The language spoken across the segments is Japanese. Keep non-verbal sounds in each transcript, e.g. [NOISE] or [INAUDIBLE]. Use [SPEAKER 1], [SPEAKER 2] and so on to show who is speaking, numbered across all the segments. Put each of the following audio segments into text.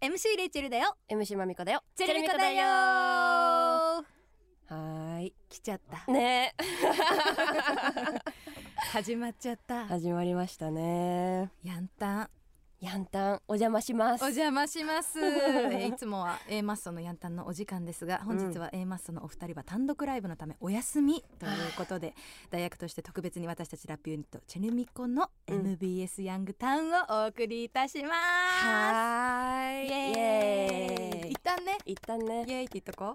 [SPEAKER 1] MC レイチェルだよ
[SPEAKER 2] MC まみこだよ
[SPEAKER 1] チェルミコだよ
[SPEAKER 2] は
[SPEAKER 1] ー
[SPEAKER 2] ーい
[SPEAKER 1] 来ちゃった
[SPEAKER 2] ねえ
[SPEAKER 1] 始まっちゃった
[SPEAKER 2] 始まりましたね
[SPEAKER 1] やんたん
[SPEAKER 2] やんたんお邪魔しま
[SPEAKER 1] お
[SPEAKER 2] す
[SPEAKER 1] 邪魔します、えーいつもは A マッソのやんたんのお時間ですが本日は A マッソのお二人は単独ライブのためお休みということで、大学として特別に私たちラップユニットチェルミコの
[SPEAKER 2] うん
[SPEAKER 1] MBS ヤングタウンをお送りいたします、
[SPEAKER 2] はーい
[SPEAKER 1] イエーイ一旦ね
[SPEAKER 2] 一旦ね
[SPEAKER 1] イエーイって言っとこ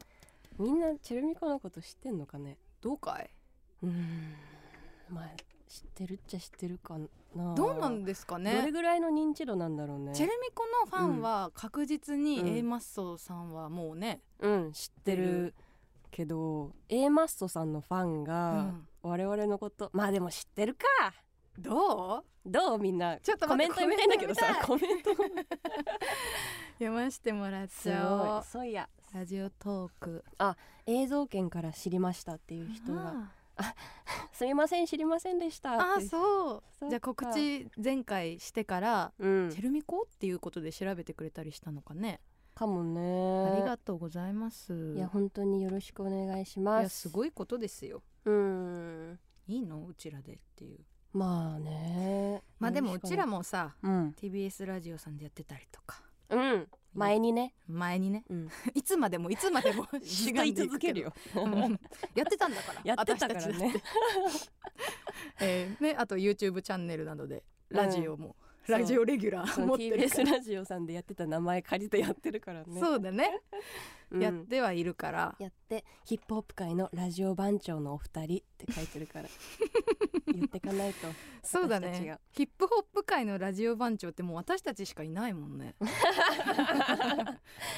[SPEAKER 1] う
[SPEAKER 2] みんなチェルミコのこと知ってんのかね
[SPEAKER 1] どうかいう
[SPEAKER 2] ーんまあ知ってるっちゃ知ってるかな
[SPEAKER 1] どうなんですか
[SPEAKER 2] ど
[SPEAKER 1] ね
[SPEAKER 2] れぐらいの認知度なんだろうね
[SPEAKER 1] チェルミコのファンは確実に
[SPEAKER 2] うん
[SPEAKER 1] A マッソさんはもうね、
[SPEAKER 2] うん知ってるけど A マッソさんのファン
[SPEAKER 1] う
[SPEAKER 2] が
[SPEAKER 1] ん
[SPEAKER 2] 我々のことまあでも知ってるか
[SPEAKER 1] どう
[SPEAKER 2] どうみんな
[SPEAKER 1] ちょっと
[SPEAKER 2] コ
[SPEAKER 1] 待っ
[SPEAKER 2] メン
[SPEAKER 1] て
[SPEAKER 2] ト読みたいんだけどさコメント
[SPEAKER 1] 読ませてもらっ
[SPEAKER 2] す
[SPEAKER 1] ちゃ
[SPEAKER 2] ご
[SPEAKER 1] お
[SPEAKER 2] いうそういや
[SPEAKER 1] ラジオトーク
[SPEAKER 2] 映像券から知りましたっていう人が「すみません知りませんでした」
[SPEAKER 1] あ
[SPEAKER 2] っ
[SPEAKER 1] あ
[SPEAKER 2] て
[SPEAKER 1] そう
[SPEAKER 2] そっか
[SPEAKER 1] じゃあ告知前回してから、
[SPEAKER 2] うん
[SPEAKER 1] チェルミコっていうことで調べてくれたりしたのかね、
[SPEAKER 2] かもね
[SPEAKER 1] ありがとうございます
[SPEAKER 2] いや本当によろしくお願いし
[SPEAKER 1] い
[SPEAKER 2] ま
[SPEAKER 1] や
[SPEAKER 2] す
[SPEAKER 1] すごいことですよ
[SPEAKER 2] うん
[SPEAKER 1] いいのうちらでっていう
[SPEAKER 2] まあね
[SPEAKER 1] まあでもうちら
[SPEAKER 2] も
[SPEAKER 1] もさ
[SPEAKER 2] うん
[SPEAKER 1] TBS ラジオさんでやってたりとか
[SPEAKER 2] うん前にね、
[SPEAKER 1] 前にね
[SPEAKER 2] うん、
[SPEAKER 1] いつまでもいつまでも
[SPEAKER 2] [LAUGHS] ずっ
[SPEAKER 1] し
[SPEAKER 2] と
[SPEAKER 1] が
[SPEAKER 2] 言
[SPEAKER 1] ん
[SPEAKER 2] い
[SPEAKER 1] でいく
[SPEAKER 2] 続
[SPEAKER 1] け
[SPEAKER 2] け
[SPEAKER 1] ど
[SPEAKER 2] るよ
[SPEAKER 1] うんやってたんだから
[SPEAKER 2] [LAUGHS] やってたから
[SPEAKER 1] 私ちだ
[SPEAKER 2] ね
[SPEAKER 1] ってえーねあと YouTube チャンネルなどでラジオも、
[SPEAKER 2] うん
[SPEAKER 1] ラジオレギュラ
[SPEAKER 2] [LAUGHS] そ
[SPEAKER 1] ー
[SPEAKER 2] の
[SPEAKER 1] 持ってる
[SPEAKER 2] TBS ラジオさんでやってた名前借りてやってるからね
[SPEAKER 1] そうだね、
[SPEAKER 2] うん
[SPEAKER 1] やってはいるから
[SPEAKER 2] やってヒップホップ界のラジオ番長のお二人って書いてる [LAUGHS] から言ってかないと
[SPEAKER 1] そうだ
[SPEAKER 2] 私たち
[SPEAKER 1] ね
[SPEAKER 2] が
[SPEAKER 1] ヒップホップ界のラジオ番長ってもう私たちしかいないもんね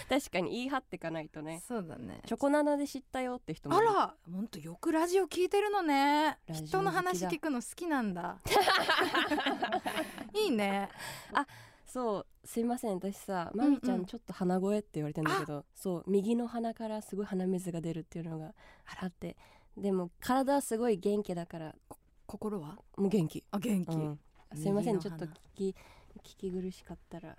[SPEAKER 2] 確かに言い張ってかないと [LAUGHS] ね
[SPEAKER 1] そうだね
[SPEAKER 2] チョコナナで知ったよって人も
[SPEAKER 1] あ
[SPEAKER 2] いる
[SPEAKER 1] らほんとよくラジオ聞いてるのね
[SPEAKER 2] ラジオ好きだ
[SPEAKER 1] 人の話聞くの好きなん
[SPEAKER 2] [LAUGHS]
[SPEAKER 1] だいいね
[SPEAKER 2] そうすいません私さまみ
[SPEAKER 1] う
[SPEAKER 2] ちゃ
[SPEAKER 1] んうん
[SPEAKER 2] んちょっと鼻声って言われてんだけど、そう右の鼻からすごい鼻水が出るっていうのがあってでも体はすごい元気だから
[SPEAKER 1] 心は
[SPEAKER 2] もう元気、
[SPEAKER 1] あ元気、
[SPEAKER 2] うんすいませんち
[SPEAKER 1] 右の
[SPEAKER 2] ょっと
[SPEAKER 1] 鼻
[SPEAKER 2] 聞き聞き苦しかったら、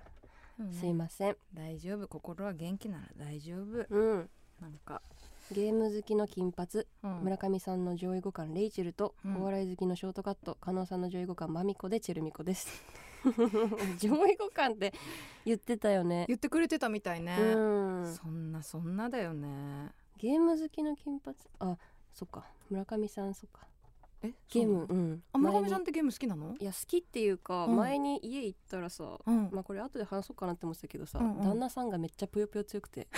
[SPEAKER 1] うん
[SPEAKER 2] すいません
[SPEAKER 1] 大丈夫心は元気なら大丈夫
[SPEAKER 2] うん
[SPEAKER 1] なんか、
[SPEAKER 2] ゲーム好きの金髪
[SPEAKER 1] うん
[SPEAKER 2] 村上さんの上位互換レイチェルと、
[SPEAKER 1] うん
[SPEAKER 2] お笑い好きのショートカット加納さんの上位互換マミコでチェルミコです
[SPEAKER 1] [LAUGHS]
[SPEAKER 2] 上位互換って言ってたよね
[SPEAKER 1] 言ってくれてたみたいね、
[SPEAKER 2] うん
[SPEAKER 1] そんなそんなだよね
[SPEAKER 2] ゲーム好きの金髪あそっか村上さんそっか
[SPEAKER 1] え
[SPEAKER 2] ゲーム
[SPEAKER 1] そうなの
[SPEAKER 2] うん
[SPEAKER 1] あ村上さん
[SPEAKER 2] 前
[SPEAKER 1] っ
[SPEAKER 2] に
[SPEAKER 1] てゲーム好きなの
[SPEAKER 2] いや好きっていうか、
[SPEAKER 1] うん
[SPEAKER 2] 前に家行ったらさ
[SPEAKER 1] うん
[SPEAKER 2] まあこれ後で話そうかなって思ってたけどさ、
[SPEAKER 1] うんうん
[SPEAKER 2] 旦那さんがめっちゃぷよぷよ強
[SPEAKER 1] [LAUGHS]
[SPEAKER 2] くて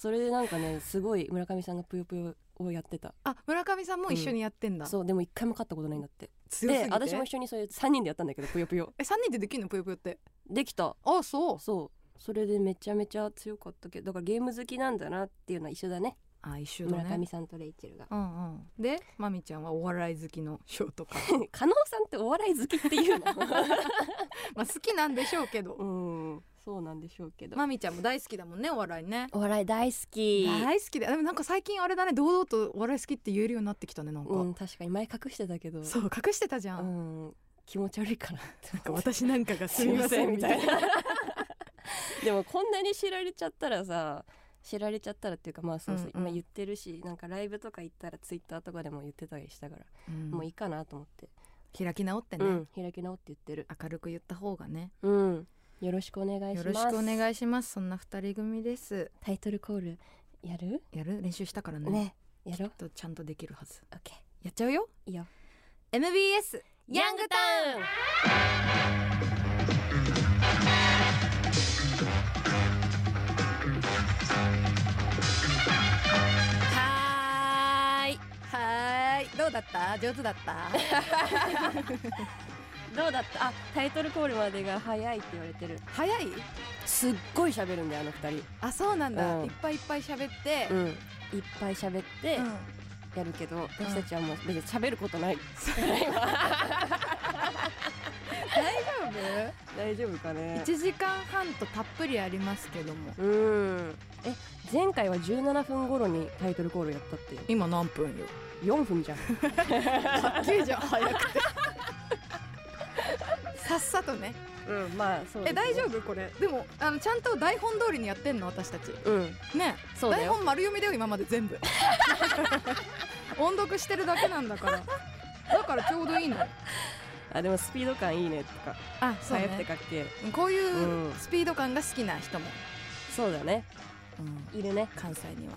[SPEAKER 2] それでなんかねすごい村上さんがぷよぷよをやってた
[SPEAKER 1] あ村上さんも一緒にやってんだ、
[SPEAKER 2] そうでも一回も勝ったことないんだって
[SPEAKER 1] 強すぎ
[SPEAKER 2] で
[SPEAKER 1] て
[SPEAKER 2] 私も一緒にそれ3人でやったんだけどぷよぷよ
[SPEAKER 1] え三人でできるのぷよぷよって
[SPEAKER 2] できた
[SPEAKER 1] あそう
[SPEAKER 2] そうそれでめちゃめちゃ強かったけどだからゲーム好きなんだなっていうのは一緒だね
[SPEAKER 1] あ一緒だね
[SPEAKER 2] 村上さんとレイチェルが [LAUGHS]
[SPEAKER 1] うんうんでまみちゃんはお笑い好きのショー
[SPEAKER 2] [LAUGHS]
[SPEAKER 1] トか
[SPEAKER 2] 加納さんってお笑い好きってい
[SPEAKER 1] [LAUGHS]
[SPEAKER 2] う
[SPEAKER 1] まあ好きなんでしょうけど
[SPEAKER 2] のうんそうなんでしょうけど、
[SPEAKER 1] まみちゃんも大好きだもんねお笑いね
[SPEAKER 2] お笑い大好き
[SPEAKER 1] 大好きだでもなんか最近あれだね堂々とお笑い好きって言えるようになってきたねなんか、
[SPEAKER 2] うん確かに前隠してたけど
[SPEAKER 1] そう隠してたじゃ
[SPEAKER 2] う、ん、気持ち悪いから
[SPEAKER 1] なんか私なんかがすみませんみたいな。
[SPEAKER 2] な [LAUGHS] でもこんなに知られちゃったらさ知られちゃったらっていうかまあそうそう、
[SPEAKER 1] うんうん
[SPEAKER 2] 今言ってるしなんかライブとか行ったらツイッターとかでも言ってたりしたから、
[SPEAKER 1] うん
[SPEAKER 2] もういいかなと思って、
[SPEAKER 1] 開き直ってね、
[SPEAKER 2] うん、開き直って言ってる
[SPEAKER 1] 明るく言った方がね。
[SPEAKER 2] うんよろしくお願いしま
[SPEAKER 1] よ
[SPEAKER 2] す
[SPEAKER 1] ろしくお
[SPEAKER 2] い
[SPEAKER 1] 願いします。そんな二人組です。
[SPEAKER 2] タイトルコールやる、
[SPEAKER 1] やる練習したからね。
[SPEAKER 2] ねやろう
[SPEAKER 1] とちゃんとできるはず。
[SPEAKER 2] オッケ
[SPEAKER 1] やっちゃうよ。
[SPEAKER 2] ーいいよ
[SPEAKER 1] MBS ヤングタウン。はーい。はーい。どうだった？上手だ
[SPEAKER 2] [LAUGHS]
[SPEAKER 1] った？
[SPEAKER 2] どうだったあタイトルコールまでが早いって言われてる
[SPEAKER 1] 早い？
[SPEAKER 2] すっごい喋るんだよあの二人
[SPEAKER 1] あ、そうなんだ。
[SPEAKER 2] うん
[SPEAKER 1] いっぱいいっぱい喋って。
[SPEAKER 2] うんいっぱい喋って
[SPEAKER 1] うん
[SPEAKER 2] やるけど、私たちはもう別に喋ることない
[SPEAKER 1] 大丈夫？
[SPEAKER 2] 大丈夫かね
[SPEAKER 1] 1時間半とたっぷりありますけども
[SPEAKER 2] うんえ前回は17分頃にタイトルコールやったってよ
[SPEAKER 1] 今何
[SPEAKER 2] [LAUGHS]
[SPEAKER 1] 分よ
[SPEAKER 2] 4分じゃん
[SPEAKER 1] 卓球じゃん早くてさっさとね
[SPEAKER 2] うんまあそう
[SPEAKER 1] え大丈
[SPEAKER 2] 夫
[SPEAKER 1] 夫これでもあのちゃんと台本通りにやってんの私たち
[SPEAKER 2] うん
[SPEAKER 1] ね
[SPEAKER 2] そうだ
[SPEAKER 1] 台
[SPEAKER 2] よ
[SPEAKER 1] 本丸読みだよ今まで全部音読してるだけなんだからだからちょうどいいの
[SPEAKER 2] あでもスピード感いいねとか
[SPEAKER 1] あ
[SPEAKER 2] 流行ってかっけえ
[SPEAKER 1] こういううんスピード感が好きな人も、
[SPEAKER 2] そうだね
[SPEAKER 1] うん
[SPEAKER 2] いるね
[SPEAKER 1] 関西には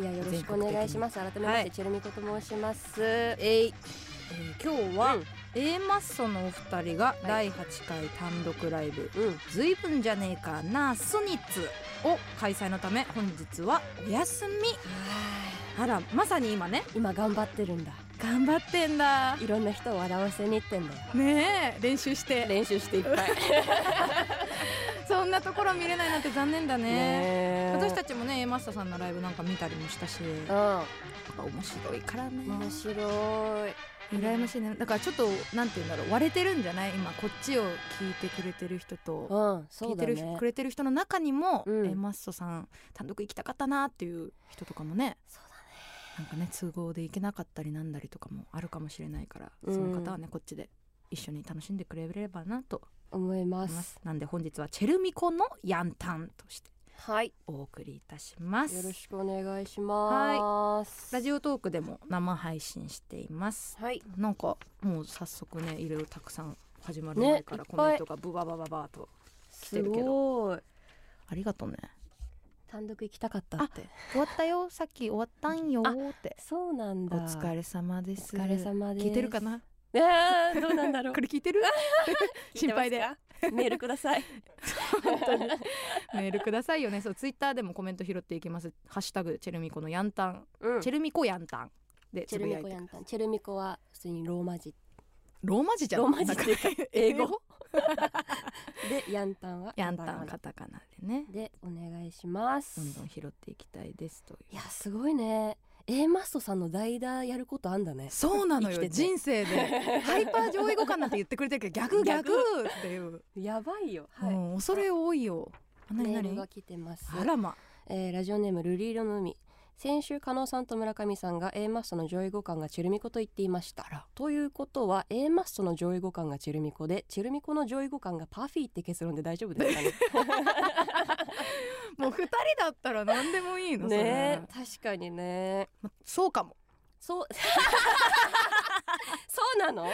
[SPEAKER 1] い
[SPEAKER 2] やよろしくお願いします改めましてチェルミコと申します、
[SPEAKER 1] えいえー今日は、
[SPEAKER 2] うん
[SPEAKER 1] A マッソのお二人が
[SPEAKER 2] い
[SPEAKER 1] 第8回単独ライブ
[SPEAKER 2] うん
[SPEAKER 1] 「ずいぶんじゃねえかなスニッツ」を開催のため本日はお休みあらまさに今ね
[SPEAKER 2] 今頑張ってるんだ
[SPEAKER 1] 頑張ってんだ
[SPEAKER 2] いろんな人を笑わせに行ってんだよ
[SPEAKER 1] ねえ練習して
[SPEAKER 2] [LAUGHS] 練習していっ [LAUGHS] ぱい
[SPEAKER 1] そんなところ見れないなんて残念だね
[SPEAKER 2] ね
[SPEAKER 1] 私た
[SPEAKER 2] ち
[SPEAKER 1] ちもね A マスターさんのライブなんか見たりもしたしやっぱ面白いからね
[SPEAKER 2] うん面白い
[SPEAKER 1] 羨ましいねだからちょっとなんて言うんだろう割れてるんじゃない今こっちを聞いてくれてる人と
[SPEAKER 2] うん
[SPEAKER 1] 聞
[SPEAKER 2] そ
[SPEAKER 1] いうて
[SPEAKER 2] だ
[SPEAKER 1] る、
[SPEAKER 2] ね
[SPEAKER 1] くれてる人の中にも、
[SPEAKER 2] うん
[SPEAKER 1] えマッソさん単独行きたかったなっていう人とかもね
[SPEAKER 2] そう
[SPEAKER 1] なんかね都合で行けなかったりなんだりとかもあるかもしれないから、
[SPEAKER 2] うん
[SPEAKER 1] その方はねこっちで一緒に楽しんでくれればなと
[SPEAKER 2] 思いま
[SPEAKER 1] 思い
[SPEAKER 2] す
[SPEAKER 1] ますなんで本日はチェルミコのヤンタンとして
[SPEAKER 2] はいよ
[SPEAKER 1] お送りいたします
[SPEAKER 2] ろしくお願いします
[SPEAKER 1] ラジオトークでも生配信しています
[SPEAKER 2] はい
[SPEAKER 1] なんかもう早速ねいろいろたくさん始まる
[SPEAKER 2] ね
[SPEAKER 1] 前から、
[SPEAKER 2] いっ
[SPEAKER 1] コ
[SPEAKER 2] ぱい
[SPEAKER 1] メントがブババババーと来て
[SPEAKER 2] す
[SPEAKER 1] るけど
[SPEAKER 2] ごい
[SPEAKER 1] ありがとうね
[SPEAKER 2] 単独行きたかったって
[SPEAKER 1] 終わったよさっき終わったんよって
[SPEAKER 2] そうなん
[SPEAKER 1] お
[SPEAKER 2] だ
[SPEAKER 1] 疲れ様です
[SPEAKER 2] お疲れ様です
[SPEAKER 1] 聞いてるかな
[SPEAKER 2] えーどうなんだろ
[SPEAKER 1] [LAUGHS]
[SPEAKER 2] う
[SPEAKER 1] これ聞いてる心配で
[SPEAKER 2] [LAUGHS] 聞いてますかメールく
[SPEAKER 1] [LAUGHS]
[SPEAKER 2] ださい
[SPEAKER 1] 本当に [LAUGHS] メールくださいよねそうツイッターでもコメント拾っていきますハッシュタグチェルミコのヤンタン、
[SPEAKER 2] うん
[SPEAKER 1] チェルミコヤンタンで
[SPEAKER 2] チ
[SPEAKER 1] つ
[SPEAKER 2] ェ
[SPEAKER 1] ぶ
[SPEAKER 2] ル
[SPEAKER 1] や
[SPEAKER 2] ミ
[SPEAKER 1] い
[SPEAKER 2] コ
[SPEAKER 1] て
[SPEAKER 2] ヤンタンチェルミコは普通にローマ字
[SPEAKER 1] ローマ字じゃん
[SPEAKER 2] ローマ字っていうか英語でヤンタンは
[SPEAKER 1] ヤンタ
[SPEAKER 2] カ
[SPEAKER 1] ン
[SPEAKER 2] バナ
[SPEAKER 1] カタカナでね
[SPEAKER 2] でお願いします
[SPEAKER 1] どんどん拾っていきたいですという
[SPEAKER 2] いやすごいね A マストさんの代打やることあんだね
[SPEAKER 1] そうなのよ
[SPEAKER 2] 生きてて
[SPEAKER 1] 人生 [LAUGHS] でハイパー上位互換なんて言ってくれてるけど逆逆
[SPEAKER 2] 逆
[SPEAKER 1] っていう、
[SPEAKER 2] やばいよはい、
[SPEAKER 1] うん恐れ多いよあ
[SPEAKER 2] メ
[SPEAKER 1] 何
[SPEAKER 2] ール
[SPEAKER 1] 何
[SPEAKER 2] が来てます
[SPEAKER 1] あらま
[SPEAKER 2] えーラジオネームルリーロの海先週加納さんと村上さんが A マストの上位互換がチェルミコと言っていましたということは A マストの上位互換がチェルミコでチェルミコの上位互換がパフィーって結論で大丈
[SPEAKER 1] [LAUGHS]
[SPEAKER 2] 夫ですかね
[SPEAKER 1] もう二人だったら何でもいいのそれ
[SPEAKER 2] ねえ確かにね
[SPEAKER 1] まそうかも
[SPEAKER 2] そう
[SPEAKER 1] [LAUGHS]
[SPEAKER 2] そうなの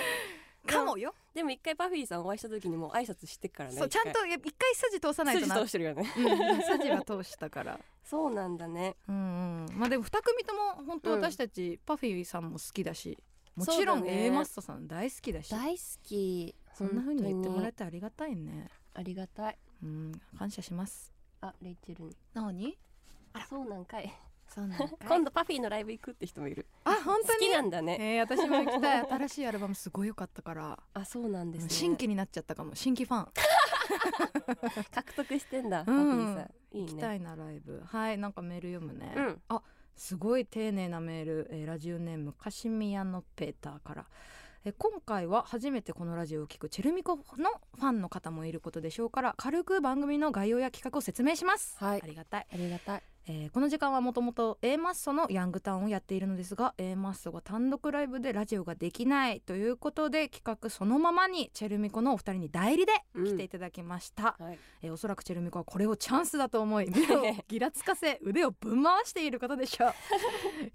[SPEAKER 1] かもよ、
[SPEAKER 2] でも一回パフィーさんお会いした時にもう挨拶してっからね
[SPEAKER 1] そうち
[SPEAKER 2] 一
[SPEAKER 1] ゃ
[SPEAKER 2] 回
[SPEAKER 1] んといや一回筋通さないと
[SPEAKER 2] 筋
[SPEAKER 1] な
[SPEAKER 2] 通してるよね
[SPEAKER 1] うん筋は通したから
[SPEAKER 2] そうなんだね
[SPEAKER 1] うんうんまあでも二組とも本当
[SPEAKER 2] うん
[SPEAKER 1] 私たち、パフィーさんも好きだしもちろ
[SPEAKER 2] そ
[SPEAKER 1] ん
[SPEAKER 2] うだね
[SPEAKER 1] A マストさん大好きだし
[SPEAKER 2] 大好き
[SPEAKER 1] そんな風に言ってもらえ
[SPEAKER 2] 本
[SPEAKER 1] てありがたいね
[SPEAKER 2] 当にありがたい
[SPEAKER 1] うん感謝します
[SPEAKER 2] あレイチェルに
[SPEAKER 1] 何
[SPEAKER 2] そうなんかい
[SPEAKER 1] そうなんか
[SPEAKER 2] [LAUGHS] 今度パフィーのライブ行くって人もいる
[SPEAKER 1] あ本
[SPEAKER 2] 好
[SPEAKER 1] 当に
[SPEAKER 2] きなんだね
[SPEAKER 1] えー、私も行きたい新しいアルバムすごい良かったから、
[SPEAKER 2] あそうなんですね
[SPEAKER 1] 新規になっちゃったかも新規ファン
[SPEAKER 2] 獲得してんだパフィーさんいい
[SPEAKER 1] 行
[SPEAKER 2] ね
[SPEAKER 1] きたいなライブはいなんかメール読むね、
[SPEAKER 2] うん
[SPEAKER 1] すごい丁寧なメール、えーラジオネームカシミヤのペーターから、えー今回は初めてこのラジオを聞くチェルミコのファンの方もいることでしょうから軽く番組の概要や企画を説明します、
[SPEAKER 2] はい
[SPEAKER 1] ありがたい
[SPEAKER 2] ありがたい
[SPEAKER 1] えーこの時間はもともと A マッソのヤングタウンをやっているのですが A マッソが単独ライブでラジオができないということで企画そのままにチェルミコのお二人に代理で来ていただきました、
[SPEAKER 2] はい
[SPEAKER 1] えーおそらくチェルミコはこれをチャンスだと思い目をぎらつかせ腕をぶん回していることでしょ
[SPEAKER 2] [LAUGHS]
[SPEAKER 1] う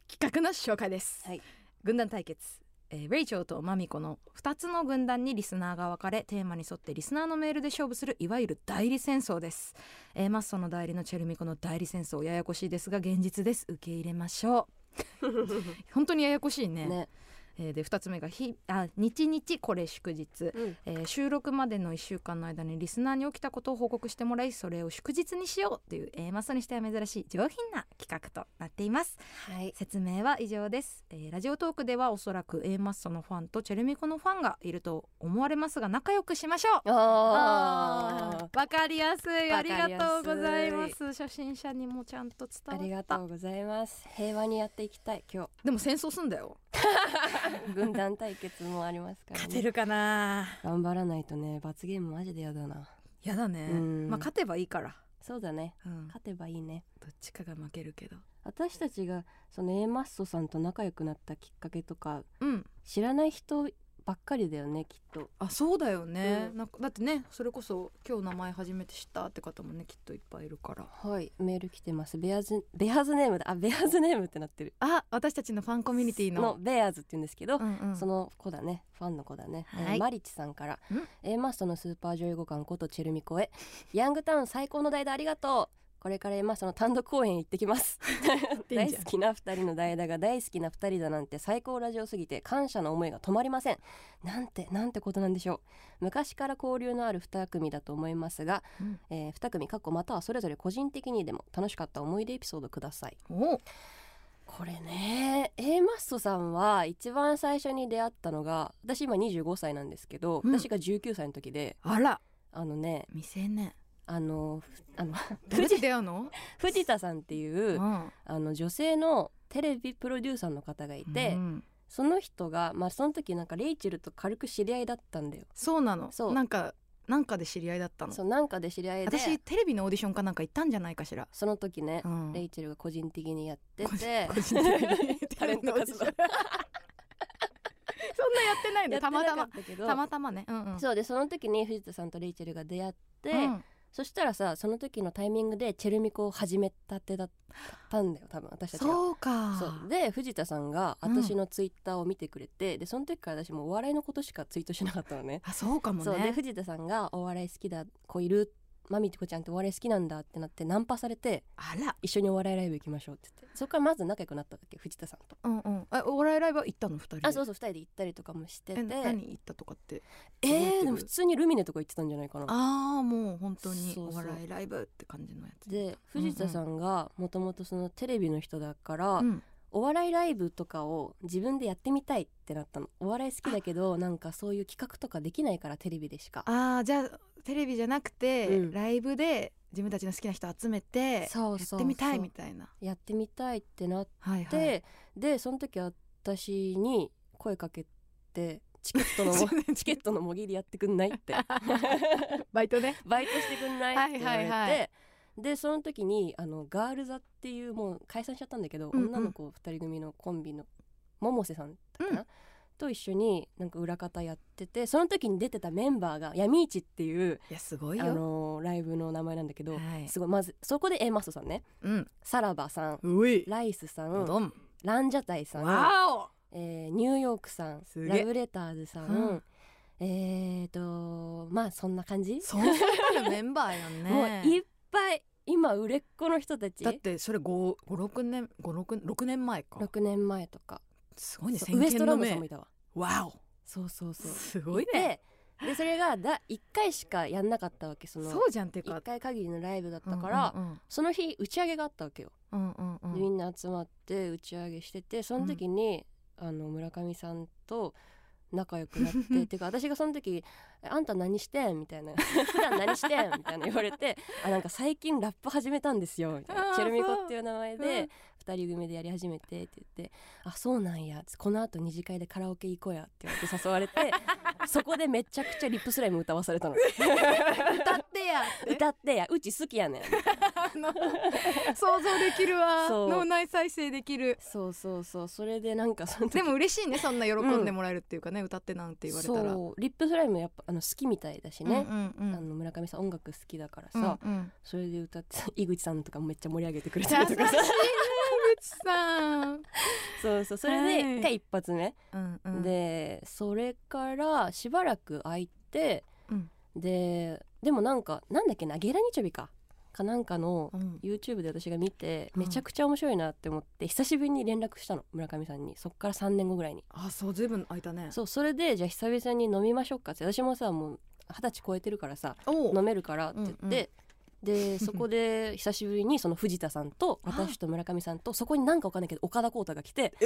[SPEAKER 1] 企画の紹介です、
[SPEAKER 2] はい
[SPEAKER 1] 軍団対決えーレイチョウとマミコの2つの軍団にリスナーが分かれテーマに沿ってリスナーのメールで勝負するいわゆる代理戦争です、えーマッソの代理のチェルミコの代理戦争ややこしいですが現実です受け入れましょ
[SPEAKER 2] [LAUGHS]
[SPEAKER 1] う本当にややこしいね
[SPEAKER 2] ね
[SPEAKER 1] えーで2つ目が日あ日々これ祝日、
[SPEAKER 2] うん
[SPEAKER 1] えー収録までの1週間の間にリスナーに起きたことを報告してもらいそれを祝日にしようという、えーまさにしては珍しい上品な企画となっています
[SPEAKER 2] はい
[SPEAKER 1] 説明は以上です、えーラジオトークではおそらく A マッソのファンとチェルミコのファンがいると思われますが仲良くしましょう
[SPEAKER 2] あ
[SPEAKER 1] わかりやすいあ
[SPEAKER 2] わか
[SPEAKER 1] り
[SPEAKER 2] りやすい
[SPEAKER 1] がとうございます初心者にもちゃんと
[SPEAKER 2] ああ
[SPEAKER 1] 伝
[SPEAKER 2] り
[SPEAKER 1] わっ
[SPEAKER 2] が
[SPEAKER 1] た
[SPEAKER 2] とうございます平和にやっていきたい [LAUGHS] 今
[SPEAKER 1] でも戦争すんだよ
[SPEAKER 2] 日軍団対決もありますから、ね、
[SPEAKER 1] 勝てるかな
[SPEAKER 2] 頑張らないとね罰ゲームマジでやだな
[SPEAKER 1] やだね
[SPEAKER 2] うん
[SPEAKER 1] まあ勝てばいいから、
[SPEAKER 2] そうだね
[SPEAKER 1] うん
[SPEAKER 2] 勝てばいいね
[SPEAKER 1] どっちかが負けるけど
[SPEAKER 2] 私たちがその A マッソさんと仲良くなったきっかけとか
[SPEAKER 1] うん
[SPEAKER 2] 知らない人ばっかりだよねきっと
[SPEAKER 1] あそうだよね、
[SPEAKER 2] う
[SPEAKER 1] なんかだってねそれこそ今日名前初めて知ったって方もねきっといっぱいいるから
[SPEAKER 2] はいメール来てますベアーズベアーズネームだあベアーズネームってなってる
[SPEAKER 1] あ私たちのファンコミュニティの
[SPEAKER 2] ベアーズって言うんですけど、
[SPEAKER 1] うんうん
[SPEAKER 2] その子だねファンの子だね、
[SPEAKER 1] はい
[SPEAKER 2] えーマリチさんから
[SPEAKER 1] うん
[SPEAKER 2] 「A マストのスーパー女優五感ことチェルミコへヤングタウン最高の代打ありがとうこれから A マストの単独公演行って
[SPEAKER 1] [LAUGHS]
[SPEAKER 2] きます」
[SPEAKER 1] てん
[SPEAKER 2] 大
[SPEAKER 1] じゃん
[SPEAKER 2] 好きな2人の代打が大好きな2人だなんて最高ラジオすぎて感謝の思いが止まりませんなんてなんてことなんでしょう昔から交流のある2組だと思いますが、
[SPEAKER 1] うん
[SPEAKER 2] え2組かっこまたはそれぞれ個人的にでも楽しかった思い出エピソードください
[SPEAKER 1] お
[SPEAKER 2] これね A マッソさんは一番最初に出会ったのが私今25歳なんですけど、
[SPEAKER 1] うん
[SPEAKER 2] 私が19歳の時で
[SPEAKER 1] あら
[SPEAKER 2] あのね
[SPEAKER 1] 未成年
[SPEAKER 2] あのふあの
[SPEAKER 1] 誰で出会うの、、
[SPEAKER 2] 藤田さんっていううんあの女性のテレビプロデューサーの方がいて、
[SPEAKER 1] うん
[SPEAKER 2] その人が、まあ、その時なんかレイチェルと軽く知り合いだったんだよ。
[SPEAKER 1] そうなの
[SPEAKER 2] そう
[SPEAKER 1] なんかなんかで知り合いだったの
[SPEAKER 2] そうなんかで知り合いで
[SPEAKER 1] 私テレビのオーディションかなんか行ったんじゃないかしら、
[SPEAKER 2] その時ね
[SPEAKER 1] う、ん
[SPEAKER 2] レイチェルが個人的にやって [LAUGHS] て
[SPEAKER 1] 個人的に
[SPEAKER 2] タレント活
[SPEAKER 1] [LAUGHS] そ
[SPEAKER 2] 動
[SPEAKER 1] んなやってない
[SPEAKER 2] や
[SPEAKER 1] の
[SPEAKER 2] って
[SPEAKER 1] たまたま
[SPEAKER 2] なかったけど
[SPEAKER 1] たまたまねうんうん
[SPEAKER 2] そうでその時に藤田さんとレイチェルが出会って、
[SPEAKER 1] うん
[SPEAKER 2] そしたらさその時のタイミングでチェルミコを始めたてだったんだよ多分私たちが。
[SPEAKER 1] そうか
[SPEAKER 2] そうで藤田さんが
[SPEAKER 1] うん
[SPEAKER 2] 私のツイッターを見てくれて、でその時から私もうお笑いのことしかツイートしなかったのね。
[SPEAKER 1] あそうかも
[SPEAKER 2] そうで
[SPEAKER 1] ね
[SPEAKER 2] 藤田さんが「お笑い好きだ子いるマミティコちゃんってお笑い好きなんだ」ってなってナンパされて
[SPEAKER 1] あら
[SPEAKER 2] 「一緒にお笑いライブ行きましょう」って言ってそこからまず仲良くなったわけ藤田さんと。
[SPEAKER 1] うんうんあお笑いライブは行ったの二人で
[SPEAKER 2] あそうそう2人で行ったりとかもしてて
[SPEAKER 1] え何行ったとかって
[SPEAKER 2] え
[SPEAKER 1] 覚えて
[SPEAKER 2] ー、
[SPEAKER 1] る
[SPEAKER 2] でも普通にルミネとか行ってたんじゃないかな。
[SPEAKER 1] ああもう本当に
[SPEAKER 2] そう
[SPEAKER 1] お
[SPEAKER 2] そう
[SPEAKER 1] 笑いライブって感じのやつ
[SPEAKER 2] で藤田さんがもともとそのテレビの人だから、
[SPEAKER 1] うん
[SPEAKER 2] お笑いライブとかを自分でやってみたいってなったのお笑い好きだけどなんかそういう企画とかできないからテレビでしか
[SPEAKER 1] ああじゃあテレビじゃなくて、
[SPEAKER 2] うん
[SPEAKER 1] ライブで自分たちの好きな人集めて
[SPEAKER 2] そうそうそう
[SPEAKER 1] やってみたいみたいな
[SPEAKER 2] やってみたいってなっ
[SPEAKER 1] はい [LAUGHS]
[SPEAKER 2] て、
[SPEAKER 1] はい
[SPEAKER 2] でその時私に声かけて [LAUGHS] チケットのもチケットのもぎりやってくんないって [LAUGHS]
[SPEAKER 1] バイトね
[SPEAKER 2] バイトしてくんないって言われて、
[SPEAKER 1] はいはいは
[SPEAKER 2] でその時にあのガールザっていうもう解散しちゃったんだけど、
[SPEAKER 1] うんうん
[SPEAKER 2] 女の子2人組のコンビの百瀬さんだったかな、
[SPEAKER 1] う
[SPEAKER 2] と一緒になんか裏方やっててその時に出てたメンバーが闇市っていう
[SPEAKER 1] いやすごい
[SPEAKER 2] あ
[SPEAKER 1] よ、
[SPEAKER 2] のーライブの名前なんだけど、
[SPEAKER 1] はい
[SPEAKER 2] すごいまずそこで A マストさんね
[SPEAKER 1] うん
[SPEAKER 2] さらばさん
[SPEAKER 1] うい
[SPEAKER 2] ライスさん
[SPEAKER 1] どん
[SPEAKER 2] ランジャタイさん、
[SPEAKER 1] わ
[SPEAKER 2] えーニューヨークさん
[SPEAKER 1] すげえ
[SPEAKER 2] ラブレターズさん、
[SPEAKER 1] うん
[SPEAKER 2] えーとまあそんな感じ
[SPEAKER 1] おそうそうたるメンバーやんね
[SPEAKER 2] もういっぱい今売れっ子の人たち
[SPEAKER 1] だってそれ五五六年五六六年前か
[SPEAKER 2] 6年前とか
[SPEAKER 1] すごいね
[SPEAKER 2] そう
[SPEAKER 1] 先
[SPEAKER 2] ウエスト
[SPEAKER 1] 見
[SPEAKER 2] ラ
[SPEAKER 1] の
[SPEAKER 2] ンドさんも
[SPEAKER 1] 目
[SPEAKER 2] いたわ
[SPEAKER 1] わお
[SPEAKER 2] そうそうそう
[SPEAKER 1] すごいね
[SPEAKER 2] ででそれがだ1回しかやんなかったわけその
[SPEAKER 1] そうじゃんっていう
[SPEAKER 2] 1
[SPEAKER 1] か
[SPEAKER 2] 回限りのライブだったから、
[SPEAKER 1] うん
[SPEAKER 2] その日打ち上げがあったわけよ、
[SPEAKER 1] うんうんうんうん
[SPEAKER 2] でみんな集まって打ち上げしててその時に、あの村上さんと仲良くなって [LAUGHS] てか私がその時「えあんた何してん?」みたいな「普段何してん?」みたいな言われ [LAUGHS] て「あなんか最近ラップ始めたんですよ」みたい
[SPEAKER 1] あ
[SPEAKER 2] な「
[SPEAKER 1] ー
[SPEAKER 2] チェルミコ」っていう名前
[SPEAKER 1] そうう
[SPEAKER 2] で
[SPEAKER 1] ん
[SPEAKER 2] 2人組でやり始めてって言って「あそうなんや」このあと二次会でカラオケ行こうや」って言われて誘 [LAUGHS] われてそこでめちゃくちゃリップスライム歌わされ [LAUGHS] たの
[SPEAKER 1] 歌ってや
[SPEAKER 2] 歌ってやうち好きやねん
[SPEAKER 1] あの想像できるわ
[SPEAKER 2] そう
[SPEAKER 1] 脳内再生できる
[SPEAKER 2] そうそうそうそれでなんかその時
[SPEAKER 1] でも嬉しいねそんな喜んでもらえるっていうかね、歌ってなんて言われたら
[SPEAKER 2] そうリップスライムやっぱあの好きみたいだしね、
[SPEAKER 1] うんうんうん
[SPEAKER 2] あの村上さん音楽好きだからさ、
[SPEAKER 1] うんう
[SPEAKER 2] [LAUGHS]
[SPEAKER 1] ん
[SPEAKER 2] それで歌って井口さんとかもめっちゃ盛り上げてくれ
[SPEAKER 1] 優
[SPEAKER 2] た
[SPEAKER 1] し
[SPEAKER 2] りと
[SPEAKER 1] いね
[SPEAKER 2] かさ
[SPEAKER 1] 口さん、
[SPEAKER 2] そうそうそれで
[SPEAKER 1] はい
[SPEAKER 2] が一発目、
[SPEAKER 1] うんうん、
[SPEAKER 2] でそれからしばらく空いて、
[SPEAKER 1] うん
[SPEAKER 2] ででもなんかなんだっけなゲラニチョビかかなんかの
[SPEAKER 1] うん
[SPEAKER 2] YouTube で私が見て
[SPEAKER 1] うん
[SPEAKER 2] めちゃくちゃ面白いなって思って久しぶりに連絡したの村上さんにそっから3年後ぐらいに
[SPEAKER 1] あそう随分空いたね
[SPEAKER 2] そうそれでじゃあ久々に飲みましょうかって私もさもう二十歳超えてるからさ
[SPEAKER 1] おう
[SPEAKER 2] 飲めるからって言って、でそこで久しぶりにその藤田さ
[SPEAKER 1] [LAUGHS]
[SPEAKER 2] んと私と村上さんとそこになんかわかんないけど岡田康太が来て
[SPEAKER 1] え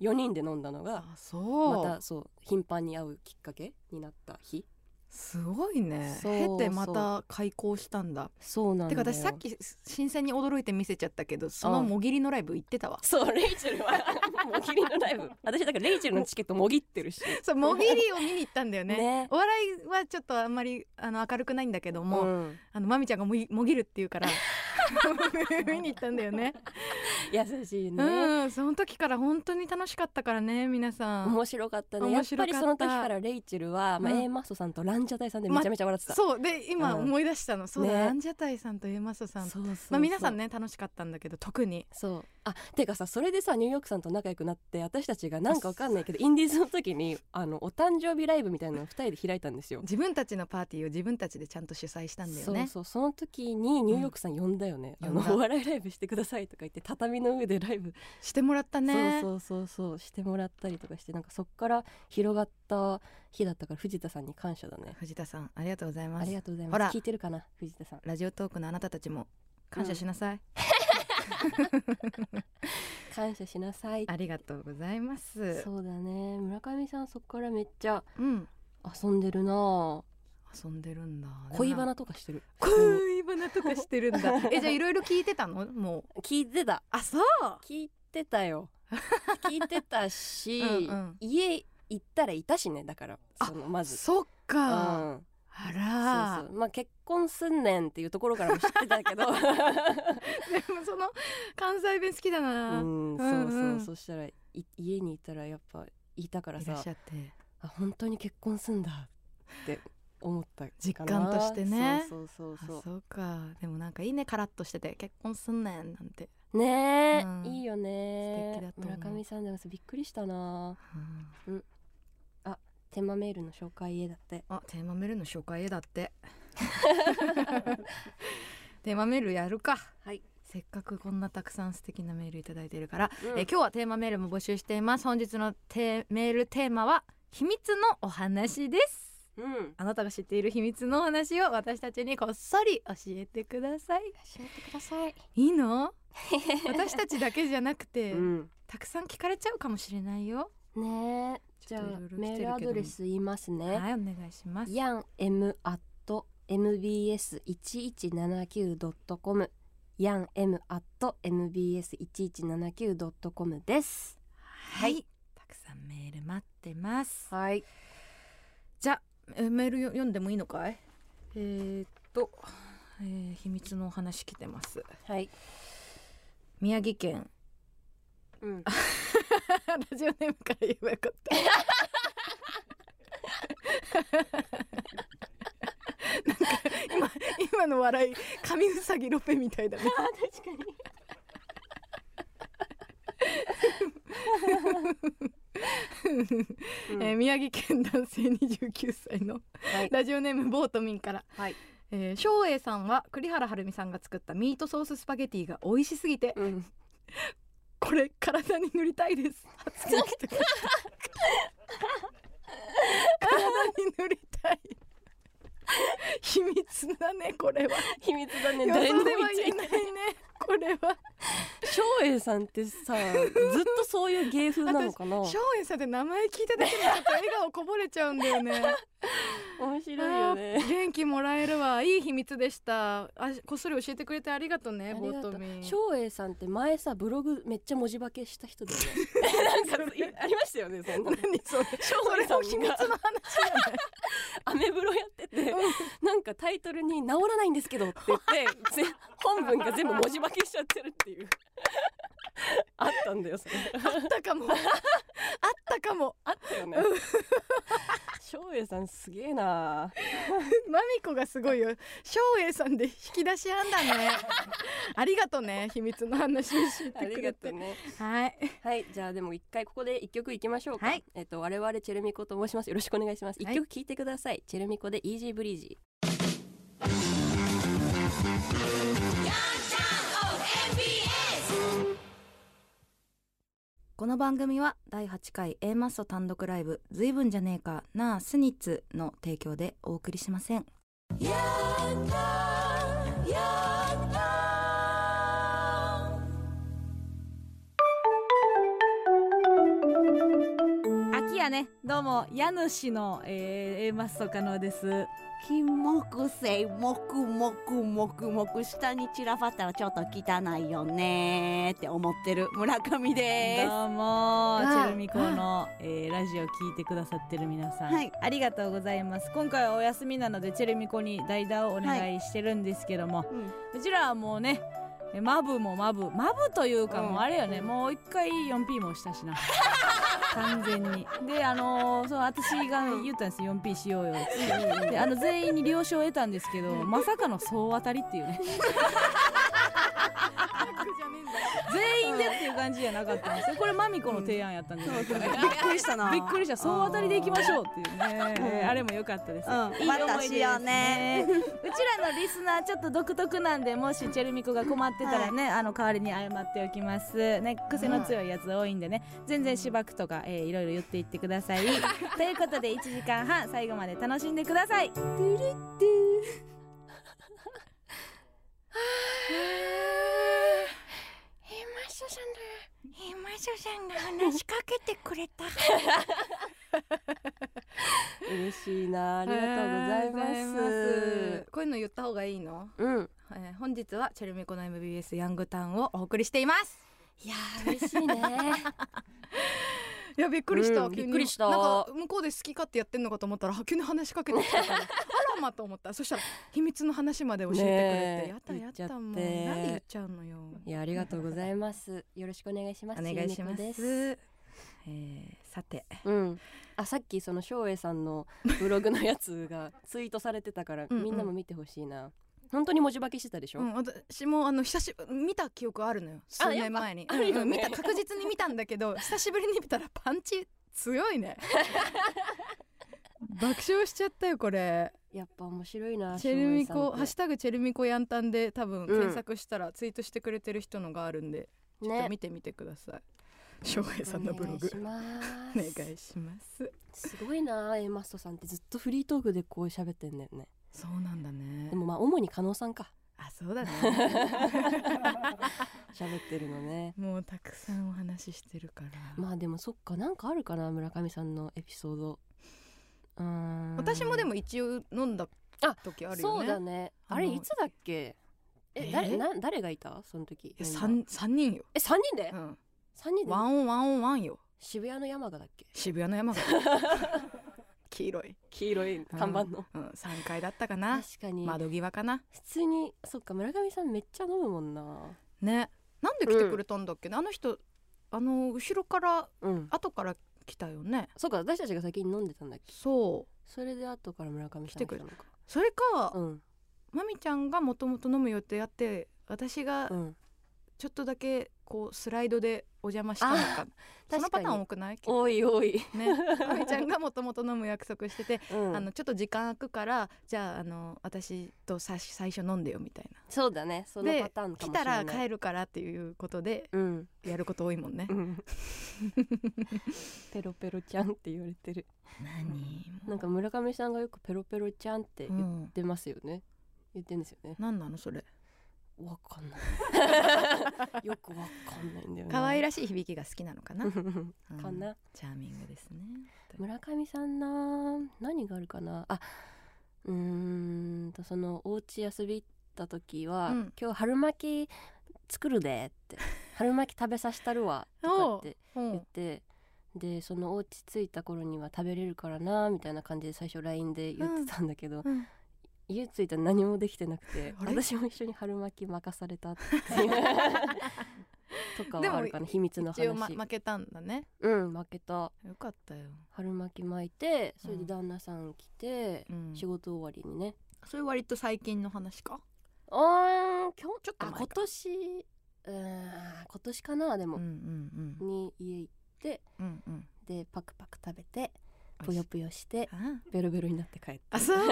[SPEAKER 1] ー、
[SPEAKER 2] [LAUGHS] 4人で飲んだのが
[SPEAKER 1] あそう
[SPEAKER 2] またそう頻繁に会うきっかけになった日
[SPEAKER 1] すごいね
[SPEAKER 2] そう
[SPEAKER 1] 経てまた開講したんだ
[SPEAKER 2] そうなんだ
[SPEAKER 1] て
[SPEAKER 2] よ
[SPEAKER 1] か私さっき新鮮に驚いて見せちゃったけどそのもぎりのライブ行ってたわ
[SPEAKER 2] そうレイチェルはもぎりのライ
[SPEAKER 1] [LAUGHS]
[SPEAKER 2] ブ私だからレイチェルのチケットもぎってるし
[SPEAKER 1] そうもぎりを見に行ったんだよね
[SPEAKER 2] ね
[SPEAKER 1] お笑いはちょっとあんまりあの明るくないんだけども、
[SPEAKER 2] うん [LAUGHS]
[SPEAKER 1] あのまみちゃんがもぎもぎるっていうからか見に行ったんだよね
[SPEAKER 2] 優しいね、
[SPEAKER 1] うんその時から本当に楽しかったからね皆さん
[SPEAKER 2] 面白かったね
[SPEAKER 1] 面白かった
[SPEAKER 2] やっぱりその時からレイチェルは、まあ
[SPEAKER 1] うん
[SPEAKER 2] A マストさんとランジャタイさんでめちゃめちゃ笑ってた、
[SPEAKER 1] そうで今
[SPEAKER 2] うん
[SPEAKER 1] 思い出したの、そうだ、
[SPEAKER 2] ね
[SPEAKER 1] ランジャタイさんとエマソさん
[SPEAKER 2] そうそうそう
[SPEAKER 1] まあ皆さんね楽しかったんだけど特に
[SPEAKER 2] そうあてかさそれでさニューヨークさんと仲良くなって私たちがなんかわかんないけどインディーズの時にあのお誕生日ライブみたいなのを2人で開いたんですよ。
[SPEAKER 1] 自分たちのパーティーを自分たちでちゃんと主催したんだよね
[SPEAKER 2] そうそうその時にニューヨークさん呼んだよね、
[SPEAKER 1] うん
[SPEAKER 2] あ
[SPEAKER 1] 呼んだ
[SPEAKER 2] のお笑いライブしてくださいとか言って畳の上でライブ、
[SPEAKER 1] してもらったね
[SPEAKER 2] そうそうそうそうしてもらったりとかしてなんかそっから広がった日だったから藤田さんに感謝だね
[SPEAKER 1] 藤田さんありがとうござい
[SPEAKER 2] あ
[SPEAKER 1] ます
[SPEAKER 2] りがとうござい
[SPEAKER 1] ほ
[SPEAKER 2] ま
[SPEAKER 1] ら
[SPEAKER 2] す聞いてるかな藤田さん
[SPEAKER 1] ラジオトークのあなたたちも感謝しなさい、
[SPEAKER 2] 感謝しなさい
[SPEAKER 1] ありがとうございます
[SPEAKER 2] そうだね村上さんそっからめっちゃ
[SPEAKER 1] うん
[SPEAKER 2] 遊んでるなぁ
[SPEAKER 1] 遊んでるんだ
[SPEAKER 2] 恋バナとかしてる
[SPEAKER 1] 恋バナとかしてるんだえじゃあいろいろ聞いてたのもう
[SPEAKER 2] 聞いてた
[SPEAKER 1] あそう
[SPEAKER 2] 聞いてた
[SPEAKER 1] [LAUGHS]
[SPEAKER 2] よ聞いてたし
[SPEAKER 1] うんうん
[SPEAKER 2] 家行ったらいたしねだから
[SPEAKER 1] あ
[SPEAKER 2] そのまず
[SPEAKER 1] そっ
[SPEAKER 2] うん
[SPEAKER 1] か、あら
[SPEAKER 2] そうそうまあ結婚すんねんっていうところからも知ってたけ
[SPEAKER 1] [LAUGHS]
[SPEAKER 2] ど
[SPEAKER 1] でもその関西弁好きだな、
[SPEAKER 2] うん
[SPEAKER 1] うんうん
[SPEAKER 2] そうそうそしたらい家にいたらやっぱいたから
[SPEAKER 1] いらっ
[SPEAKER 2] さ
[SPEAKER 1] しゃって
[SPEAKER 2] あ本当に結婚すんだって思ったかな
[SPEAKER 1] 実感としてね
[SPEAKER 2] そうそうそう
[SPEAKER 1] あ
[SPEAKER 2] そ
[SPEAKER 1] そうかでもなんかいいねカラッとしてて結婚すんねんなんて、
[SPEAKER 2] うねえ、
[SPEAKER 1] うん
[SPEAKER 2] いいよね
[SPEAKER 1] 素敵だと思う
[SPEAKER 2] 村上さんでもびっくりしたな
[SPEAKER 1] うん
[SPEAKER 2] テーマメールの紹介家だって
[SPEAKER 1] あテーマメールの紹介絵だってテーマメールやるか
[SPEAKER 2] はい、
[SPEAKER 1] せっかくこんなたくさん素敵なメールいただいてるから、
[SPEAKER 2] うん
[SPEAKER 1] え今日はテーマメールも募集しています本日のテーメールテーマは秘密のお話です
[SPEAKER 2] うん
[SPEAKER 1] あなたが知っている秘密のお話を私たちにこっそり教えてください
[SPEAKER 2] 教えてください。
[SPEAKER 1] いい [LAUGHS] の私たちだけじゃなくて、
[SPEAKER 2] うん。
[SPEAKER 1] たくさん聞かれちゃうかもしれないよ
[SPEAKER 2] ねえ。
[SPEAKER 1] ち
[SPEAKER 2] じ
[SPEAKER 1] ょ
[SPEAKER 2] ゃ
[SPEAKER 1] っ
[SPEAKER 2] あ
[SPEAKER 1] といろいろ来てるけども
[SPEAKER 2] メールアドレス言いますね。
[SPEAKER 1] はいお願いします
[SPEAKER 2] ヤン m at mbs 一一七九ドットコム。ヤン m at mbs 一一七九ドットコムです。
[SPEAKER 1] はい、たくさんメール待ってます
[SPEAKER 2] はい。
[SPEAKER 1] じゃあえメールよ読んでもいいのかいえー、っと、えー秘密のお話来てます
[SPEAKER 2] はい。
[SPEAKER 1] 宮城県
[SPEAKER 2] うん。
[SPEAKER 1] ラジオネームから言えばよかったなんか今今の笑い神うさぎロペみたいだね
[SPEAKER 2] 確かに。うん
[SPEAKER 1] えー宮城県男性29歳の
[SPEAKER 2] はい。
[SPEAKER 1] ラジオネームボートミンから、
[SPEAKER 2] はい
[SPEAKER 1] えー、翔英さんは栗原はるみさんが作ったミートソーススパゲティが美味しすぎて
[SPEAKER 2] うん。
[SPEAKER 1] これ体に塗りたいです発言してました体に塗りたい秘密だねこれは
[SPEAKER 2] 秘密だね。
[SPEAKER 1] 予
[SPEAKER 2] 誰
[SPEAKER 1] 想
[SPEAKER 2] にも
[SPEAKER 1] で
[SPEAKER 2] 言
[SPEAKER 1] は
[SPEAKER 2] っちゃ
[SPEAKER 1] 言え
[SPEAKER 2] い
[SPEAKER 1] な
[SPEAKER 2] ないい
[SPEAKER 1] ね。これは
[SPEAKER 2] [LAUGHS] 翔英さんってさ、ずっとそういう芸風なのかな。面
[SPEAKER 1] 翔英さんって名前聞いただけでちょっと笑顔こぼれちゃうんだよね
[SPEAKER 2] 白いよ
[SPEAKER 1] あ
[SPEAKER 2] ね。
[SPEAKER 1] ー元気もらえるわいい秘密でしたあこっそり教えてくれてありがとうねボートミン
[SPEAKER 2] 翔英さんって前さブログめっちゃ文字化けした人だ
[SPEAKER 1] [LAUGHS]
[SPEAKER 2] よねなんかいありましたよねそんなの
[SPEAKER 1] 何それそれも秘
[SPEAKER 2] 翔
[SPEAKER 1] 密
[SPEAKER 2] 英
[SPEAKER 1] の
[SPEAKER 2] さんが
[SPEAKER 1] 話じゃない
[SPEAKER 2] アメブロやっててなんかタイトルに「治らないんですけど」って言ってぜ
[SPEAKER 1] [LAUGHS]
[SPEAKER 2] 本文が全部文字化けしちゃってるっていうあったんだよそれ
[SPEAKER 1] あったかもあったかも
[SPEAKER 2] あったよね [LAUGHS] 翔英さんすげえな
[SPEAKER 1] マミコがすごいよ翔英さんで引き出しあんだ
[SPEAKER 2] [LAUGHS]
[SPEAKER 1] ねありがとね秘密の話教え
[SPEAKER 2] あ
[SPEAKER 1] てく
[SPEAKER 2] り
[SPEAKER 1] れ
[SPEAKER 2] が
[SPEAKER 1] て
[SPEAKER 2] とうね
[SPEAKER 1] はい
[SPEAKER 2] はいじゃあでも一回ここで一曲いきましょうか、
[SPEAKER 1] はい
[SPEAKER 2] えっと我々チェルミコと申しますよろしくお願いします一
[SPEAKER 1] はい
[SPEAKER 2] 曲聴いてください、チェルミコで「イージーブリージー」
[SPEAKER 1] この番組は第8回 A マッソ単独ライブ「ずいぶんじゃねえかなあスニッツ」の提供でお送りしません秋や
[SPEAKER 3] ねどうも家主の、えー、A マッソ加納です
[SPEAKER 4] 金木犀木木木木下に散らばったらちょっと汚いよねーって思ってる村上です
[SPEAKER 3] どうもチ
[SPEAKER 1] あ
[SPEAKER 3] ェルミコの、えーラジオ聞いてくださってる皆さん、
[SPEAKER 4] はい
[SPEAKER 3] ありがとうございます今回はお休みなのでチェルミコに代打をお願いしてるんですけども、
[SPEAKER 4] うん
[SPEAKER 3] うちらはもうねえマブもマブマブというか
[SPEAKER 4] うん
[SPEAKER 3] もうあれよね、もう一回 4P もしたし [LAUGHS] な完全にであのーそう私が言ったんですよ 4P しようよってであの全員に了承を得たんですけどまさかの総当たりっていう [LAUGHS] ね全員でっていう感じじゃなかったんですよこれマミコの提案やったんですよ、
[SPEAKER 4] びっくりしたな
[SPEAKER 3] びっくりした総当たりでいきましょうっていうね、
[SPEAKER 4] うん
[SPEAKER 3] あれも良かったです、
[SPEAKER 4] うん
[SPEAKER 3] いい思い出
[SPEAKER 4] 私よね
[SPEAKER 3] ですねうちらのリスナーちょっと独特なんでもしチェルミコが困ってたらね、あの代わりに謝っておきますね癖の強いやつ多いんでね全然しばくとか、えーいろいろ言っていってください
[SPEAKER 1] [LAUGHS]
[SPEAKER 3] ということで1時間半最後まで楽しんでください
[SPEAKER 2] 嬉しいなありがとうございます
[SPEAKER 1] こういうの言った方がいいの、
[SPEAKER 2] うん
[SPEAKER 1] えー本日はチェルミコの MBS ヤングタウンをお送りしています
[SPEAKER 2] いやー嬉しいね
[SPEAKER 1] いやびっくりした、
[SPEAKER 2] うん
[SPEAKER 1] 急に
[SPEAKER 2] びっくりした
[SPEAKER 1] なんか向こうで好き勝手やってんのかと思ったら急に話しかけてきたからあらまと思ったそしたら秘密の話まで教えてくれて、
[SPEAKER 2] ねえ
[SPEAKER 1] やったやったもう
[SPEAKER 2] 言っちゃって
[SPEAKER 1] なんで言っちゃうのよ
[SPEAKER 2] [LAUGHS] いやありがとうございますよろしくお願いします
[SPEAKER 1] お願いします
[SPEAKER 2] ゆみこです
[SPEAKER 1] えーさて
[SPEAKER 2] うん、あさっきその照英さんのブログのや
[SPEAKER 1] [LAUGHS]
[SPEAKER 2] つがツイートされてたから
[SPEAKER 1] うんうん
[SPEAKER 2] みんなも見てほしいな本当に文字化けしてたでしょ、
[SPEAKER 1] うん、私もあの久しぶ見た記憶あるのよ数年前に
[SPEAKER 2] あやっぱあるよ
[SPEAKER 1] う
[SPEAKER 2] ね
[SPEAKER 1] んうん見た確実に見たんだけ
[SPEAKER 2] [LAUGHS]
[SPEAKER 1] ど久しぶりに見たらパンチ強いね爆笑しちゃったよこれ
[SPEAKER 2] やっぱ面白いな
[SPEAKER 1] チェルミ
[SPEAKER 2] 照
[SPEAKER 1] コ
[SPEAKER 2] 英
[SPEAKER 1] 「
[SPEAKER 2] さん
[SPEAKER 1] ハッシュタグチェルミコヤンタン」で多分
[SPEAKER 2] ん
[SPEAKER 1] 検索したらツイートしてくれてる人のがあるんで、
[SPEAKER 2] って
[SPEAKER 1] ちょっと
[SPEAKER 2] ね
[SPEAKER 1] 見てみてください翔平さんのブログ
[SPEAKER 2] お
[SPEAKER 1] [LAUGHS]
[SPEAKER 2] 願いし
[SPEAKER 1] お
[SPEAKER 2] ま
[SPEAKER 1] 願
[SPEAKER 2] す
[SPEAKER 1] いします
[SPEAKER 2] すごいな A マストさんってずっとフリートークでこう喋ってんだよね
[SPEAKER 1] そうなんだね
[SPEAKER 2] でもまあ主に加納さんか
[SPEAKER 1] あそうだね [LAUGHS]
[SPEAKER 2] 喋ってるのね
[SPEAKER 1] もうたくさんお話ししてるから、
[SPEAKER 2] まあでもそっかなんかあるかな村上さんのエピソードうーん
[SPEAKER 1] 私もでも一応飲んだ時あるよね
[SPEAKER 2] そうだねあれ
[SPEAKER 1] あの
[SPEAKER 2] いつだっけえ
[SPEAKER 1] え
[SPEAKER 2] 誰な誰がいたその時
[SPEAKER 1] いや
[SPEAKER 2] メンバー
[SPEAKER 1] 三三人よ、
[SPEAKER 2] え三人で
[SPEAKER 1] うん、
[SPEAKER 2] 三人で
[SPEAKER 1] ワンオンワンオンワンよ
[SPEAKER 2] 渋谷の山がだっけ
[SPEAKER 1] 渋谷の [LAUGHS] 山が黄色い、
[SPEAKER 2] 黄色い看板の、
[SPEAKER 1] うん、3階だったかな
[SPEAKER 2] 確かに、
[SPEAKER 1] 窓際かな
[SPEAKER 2] 普通にそっか村上さんめっちゃ飲むもんな
[SPEAKER 1] ねなんで来てくれたんだっけね、あの人あの後ろから
[SPEAKER 2] うん
[SPEAKER 1] 後から来たよね
[SPEAKER 2] そっか私たちが先に飲んでたんだっけ
[SPEAKER 1] そう
[SPEAKER 2] それで後から村上さんが来
[SPEAKER 1] 来てくれ
[SPEAKER 2] たのか
[SPEAKER 1] それか、
[SPEAKER 2] うん
[SPEAKER 1] まみちゃんがもともと飲む予定あって私が
[SPEAKER 2] うん
[SPEAKER 1] ちょっとだけこうスライドでお邪魔したのかそのパターン多くない
[SPEAKER 2] おいおい、
[SPEAKER 1] ね、まみちゃんがもともと飲む約束してて
[SPEAKER 2] うん
[SPEAKER 1] あのちょっと時間空くからじゃああの私とさ最初飲んでよみたいな
[SPEAKER 2] そうだねその
[SPEAKER 1] で
[SPEAKER 2] パターンか
[SPEAKER 1] 来
[SPEAKER 2] もし
[SPEAKER 1] た
[SPEAKER 2] れない
[SPEAKER 1] ら帰るからっていうことで
[SPEAKER 2] うん
[SPEAKER 1] やること多いもんね
[SPEAKER 2] うんペロペロちゃんって言われてる
[SPEAKER 1] 何
[SPEAKER 2] なんか村上さんがよくペロペロちゃんって
[SPEAKER 1] う
[SPEAKER 2] 言っ
[SPEAKER 1] ん、
[SPEAKER 2] てますよね、言ってんですよね
[SPEAKER 1] 何なのそれ
[SPEAKER 2] わかんない [LAUGHS] よくわかんないんだよね
[SPEAKER 1] 可愛らしい響きが好きなのかな、うん
[SPEAKER 2] [LAUGHS] かな
[SPEAKER 1] チャーミングですね
[SPEAKER 2] 村上さんな何があるかなあうーんとそのお家遊び行った時は、
[SPEAKER 1] うん
[SPEAKER 2] 今日春巻き作るで」って「春巻き食べさせたるわ」とかって
[SPEAKER 1] うん
[SPEAKER 2] 言ってでそのお家着いた頃には食べれるからなみたいな感じで最初 LINE で言ってたんだけど、
[SPEAKER 1] うん
[SPEAKER 2] 家着いたら何もできてなくて
[SPEAKER 1] あれ
[SPEAKER 2] 私も一緒に春巻き任されたって
[SPEAKER 1] [LAUGHS]
[SPEAKER 2] いうとかはある
[SPEAKER 1] で
[SPEAKER 2] かな秘密の
[SPEAKER 1] 一応、ま、
[SPEAKER 2] 話、
[SPEAKER 1] 負けたんだね
[SPEAKER 2] うん負けた
[SPEAKER 1] よかったよ、
[SPEAKER 2] 春巻き巻いてそれ
[SPEAKER 1] う
[SPEAKER 2] で
[SPEAKER 1] ん
[SPEAKER 2] 旦那さん来て
[SPEAKER 1] う、ん、
[SPEAKER 2] 仕事終わりにね
[SPEAKER 1] それ割と最近の話か
[SPEAKER 2] うーん今日
[SPEAKER 1] ちょっと
[SPEAKER 2] あ
[SPEAKER 1] 前か
[SPEAKER 2] 今年うーん今年かなで
[SPEAKER 1] う
[SPEAKER 2] も
[SPEAKER 1] ん、うんうん
[SPEAKER 2] に家行って
[SPEAKER 1] うんうん
[SPEAKER 2] でパクパク食べてぷよぷよして
[SPEAKER 1] あ
[SPEAKER 2] ベロベロになって帰って
[SPEAKER 1] あ [LAUGHS] そう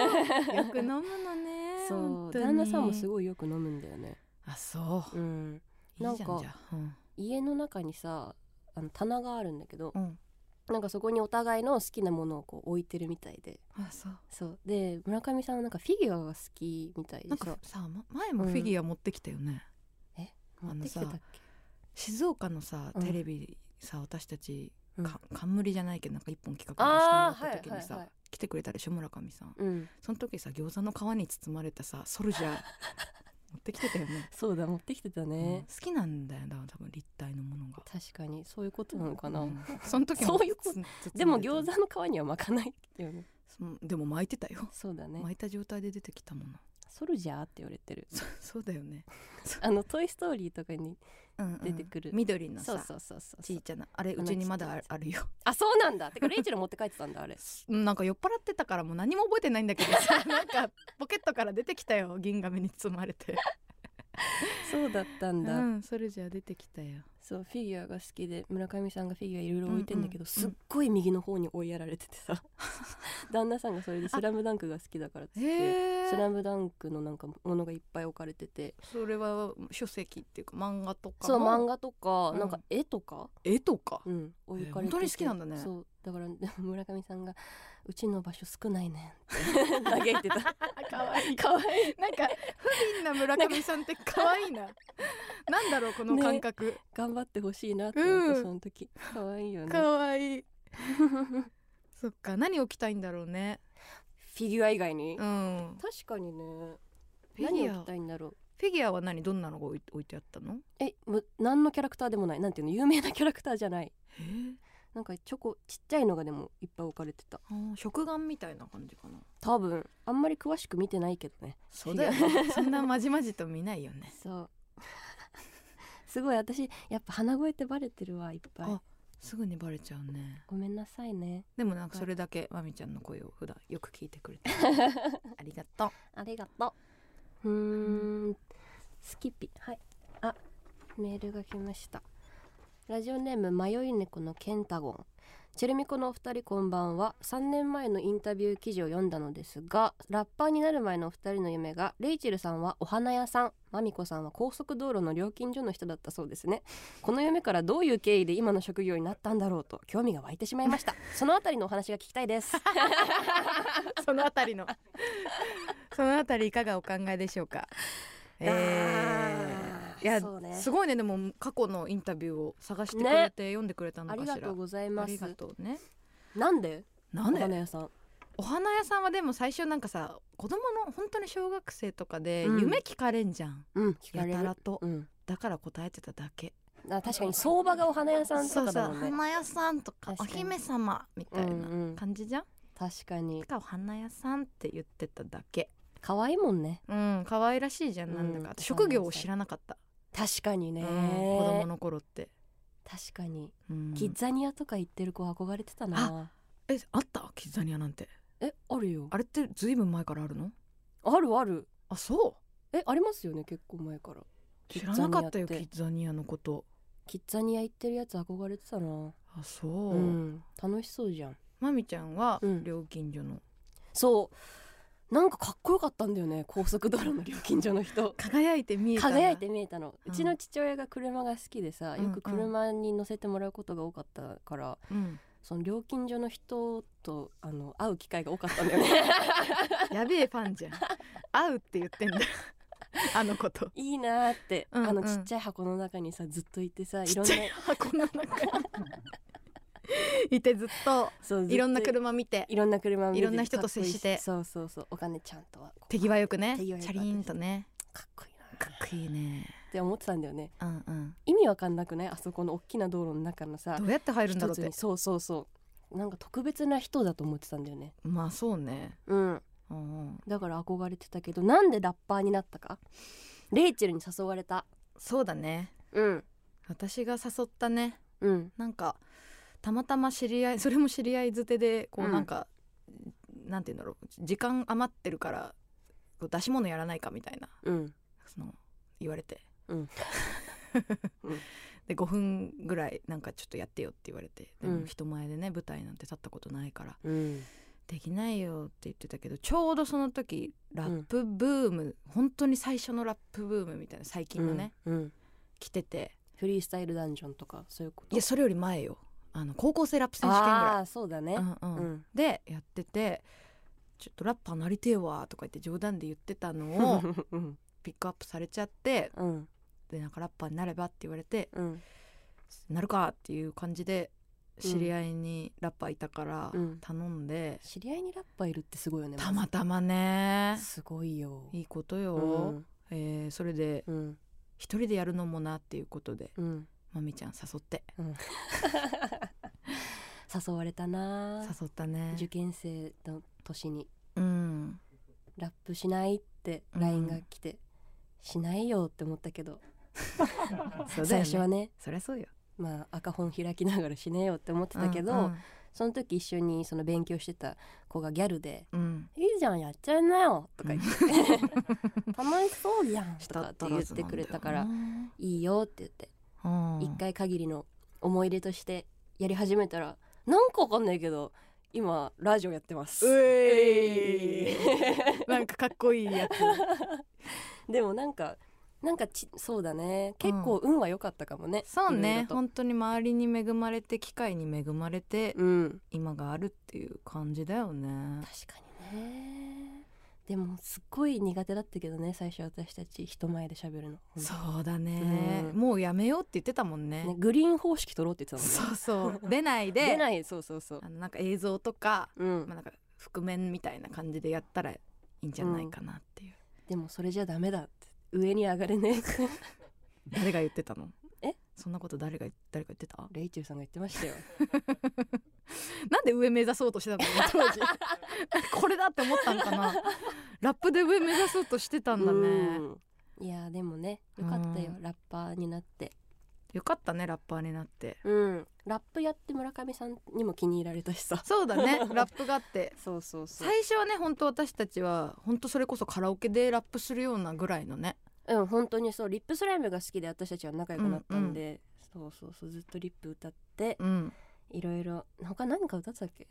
[SPEAKER 1] よく飲むのね
[SPEAKER 2] そ
[SPEAKER 1] 本
[SPEAKER 2] う
[SPEAKER 1] 当に
[SPEAKER 2] 旦那さんもすごいよく飲むんだよね
[SPEAKER 1] あそう
[SPEAKER 2] うん
[SPEAKER 1] いいじゃ
[SPEAKER 2] な
[SPEAKER 1] ん
[SPEAKER 2] んか
[SPEAKER 1] じゃあうん
[SPEAKER 2] 家の中にさあの棚があるんだけど
[SPEAKER 1] うん
[SPEAKER 2] なんかそこにお互いの好きなものをこう置いてるみたいで
[SPEAKER 1] あそう
[SPEAKER 2] そうで村上さんはなんかフィギュアが好きみたい
[SPEAKER 1] な
[SPEAKER 2] で
[SPEAKER 1] んか
[SPEAKER 2] さ
[SPEAKER 1] さま前もフィギュア持ってきたよね、
[SPEAKER 2] 持ってきてたっけ
[SPEAKER 1] 静岡のさ
[SPEAKER 2] うん
[SPEAKER 1] テレビさ、私たち
[SPEAKER 2] うん
[SPEAKER 1] か冠じゃないけどなんか一本企画
[SPEAKER 2] あ
[SPEAKER 1] を
[SPEAKER 2] ー
[SPEAKER 1] してもらった時
[SPEAKER 2] はい
[SPEAKER 1] に
[SPEAKER 2] はい
[SPEAKER 1] さ
[SPEAKER 2] はい
[SPEAKER 1] 来てくれたでしょ村上さん
[SPEAKER 2] うん、
[SPEAKER 1] その時さ餃子の皮に包まれたさソルジ
[SPEAKER 2] [LAUGHS]
[SPEAKER 1] ャー持ってきてたよね
[SPEAKER 2] そうだ持ってきてた
[SPEAKER 1] うん
[SPEAKER 2] ね
[SPEAKER 1] 好、きなんだよな多分立体のものが
[SPEAKER 2] 確かにそういうことなのかな、
[SPEAKER 1] うんその時も
[SPEAKER 2] そういうこと
[SPEAKER 1] つつ
[SPEAKER 2] でも餃子の皮には巻かないよね
[SPEAKER 1] そうでも巻いてたよ
[SPEAKER 2] そうだね
[SPEAKER 1] 巻いた状態で出てきたもの
[SPEAKER 2] ソルジャーって言われてる
[SPEAKER 1] そ [LAUGHS] そうだよね
[SPEAKER 2] あの「トイ・ストーリー」とかに
[SPEAKER 1] うんうん
[SPEAKER 2] 出てくる
[SPEAKER 1] 緑の
[SPEAKER 2] そう
[SPEAKER 1] さ
[SPEAKER 2] そうそうそう
[SPEAKER 1] ちいちゃなあれ
[SPEAKER 2] あの
[SPEAKER 1] うちにまだ
[SPEAKER 2] ち
[SPEAKER 1] あ
[SPEAKER 2] っ
[SPEAKER 1] るあるよ
[SPEAKER 2] あそうなんだてかレイチェル持って帰ってたんだあれ
[SPEAKER 1] うんなんか酔っ払ってたからもう何も覚えてないんだけど
[SPEAKER 2] [LAUGHS]
[SPEAKER 1] さなんかポケットから出てきたよ銀紙に包まれて
[SPEAKER 2] そうだったん
[SPEAKER 1] う
[SPEAKER 2] だ、
[SPEAKER 1] んそれじゃ出てきたよ
[SPEAKER 2] そうフィギュアが好きで村上さんがフィギュアいろいろ置いてんだけ
[SPEAKER 1] うん
[SPEAKER 2] ど、
[SPEAKER 1] うん
[SPEAKER 2] すっごい右の方に追いやられてて [LAUGHS] さ旦那さんがそれで「スラムダンクが好きだからっつって「
[SPEAKER 1] へ
[SPEAKER 2] ス
[SPEAKER 1] え
[SPEAKER 2] ラムダンクのなんかものがいっぱい置かれてて
[SPEAKER 1] それは書籍っていうか漫画とか
[SPEAKER 2] そう
[SPEAKER 1] の
[SPEAKER 2] 漫画とか、
[SPEAKER 1] うん
[SPEAKER 2] なんか絵とか、
[SPEAKER 1] 絵とか
[SPEAKER 2] うん、置かれてて、
[SPEAKER 1] 本当に好きなんだね
[SPEAKER 2] そうだからでも村上さんが「うちの場所少ないねん」って [LAUGHS] 嘆いてた
[SPEAKER 1] かわいい
[SPEAKER 2] かわいい
[SPEAKER 1] [LAUGHS] なんか不憫な村上さんって可愛いななんだろうこの感覚、
[SPEAKER 2] 頑張ってほしいなって思って、
[SPEAKER 1] うん
[SPEAKER 2] その時かわいいよね
[SPEAKER 1] 可愛い [LAUGHS] そっか何置きたいんだろうね
[SPEAKER 2] フィギュア以外に、
[SPEAKER 1] うん
[SPEAKER 2] 確かにね
[SPEAKER 1] フィギ
[SPEAKER 2] 何
[SPEAKER 1] ュア
[SPEAKER 2] を着たいんだろう
[SPEAKER 1] フィギュアは何どんなのが置い置いてあったの
[SPEAKER 2] えむ何のキャラクターでもないなんていうの [LAUGHS] 有名なキャラクターじゃない
[SPEAKER 1] えー
[SPEAKER 2] なんかチョコちっちゃいのがでもいっぱい置かれてた
[SPEAKER 1] あー食玩みたいな感じかな
[SPEAKER 2] 多分あんまり詳しく見てないけどね
[SPEAKER 1] そうだよねそんなまじまじと見ないよね
[SPEAKER 2] そう [LAUGHS] すごい私やっぱ鼻声ってバレてるわいっぱい
[SPEAKER 1] あすぐにバレちゃうね
[SPEAKER 2] ごめんなさいね
[SPEAKER 1] でもなんかそれだけまみちゃんの声を普段よく聞いてく [LAUGHS] れてありがとう
[SPEAKER 2] ありがとううーんスキピはいあメールが来ましたラジオネーム迷い猫のケンタゴンチェルミコのお二人こんばんは3年前のインタビュー記事を読んだのですがラッパーになる前のお二人の夢がレイチェルさんはお花屋さんマミコさんは高速道路の料金所の人だったそうですねこの夢からどういう経緯で今の職業になったんだろうと興味が湧いてしまいました
[SPEAKER 1] [LAUGHS]
[SPEAKER 2] そのあたりのお話が聞きたいです
[SPEAKER 1] そのあたりのそのあたりいかがお考えでしょうか。え
[SPEAKER 2] あー
[SPEAKER 1] ー、いや、
[SPEAKER 2] そうね
[SPEAKER 1] すごいねでも過去のインタビューを探してくれて、読んでくれたの
[SPEAKER 2] あ
[SPEAKER 1] かし
[SPEAKER 2] り
[SPEAKER 1] ら。
[SPEAKER 2] がとうございま
[SPEAKER 1] あり
[SPEAKER 2] す
[SPEAKER 1] がとうね。
[SPEAKER 2] なんで
[SPEAKER 1] なん
[SPEAKER 2] お花
[SPEAKER 1] で
[SPEAKER 2] 屋さん
[SPEAKER 1] お花屋さんはでも最初なんかさ子供の本当に小学生とかで
[SPEAKER 2] うん
[SPEAKER 1] 夢聞かれんじゃん、
[SPEAKER 2] うん聞か
[SPEAKER 1] や
[SPEAKER 2] れ
[SPEAKER 1] た
[SPEAKER 2] る
[SPEAKER 1] らと、
[SPEAKER 2] うん
[SPEAKER 1] だから答えてただけ
[SPEAKER 2] あ確かに相場がお花屋さん
[SPEAKER 1] そ
[SPEAKER 2] と
[SPEAKER 1] う
[SPEAKER 2] かだ
[SPEAKER 1] そう
[SPEAKER 2] もんね
[SPEAKER 1] 花屋さんとかお
[SPEAKER 2] 確かに
[SPEAKER 1] 姫様みたい
[SPEAKER 2] うんうん
[SPEAKER 1] な感じじゃん、
[SPEAKER 2] 確かに
[SPEAKER 1] だからお花屋さんって言ってただけ
[SPEAKER 2] 可愛いもんね
[SPEAKER 1] うん可愛らしいじゃんなんだか、
[SPEAKER 2] うん
[SPEAKER 1] 職業を知らなかった、
[SPEAKER 2] 確かにね、
[SPEAKER 1] うん子供の頃って
[SPEAKER 2] 確かに、
[SPEAKER 1] うん
[SPEAKER 2] キッザニアとか行ってる子憧れてたな
[SPEAKER 1] えあったキッザニアなんて
[SPEAKER 2] えあるよ
[SPEAKER 1] あれってずいぶん前からあるの
[SPEAKER 2] あるある
[SPEAKER 1] あそ
[SPEAKER 2] えありますよね結構前から
[SPEAKER 1] う知らなかったよ
[SPEAKER 2] キ
[SPEAKER 1] キ
[SPEAKER 2] ッ
[SPEAKER 1] ッザ
[SPEAKER 2] ザニア
[SPEAKER 1] ニアのこと
[SPEAKER 2] キッザニア行ってるやつ憧れてたな
[SPEAKER 1] あそうう、
[SPEAKER 2] ん楽しそうじゃん
[SPEAKER 1] まみちゃんは
[SPEAKER 2] うん
[SPEAKER 1] 料金所の
[SPEAKER 2] そうなんかかっこよかったんだよね高速道路の料金所の人
[SPEAKER 1] 輝いて見えたんだ
[SPEAKER 2] 輝いて見えたの
[SPEAKER 1] う
[SPEAKER 2] うんちの父親が車が好きでさ、
[SPEAKER 1] うん
[SPEAKER 2] よく車に乗せてもらうことが多かったから
[SPEAKER 1] うん、
[SPEAKER 2] その料金所の人とあの会う機会が多かったんだよね
[SPEAKER 1] やべえファ
[SPEAKER 2] [LAUGHS]
[SPEAKER 1] ンじゃん会うって言ってんだあのこと
[SPEAKER 2] [LAUGHS] いいなーって、
[SPEAKER 1] うんうん
[SPEAKER 2] あのちっちゃい箱の中にさずっといてさい
[SPEAKER 1] ち
[SPEAKER 2] ろ
[SPEAKER 1] っ
[SPEAKER 2] ん
[SPEAKER 1] ち
[SPEAKER 2] な
[SPEAKER 1] ゃい箱の中にいてずっと
[SPEAKER 2] そうずっと
[SPEAKER 1] いろんな車見て
[SPEAKER 2] いろんな車見
[SPEAKER 1] い
[SPEAKER 2] てて
[SPEAKER 1] ろんな人と接して
[SPEAKER 2] かっこいいそうそうそうお金ちゃんとは
[SPEAKER 1] 手際よくね
[SPEAKER 2] 手際よく
[SPEAKER 1] チャリーンとね
[SPEAKER 2] かっこいいな
[SPEAKER 1] かっこいいね
[SPEAKER 2] って思ってたんだよね
[SPEAKER 1] うんうん
[SPEAKER 2] 意味わかんなくないあそこの大きな道路の中のさ
[SPEAKER 1] どうやって入るんだろうっ
[SPEAKER 2] 一つに
[SPEAKER 1] て
[SPEAKER 2] そうそうそうなんか特別な人だと思ってたんだよね
[SPEAKER 1] まあそうね
[SPEAKER 2] うん
[SPEAKER 1] うんうん
[SPEAKER 2] だから憧れてたけどなんでラッパーになったかレイチェルに誘われた
[SPEAKER 1] そうだね
[SPEAKER 2] うん
[SPEAKER 1] 私が誘ったね
[SPEAKER 2] うん
[SPEAKER 1] なんかたまたま知り合いそ [LAUGHS] れも知り合いづてでこ
[SPEAKER 2] う
[SPEAKER 1] うんなんか、なんて言うんだろう時間余ってるからこう出し物やらないかみたいな
[SPEAKER 2] うん
[SPEAKER 1] その言われて、
[SPEAKER 2] うん
[SPEAKER 1] [LAUGHS]
[SPEAKER 2] うん
[SPEAKER 1] で5分ぐらいなんかちょっとやってよって言われてで
[SPEAKER 2] う
[SPEAKER 1] も
[SPEAKER 2] ん
[SPEAKER 1] 人前でね舞台なんて立ったことないから
[SPEAKER 2] うん
[SPEAKER 1] できないよって言ってたけどちょうどその時ラップブーム、本当に最初のラップブームみたいな最近のね、
[SPEAKER 2] うん
[SPEAKER 1] 来てて
[SPEAKER 2] フリースタイルダンジョンとかそういうこと
[SPEAKER 1] いやそれより前よあの高校生ラップ選手権ぐらい
[SPEAKER 2] ああ。ーそうだね
[SPEAKER 1] うんうん
[SPEAKER 2] うん
[SPEAKER 1] でやってて「ちょっとラッパーなりてえわ」とか言って冗談で言ってた
[SPEAKER 3] [LAUGHS]
[SPEAKER 1] のを
[SPEAKER 2] [LAUGHS] うん
[SPEAKER 1] ピックアップされちゃって
[SPEAKER 2] うん
[SPEAKER 1] でなんかラッパーになればって言われて
[SPEAKER 2] うん
[SPEAKER 1] 「なるか」っていう感じで知り合いにラッパーいたから
[SPEAKER 2] うん
[SPEAKER 1] 頼んで、
[SPEAKER 2] 知り合いにラッパーいるってすごいよね
[SPEAKER 1] たまたまね
[SPEAKER 2] すごいよ
[SPEAKER 1] いいこと
[SPEAKER 2] う
[SPEAKER 1] よ、
[SPEAKER 2] ん
[SPEAKER 1] えーそれで
[SPEAKER 2] うん
[SPEAKER 1] 一人でやるのもなっていうことで
[SPEAKER 2] うん
[SPEAKER 1] まみちゃん誘って
[SPEAKER 2] [LAUGHS] 誘われたなあ
[SPEAKER 1] 誘ったね
[SPEAKER 2] 受験生の年に
[SPEAKER 1] うん
[SPEAKER 2] ラップしないって
[SPEAKER 1] うん
[SPEAKER 2] LINE が来て、しないよって思ったけど、
[SPEAKER 1] そうだ
[SPEAKER 2] 最
[SPEAKER 1] よ
[SPEAKER 2] 初は
[SPEAKER 1] ね
[SPEAKER 2] ね
[SPEAKER 1] そりゃそうよ
[SPEAKER 2] まあ赤本開きながらしねえよって思ってたけど、
[SPEAKER 1] うん
[SPEAKER 2] その時一緒にその勉強してた子がギャルで
[SPEAKER 1] うんうん
[SPEAKER 2] 「いいじゃんやっちゃいなよ」とか言って
[SPEAKER 1] [LAUGHS]
[SPEAKER 2] 「楽しそうじゃん」とかって言ってくれたから「いいよ」って言って
[SPEAKER 1] うん
[SPEAKER 2] 一、回限りの思い出としてやり始めたらなんかわかんないけど今ラジオやってます。
[SPEAKER 1] うえ
[SPEAKER 2] えい
[SPEAKER 1] ー、 [LAUGHS] なんかかっこいいやつ
[SPEAKER 2] でもなんかなんかちそうだね結構運は良かったかもね、
[SPEAKER 1] そう
[SPEAKER 2] いろい
[SPEAKER 1] ね
[SPEAKER 2] ろと
[SPEAKER 1] 本当に周りに恵まれて機会に恵まれて、
[SPEAKER 2] うん
[SPEAKER 1] 今があるっていう感じだよね
[SPEAKER 2] 確かにねでもすっごい苦手だったけどね最初私たち人前で喋るの
[SPEAKER 1] そうだね、
[SPEAKER 2] うん
[SPEAKER 1] もうやめようって言ってたもんね
[SPEAKER 2] ねグリーン方式取ろうって言ってたもんね
[SPEAKER 1] そうそう [LAUGHS] 出ないで
[SPEAKER 2] 出ないそうそうそう
[SPEAKER 1] あのなんか映像とか、
[SPEAKER 2] うん
[SPEAKER 1] まあ、なんか覆面みたいな感じでやったらいいんじゃないかなっていう、
[SPEAKER 2] でもそれじゃダメだって上に上がれね [LAUGHS] え
[SPEAKER 1] 誰が言ってたの
[SPEAKER 2] え
[SPEAKER 1] そんなこと誰が誰か言ってた
[SPEAKER 2] レイチェルさんが言ってましたよ
[SPEAKER 1] なんで上目指そうとしてたの当時 [LAUGHS] これだって思ったんかなラップで上目指そうとしてたんだね、
[SPEAKER 2] うんいやーでもねよかったよ、
[SPEAKER 1] う
[SPEAKER 2] ラッパーになって
[SPEAKER 1] よかったねラッパーになって
[SPEAKER 2] うんラップやって村上さんにも気に入られたしさ
[SPEAKER 1] そうだ [LAUGHS] ねラップがあって
[SPEAKER 2] そうそうそう
[SPEAKER 1] 最初はね本当私たちは本当それこそカラオケでラップするようなぐらいのね
[SPEAKER 2] うん本当にそうリップスライムが好きで私たちは仲良くなったんで、そうそうそうずっとリップ歌って
[SPEAKER 1] うん
[SPEAKER 2] いろいろ他何か歌ってたっけ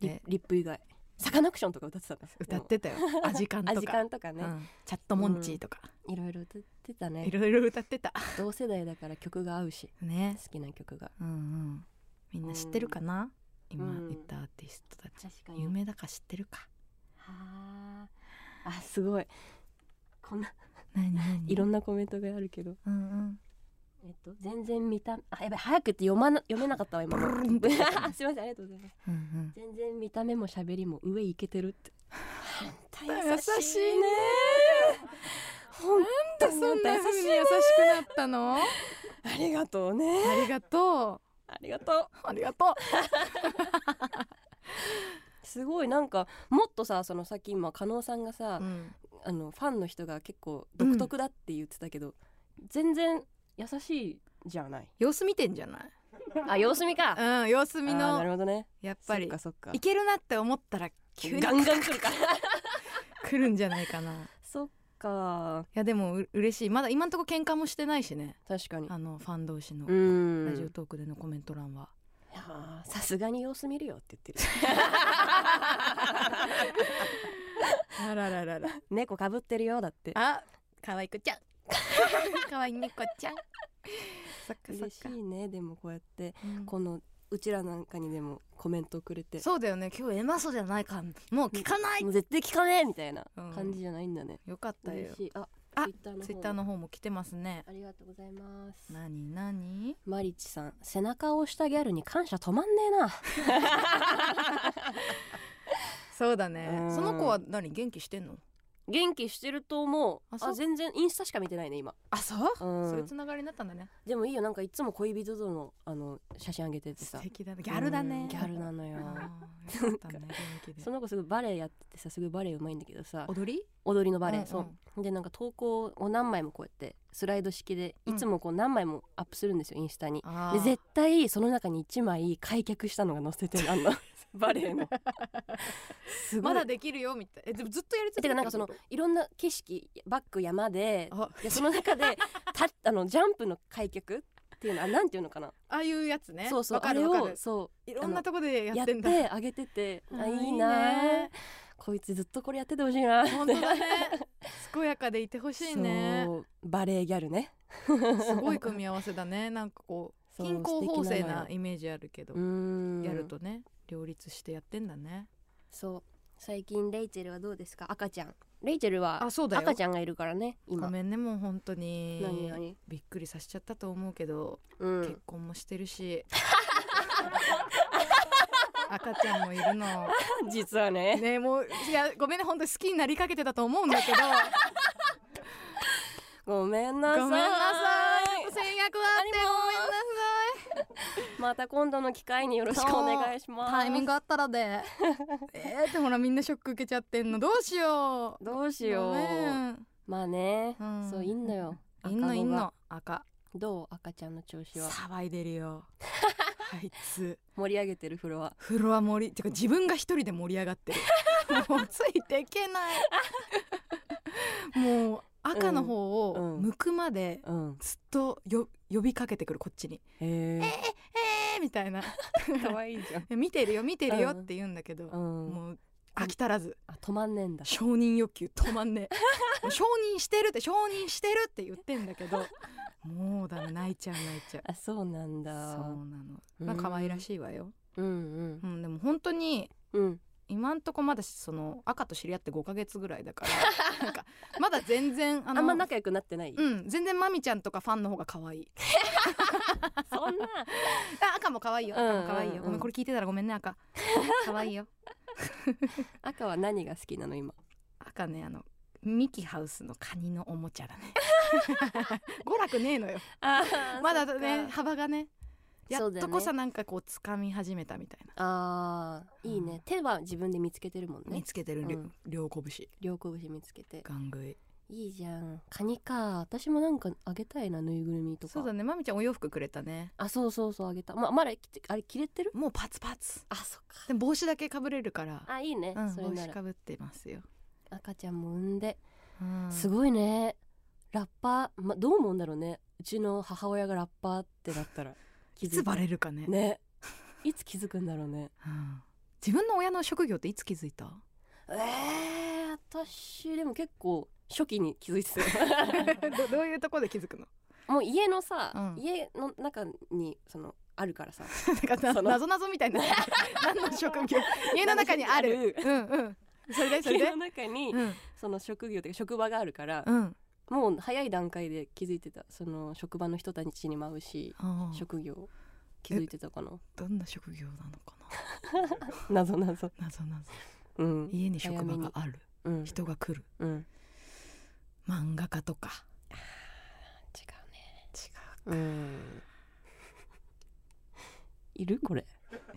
[SPEAKER 2] リ
[SPEAKER 1] え
[SPEAKER 2] リップ以外サカナクションとか歌ってたの
[SPEAKER 1] 歌ってたよ「アジカン」
[SPEAKER 2] ア
[SPEAKER 1] と
[SPEAKER 2] ジ
[SPEAKER 1] か「
[SPEAKER 2] カンとか
[SPEAKER 1] う
[SPEAKER 2] ね、
[SPEAKER 1] んチャットモンチー」とか
[SPEAKER 2] いろいろ歌ってた
[SPEAKER 1] い
[SPEAKER 2] ね
[SPEAKER 1] ろいろ歌ってた
[SPEAKER 2] 同世代だから曲が合うし
[SPEAKER 1] ね
[SPEAKER 2] 好きな曲が
[SPEAKER 1] うんうんみんな知ってるかな
[SPEAKER 2] うん
[SPEAKER 1] 今言ったアーティストたち
[SPEAKER 2] 確か
[SPEAKER 1] 有名だか知ってるか
[SPEAKER 2] あーあすごいこんな
[SPEAKER 1] 何何
[SPEAKER 2] いろんなコメントがあるけど
[SPEAKER 1] うんうん
[SPEAKER 2] えっと全然見たあやばい早くって読まな読めなかったわ今の [LAUGHS] すいませんありがとうございます
[SPEAKER 1] うんうん
[SPEAKER 2] 全然見た目も喋りも上いけてるって本
[SPEAKER 1] [LAUGHS] 優しいね
[SPEAKER 2] 本
[SPEAKER 1] なんでそんな風に優しくなったの [LAUGHS] あ
[SPEAKER 2] 当ありがとうね
[SPEAKER 1] りがとう
[SPEAKER 2] ありがと
[SPEAKER 1] ありがと
[SPEAKER 2] うすごいなんかもっとさそのさっき今加納さんがさ、
[SPEAKER 1] う、うん、
[SPEAKER 2] あのファンの人が結構独特だって言ってたけど、全然優しいじゃない
[SPEAKER 1] 様子見てんじゃない
[SPEAKER 2] あ様子見かやっ
[SPEAKER 1] うん様子見
[SPEAKER 2] なる
[SPEAKER 1] の
[SPEAKER 2] ほどね
[SPEAKER 1] やっ
[SPEAKER 2] そ
[SPEAKER 1] ぱ
[SPEAKER 2] っ
[SPEAKER 1] り
[SPEAKER 2] かそっか
[SPEAKER 1] いけるなって思ったら急に
[SPEAKER 2] ガンガン来るか
[SPEAKER 1] [LAUGHS] 来るんじゃないかない
[SPEAKER 2] そっか
[SPEAKER 1] やでもう嬉しいまだ今んとこ喧嘩もしてないしね
[SPEAKER 2] 確かに
[SPEAKER 1] あのファン同士の
[SPEAKER 2] うん
[SPEAKER 1] ラジオトークでのコメント欄は、
[SPEAKER 2] いやーさすがに様子見るよって言ってる
[SPEAKER 1] [LAUGHS] あらららら
[SPEAKER 2] 猫かぶってるよだって
[SPEAKER 1] [LAUGHS] あ可愛い子ちゃん [LAUGHS] 可愛い猫ちゃんそっかそっ
[SPEAKER 2] 嬉し
[SPEAKER 1] か、
[SPEAKER 2] いねでもこうやって
[SPEAKER 1] うん
[SPEAKER 2] このうちらなんかにでもコメントくれて
[SPEAKER 1] そうだよね今日エマソじゃないかもう聞かない、
[SPEAKER 2] もう絶対聞かねえみたいな
[SPEAKER 1] うん
[SPEAKER 2] 感じじゃないんだね、
[SPEAKER 1] よかったよ
[SPEAKER 2] 嬉しいあ
[SPEAKER 1] あ
[SPEAKER 2] ツイッターの方
[SPEAKER 1] ツイッターの方も来てますね
[SPEAKER 2] ありがとうございます
[SPEAKER 1] なになに
[SPEAKER 2] マリチさん背中を押したギャルに感謝止まんねえな
[SPEAKER 1] そうだね
[SPEAKER 2] うん
[SPEAKER 1] その子は何元気してんの
[SPEAKER 2] 元気してると思う
[SPEAKER 1] あ
[SPEAKER 2] あ
[SPEAKER 1] そう
[SPEAKER 2] 全然インスタしか見てないね今、
[SPEAKER 1] あそう、
[SPEAKER 2] うん
[SPEAKER 1] そういうつながりになったんだね
[SPEAKER 2] でもいいよなんかいつも恋人とのあの写真あげてて
[SPEAKER 1] 素
[SPEAKER 2] さ
[SPEAKER 1] 敵だねギャルだ
[SPEAKER 2] う
[SPEAKER 1] ね
[SPEAKER 2] んギャルなのよ
[SPEAKER 1] あーよかったね元気で
[SPEAKER 2] その子すぐバレエやっててさすぐバレエうまいんだけどさ
[SPEAKER 1] 踊り
[SPEAKER 2] 踊りのバレエ、
[SPEAKER 1] うん
[SPEAKER 2] そうでなんか投稿を何枚もこうやってスライド式でいつもこう何枚もアップするんですよインスタに
[SPEAKER 1] あ
[SPEAKER 2] で
[SPEAKER 1] ー
[SPEAKER 2] 絶対その中に1枚開脚したのが載せてる
[SPEAKER 1] [LAUGHS]
[SPEAKER 2] あんのバレエのすご
[SPEAKER 1] ま
[SPEAKER 2] い
[SPEAKER 1] だできるよみたいなえでもずっとやり続け
[SPEAKER 2] てかなんかそのいろんな景色バック山で
[SPEAKER 1] あ
[SPEAKER 2] でその
[SPEAKER 1] [LAUGHS]
[SPEAKER 2] 中でたあのジャンプの開脚っていうのあなんていうのかな
[SPEAKER 1] ああいうやつね
[SPEAKER 2] そうそ
[SPEAKER 1] わ
[SPEAKER 2] うあ
[SPEAKER 1] か
[SPEAKER 2] れ
[SPEAKER 1] るわか
[SPEAKER 2] を
[SPEAKER 1] る
[SPEAKER 2] そ
[SPEAKER 1] いろんなとこで
[SPEAKER 2] う
[SPEAKER 1] や
[SPEAKER 2] や
[SPEAKER 1] っ
[SPEAKER 2] って
[SPEAKER 1] んだ
[SPEAKER 2] てあげててあ
[SPEAKER 1] [LAUGHS] あー
[SPEAKER 2] いい
[SPEAKER 1] いい
[SPEAKER 2] な
[SPEAKER 1] ね
[SPEAKER 2] こいつずっとこれやっててほしいな
[SPEAKER 1] 本当だね健やかでいてほしいね
[SPEAKER 2] そうバレエギャルね
[SPEAKER 1] すごい組み合わせだねなんかこう
[SPEAKER 2] そう
[SPEAKER 1] 均衡法制
[SPEAKER 2] 素敵なの
[SPEAKER 1] な
[SPEAKER 2] よ
[SPEAKER 1] イメージあるけど
[SPEAKER 2] うん
[SPEAKER 1] やるとね両立してやってんだね
[SPEAKER 2] そう最近レイチェルはどうですか赤ちゃんレイチェルは
[SPEAKER 1] あそうだよ
[SPEAKER 2] 赤ちゃんがいるからね
[SPEAKER 1] ご
[SPEAKER 2] 今
[SPEAKER 1] めんねもう本当に
[SPEAKER 2] 何何
[SPEAKER 1] [LAUGHS] びっくりさせちゃったと思うけど
[SPEAKER 2] うん
[SPEAKER 1] 結婚もしてるし赤ちゃんもいるの
[SPEAKER 2] [LAUGHS] 実はね
[SPEAKER 1] ねもういやごめんね本当に好きになりかけてたと思うんだ
[SPEAKER 2] [LAUGHS]
[SPEAKER 1] けど
[SPEAKER 2] ごめんなさい
[SPEAKER 1] ごめんなさいちょっと制約はあって
[SPEAKER 2] また今度の機会によろしくお願いします
[SPEAKER 1] タイミングあったらでえーってほらみんなショック受けちゃってんのどうしよう
[SPEAKER 2] どうし
[SPEAKER 1] ご
[SPEAKER 2] よ
[SPEAKER 1] め
[SPEAKER 2] うんまあね、
[SPEAKER 1] うん
[SPEAKER 2] そういいんだよ
[SPEAKER 1] いんの
[SPEAKER 2] 赤子が
[SPEAKER 1] いんの赤
[SPEAKER 2] どう赤ちゃんの調子は
[SPEAKER 1] 騒いでる
[SPEAKER 2] [LAUGHS]
[SPEAKER 1] よあいつ
[SPEAKER 2] 盛り上げてるフロア
[SPEAKER 1] フロア盛りてか自分が一人で盛り上が
[SPEAKER 2] [LAUGHS]
[SPEAKER 1] ってるもうついていけないもう赤の方を
[SPEAKER 2] うんうん
[SPEAKER 1] 向くまで
[SPEAKER 2] うん
[SPEAKER 1] ずっとよ呼びかけてくるこっちに
[SPEAKER 2] へ
[SPEAKER 1] 「えー、みたいな
[SPEAKER 2] え可愛いじゃん
[SPEAKER 1] 「見てるよ見てるよ」
[SPEAKER 2] うん
[SPEAKER 1] って言うんだけど、
[SPEAKER 2] [LAUGHS] うん
[SPEAKER 1] もう飽き足らず
[SPEAKER 2] あ止まんねえんだ
[SPEAKER 1] 承認欲求止まんねえもう承認してるって承認してるって言ってんだけどもうだめ泣いちゃう泣いちゃう
[SPEAKER 2] あそうなん
[SPEAKER 1] そう
[SPEAKER 2] だ
[SPEAKER 1] なのまあ可愛らしいわよ、
[SPEAKER 2] うん
[SPEAKER 1] うん、でも本当に
[SPEAKER 2] うんうん
[SPEAKER 1] 今んとこまだその赤と知り合って5ヶ月ぐらいだから [LAUGHS] なんかまだ全然あ
[SPEAKER 2] あ
[SPEAKER 1] の
[SPEAKER 2] んま仲良くなってない、
[SPEAKER 1] うん全然まみちゃんとかファンの方が可愛い
[SPEAKER 2] そんな
[SPEAKER 1] [LAUGHS] あ赤も可愛いよ赤も可愛いよ、
[SPEAKER 2] うんうん
[SPEAKER 1] ごめ
[SPEAKER 2] うん
[SPEAKER 1] んこれ聞いてたらごめんね [LAUGHS] 赤可愛いよ
[SPEAKER 2] 赤は何が好きなの今
[SPEAKER 1] 赤ねあのミキハウスのカニのおもちゃ [LAUGHS] だね娯楽ねえのよ
[SPEAKER 2] [LAUGHS] あ
[SPEAKER 1] まだね幅がねや
[SPEAKER 2] そ
[SPEAKER 1] っ
[SPEAKER 2] うだよ
[SPEAKER 1] と
[SPEAKER 2] ね
[SPEAKER 1] こさなんかこう掴み始めたみたいな、
[SPEAKER 2] あーいいね手は自分で見つけてるもんね
[SPEAKER 1] 見つけてる、
[SPEAKER 2] うん
[SPEAKER 1] 両拳
[SPEAKER 2] 両拳見つけて
[SPEAKER 1] ガン食い
[SPEAKER 2] いいじゃんカニか私もなんかあげたいなぬいぐるみとか
[SPEAKER 1] そうだねまみちゃんお洋服くれたね
[SPEAKER 2] あそうそうそうあげたままだきあれ切れてる
[SPEAKER 1] もうパツパツ
[SPEAKER 2] あそっか
[SPEAKER 1] でも帽子だけかぶれるから
[SPEAKER 2] あいいね、
[SPEAKER 1] うん、
[SPEAKER 2] それ
[SPEAKER 1] 帽
[SPEAKER 2] な
[SPEAKER 1] 子
[SPEAKER 2] ら
[SPEAKER 1] かぶってますよ、
[SPEAKER 2] 赤ちゃんも産んで、
[SPEAKER 1] うん
[SPEAKER 2] すごいねラッパー、ま、どう思うんだろうねうちの母親がラッパーってなったら気
[SPEAKER 1] [LAUGHS] いつバレるかね
[SPEAKER 2] ねいつ気づくんだろ
[SPEAKER 1] [LAUGHS]
[SPEAKER 2] うね
[SPEAKER 1] うん自分の親の職業っていつ気づい [LAUGHS] た
[SPEAKER 2] えー、私でも結構初期に気づいてたよ
[SPEAKER 1] [LAUGHS] どどういうところで気づくの [LAUGHS]
[SPEAKER 2] もう家のさ、
[SPEAKER 1] うん
[SPEAKER 2] 家の中にそのあるか
[SPEAKER 1] [LAUGHS]
[SPEAKER 2] らさ
[SPEAKER 1] なんかな
[SPEAKER 2] その
[SPEAKER 1] 謎謎み [LAUGHS] たいな何の職業家の中にある [LAUGHS] うんうんそれでそれ
[SPEAKER 2] 家
[SPEAKER 1] で
[SPEAKER 2] の中に
[SPEAKER 1] うん
[SPEAKER 2] その職業というか職場があるから、
[SPEAKER 1] うん
[SPEAKER 2] もう早い段階で気づいてたその職場の人たちにも会うし、
[SPEAKER 1] あー
[SPEAKER 2] 職業気づいてたかな
[SPEAKER 1] どんな職業なのか
[SPEAKER 2] [LAUGHS] 謎謎
[SPEAKER 1] な謎謎
[SPEAKER 2] うん
[SPEAKER 1] 家に職場がある
[SPEAKER 2] うん
[SPEAKER 1] 人が来る
[SPEAKER 2] うん違うね
[SPEAKER 1] 漫画家とか違
[SPEAKER 2] うんいるこれ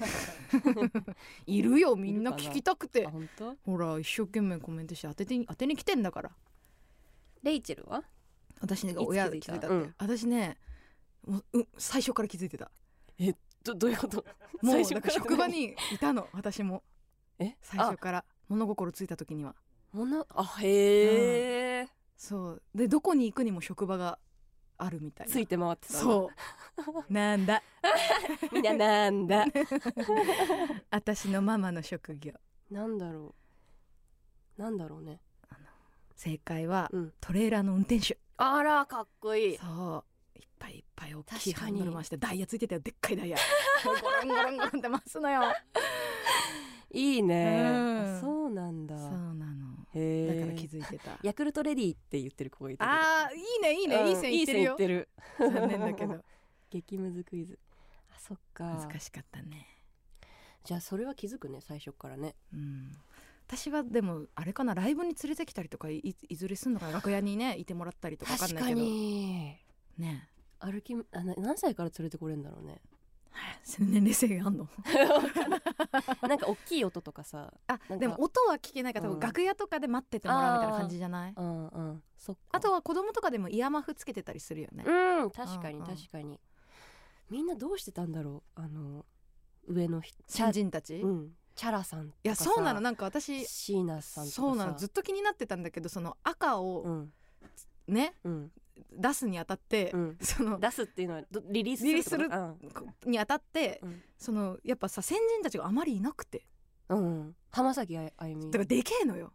[SPEAKER 1] ういるよみん
[SPEAKER 2] いる
[SPEAKER 1] な
[SPEAKER 2] かな
[SPEAKER 1] 聞きたくて
[SPEAKER 2] あ本当
[SPEAKER 1] ほら一生懸命コメントして当てて当てに来てんだから
[SPEAKER 2] レイチェルは
[SPEAKER 1] 私ね
[SPEAKER 2] いつ気づいた
[SPEAKER 1] 親が気づいたって、
[SPEAKER 2] うん
[SPEAKER 1] 私ねもう、うん、最初から気づいてた
[SPEAKER 2] ど [LAUGHS] どういうこと
[SPEAKER 1] もう
[SPEAKER 2] 最
[SPEAKER 1] なん
[SPEAKER 2] 初から
[SPEAKER 1] か職場にいたの私も
[SPEAKER 2] え
[SPEAKER 1] 最初から物心ついた時には
[SPEAKER 2] ものあへえ
[SPEAKER 1] そうでどこに行くにも職場があるみたいな
[SPEAKER 2] ついて回ってた
[SPEAKER 1] そうなんだ
[SPEAKER 2] うみんななん
[SPEAKER 1] [LAUGHS]
[SPEAKER 2] だ
[SPEAKER 1] 私のママの職業
[SPEAKER 2] なんだろうなんだろうね
[SPEAKER 1] 正解は、
[SPEAKER 2] うん
[SPEAKER 1] トレーラーの運転手
[SPEAKER 2] あらかっこいい
[SPEAKER 1] そういっぱいいっぱい大きい
[SPEAKER 2] 確か
[SPEAKER 1] ハ
[SPEAKER 2] に
[SPEAKER 1] ンドル回してダイヤついてたよでっかいダイヤゴロンゴロンゴロンって回すのよ
[SPEAKER 2] いいね
[SPEAKER 1] うん
[SPEAKER 2] あそうなんだ
[SPEAKER 1] そうなの
[SPEAKER 2] へ
[SPEAKER 1] だ
[SPEAKER 2] え
[SPEAKER 1] から気づいてた、
[SPEAKER 2] ヤクルトレディって言ってる子がいたけど
[SPEAKER 1] あーいいねいいね、いい線いってるよ
[SPEAKER 2] うんいい線いってる
[SPEAKER 1] [LAUGHS] 残念だけど
[SPEAKER 2] 激ムズクイズあそっか
[SPEAKER 1] 難しかったね
[SPEAKER 2] じゃあそれは気づくね最初からね
[SPEAKER 1] うん私はでもあれかなライブに連れてきたりとかいいいずれすんのかな楽屋にねいてもらったりとかわかんないけど
[SPEAKER 2] に
[SPEAKER 1] ね
[SPEAKER 2] 歩きあな何歳から連れてこれんだろう
[SPEAKER 1] [LAUGHS]
[SPEAKER 2] ね
[SPEAKER 1] 年齢制限あんの
[SPEAKER 2] なんか大きい音とかさ
[SPEAKER 1] あ [LAUGHS]
[SPEAKER 2] か
[SPEAKER 1] でも音は聞けないから多
[SPEAKER 2] う
[SPEAKER 1] 分
[SPEAKER 2] ん
[SPEAKER 1] 楽屋とかで待っててもらうみたいな感じじゃない
[SPEAKER 2] うんうんそっか
[SPEAKER 1] あとは子供とかでもイヤマフつけてたりするよね
[SPEAKER 2] うん確か
[SPEAKER 1] う
[SPEAKER 2] に
[SPEAKER 1] んうん
[SPEAKER 2] 確かにみんなどうしてたんだろうあの上の人
[SPEAKER 1] 新人たち、
[SPEAKER 2] う
[SPEAKER 1] い
[SPEAKER 2] んチャラさんとかさ
[SPEAKER 1] やそうなのなんか私
[SPEAKER 2] シーナさんとかさ
[SPEAKER 1] そうなのずっと気になってたんだけどその赤
[SPEAKER 2] う
[SPEAKER 1] を
[SPEAKER 2] ん
[SPEAKER 1] ね、
[SPEAKER 2] うん
[SPEAKER 1] 出すにあたって、
[SPEAKER 2] うん
[SPEAKER 1] その
[SPEAKER 2] 出すっていうのはどリリース
[SPEAKER 1] リリースする
[SPEAKER 2] ってこと
[SPEAKER 1] こにあたって、
[SPEAKER 2] うん
[SPEAKER 1] そのやっぱさ先人たちがあまりいなくて
[SPEAKER 2] うん、うん、浜崎ああゆみ
[SPEAKER 1] だからでけえの
[SPEAKER 2] [LAUGHS]
[SPEAKER 1] よ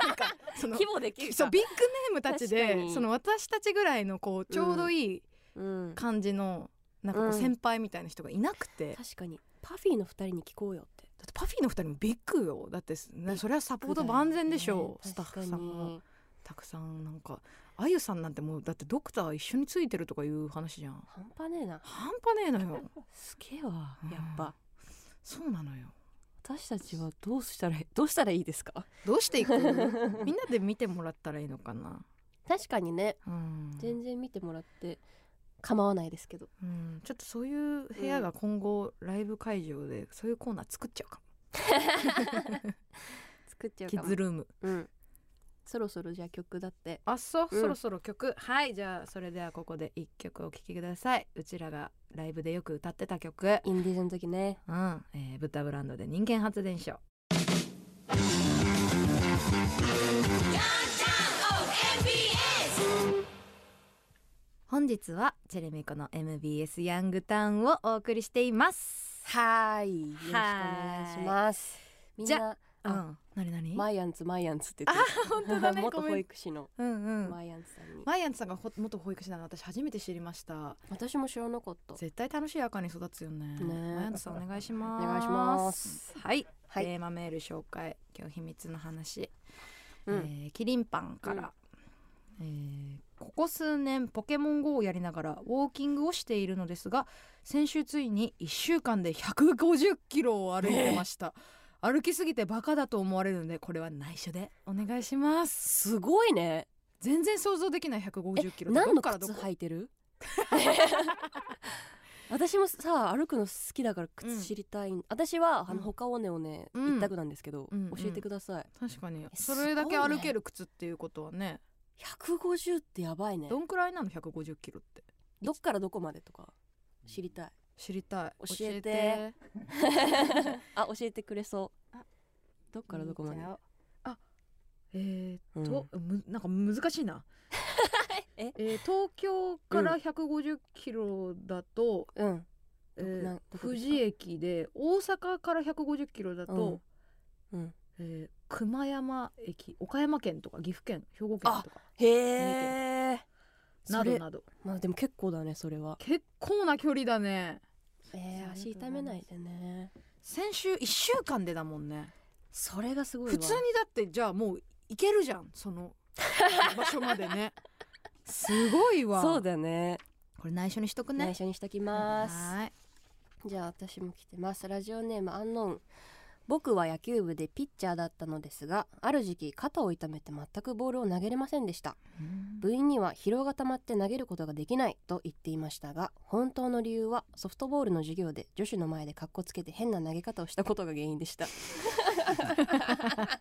[SPEAKER 1] なんかその
[SPEAKER 2] 規模できるか
[SPEAKER 1] そうビッグネームたち
[SPEAKER 2] 確か
[SPEAKER 1] で
[SPEAKER 2] に
[SPEAKER 1] その私たちぐらいのこうちょうどいい
[SPEAKER 2] うん
[SPEAKER 1] 感じの、なんかこう
[SPEAKER 2] うん
[SPEAKER 1] 先輩みたいな人がいなくて、だ
[SPEAKER 2] 確かにパフィーの二人に聞こうよって
[SPEAKER 1] ってパフィーの二人もビッグよだってすねそれはサポート万全でしょう、スタッフさんもたくさんなんかあゆさんなんてもうだってドクター一緒についてるとかいう話じゃん
[SPEAKER 2] 半端ねえな
[SPEAKER 1] 半端ねえの
[SPEAKER 2] [LAUGHS]
[SPEAKER 1] よ
[SPEAKER 2] すげえわ
[SPEAKER 1] うん
[SPEAKER 2] やっぱ、
[SPEAKER 1] そうなのよ
[SPEAKER 2] 私たちはどうしたら [LAUGHS] どうしたらいいですか
[SPEAKER 1] どうしていくみんなで見てもらったらいいのかな
[SPEAKER 2] 確かにね
[SPEAKER 1] うん
[SPEAKER 2] 全然見てもらって構わないですけど
[SPEAKER 1] うん、ちょっとそういう部屋が今後ライブ会場でそういうコーナー作っちゃうか
[SPEAKER 2] 作っちゃ
[SPEAKER 1] も
[SPEAKER 2] う
[SPEAKER 1] キ
[SPEAKER 2] か
[SPEAKER 1] ッ
[SPEAKER 2] も
[SPEAKER 1] ズルーム
[SPEAKER 2] うんそろそろじゃあ曲だって
[SPEAKER 1] あっそ、
[SPEAKER 2] うん
[SPEAKER 1] そろそろ曲はいじゃあそれではここで一曲お聴きくださいうちらがライブでよく歌ってた曲
[SPEAKER 2] インディーズの時ね
[SPEAKER 1] うん、えー、ブッダブランドで人間発電所本日はチェルミコの MBS ヤングタウンをお送りしています
[SPEAKER 2] はーいよろしく
[SPEAKER 1] は
[SPEAKER 2] お願い
[SPEAKER 1] ーい
[SPEAKER 2] しますみん
[SPEAKER 1] じ
[SPEAKER 2] な
[SPEAKER 1] う
[SPEAKER 2] あ
[SPEAKER 1] ん、なになに
[SPEAKER 2] マイアンツマイアンツって言って
[SPEAKER 1] 本当 [LAUGHS] だね
[SPEAKER 2] 元
[SPEAKER 1] ごめん
[SPEAKER 2] 保育士の
[SPEAKER 1] うんうん
[SPEAKER 2] マイアンツさんに
[SPEAKER 1] マイアンさんがほ元保育士なの私初めて知りました
[SPEAKER 2] 私も知らなかった
[SPEAKER 1] 絶対楽しい赤に育つよね
[SPEAKER 2] ね
[SPEAKER 1] マイアンさんお願いします
[SPEAKER 2] お願いします
[SPEAKER 1] はい、
[SPEAKER 2] はい
[SPEAKER 1] テーマメール紹介今日秘密の話、
[SPEAKER 2] うん
[SPEAKER 1] えーキリンパンから、えーここ数年ポケモン GO をやりながらウォーキングをしているのですが先週ついに1週間で150キロを歩いてました、歩きすぎてバカだと思われるのでこれは内緒でお願いします
[SPEAKER 2] すごいね
[SPEAKER 1] 全然想像できない150キロ
[SPEAKER 2] 何
[SPEAKER 1] どっ
[SPEAKER 2] の
[SPEAKER 1] からど
[SPEAKER 2] 靴
[SPEAKER 1] こ
[SPEAKER 2] 履い
[SPEAKER 1] [LAUGHS]
[SPEAKER 2] てる私もさ歩くの好きだから靴知りたい、私はあの
[SPEAKER 1] うん
[SPEAKER 2] 他をねをね、
[SPEAKER 1] うん
[SPEAKER 2] 一択なんですけど、
[SPEAKER 1] うんうん
[SPEAKER 2] 教えてください
[SPEAKER 1] 確かに
[SPEAKER 2] え
[SPEAKER 1] それだけ
[SPEAKER 2] すごいね
[SPEAKER 1] 歩ける靴っていうことはね
[SPEAKER 2] 150ってやばいね
[SPEAKER 1] どんくらいなの150キロって
[SPEAKER 2] どっからどこまでとか知りたい
[SPEAKER 1] 知りたい
[SPEAKER 2] 教えて [LAUGHS] あ教えてくれそうどっからどこまで
[SPEAKER 1] 見ちゃうあえ
[SPEAKER 2] う
[SPEAKER 1] ー、
[SPEAKER 2] ん
[SPEAKER 1] っと、むなんか難しい
[SPEAKER 4] [LAUGHS]
[SPEAKER 1] な
[SPEAKER 2] え
[SPEAKER 1] ー東京から150キロだと、
[SPEAKER 2] うん
[SPEAKER 1] えー
[SPEAKER 2] などこですか
[SPEAKER 1] 富士駅で大阪から150キロだと、
[SPEAKER 2] うん
[SPEAKER 1] えー熊山駅岡山県とか岐阜県兵庫県とか
[SPEAKER 2] へえ
[SPEAKER 1] な
[SPEAKER 2] そ
[SPEAKER 1] ど
[SPEAKER 2] れ
[SPEAKER 1] など
[SPEAKER 2] まあでも結構だねそれは
[SPEAKER 1] 結構な距離だね
[SPEAKER 2] えー、足痛めないでね
[SPEAKER 1] 先週1週間でだもんね
[SPEAKER 2] それがすごいわ
[SPEAKER 1] 普通にだってじゃあもう行けるじゃんその [LAUGHS] 場所までねすごいわ
[SPEAKER 2] そうだね
[SPEAKER 1] これ内緒にしとくね
[SPEAKER 2] 内緒にしときます
[SPEAKER 1] はーい
[SPEAKER 2] じゃあ私も来てますラジオネームアンノーン僕は野球部でピッチャーだったのですがある時期肩を痛めて全くボールを投げれませんでした部員には疲労が溜まって投げることができないと言っていましたが本当の理由はソフトボールの授業で女子の前でカッコつけて変な投げ方をしたことが原因でした
[SPEAKER 1] [LAUGHS]
[SPEAKER 2] [LAUGHS] カ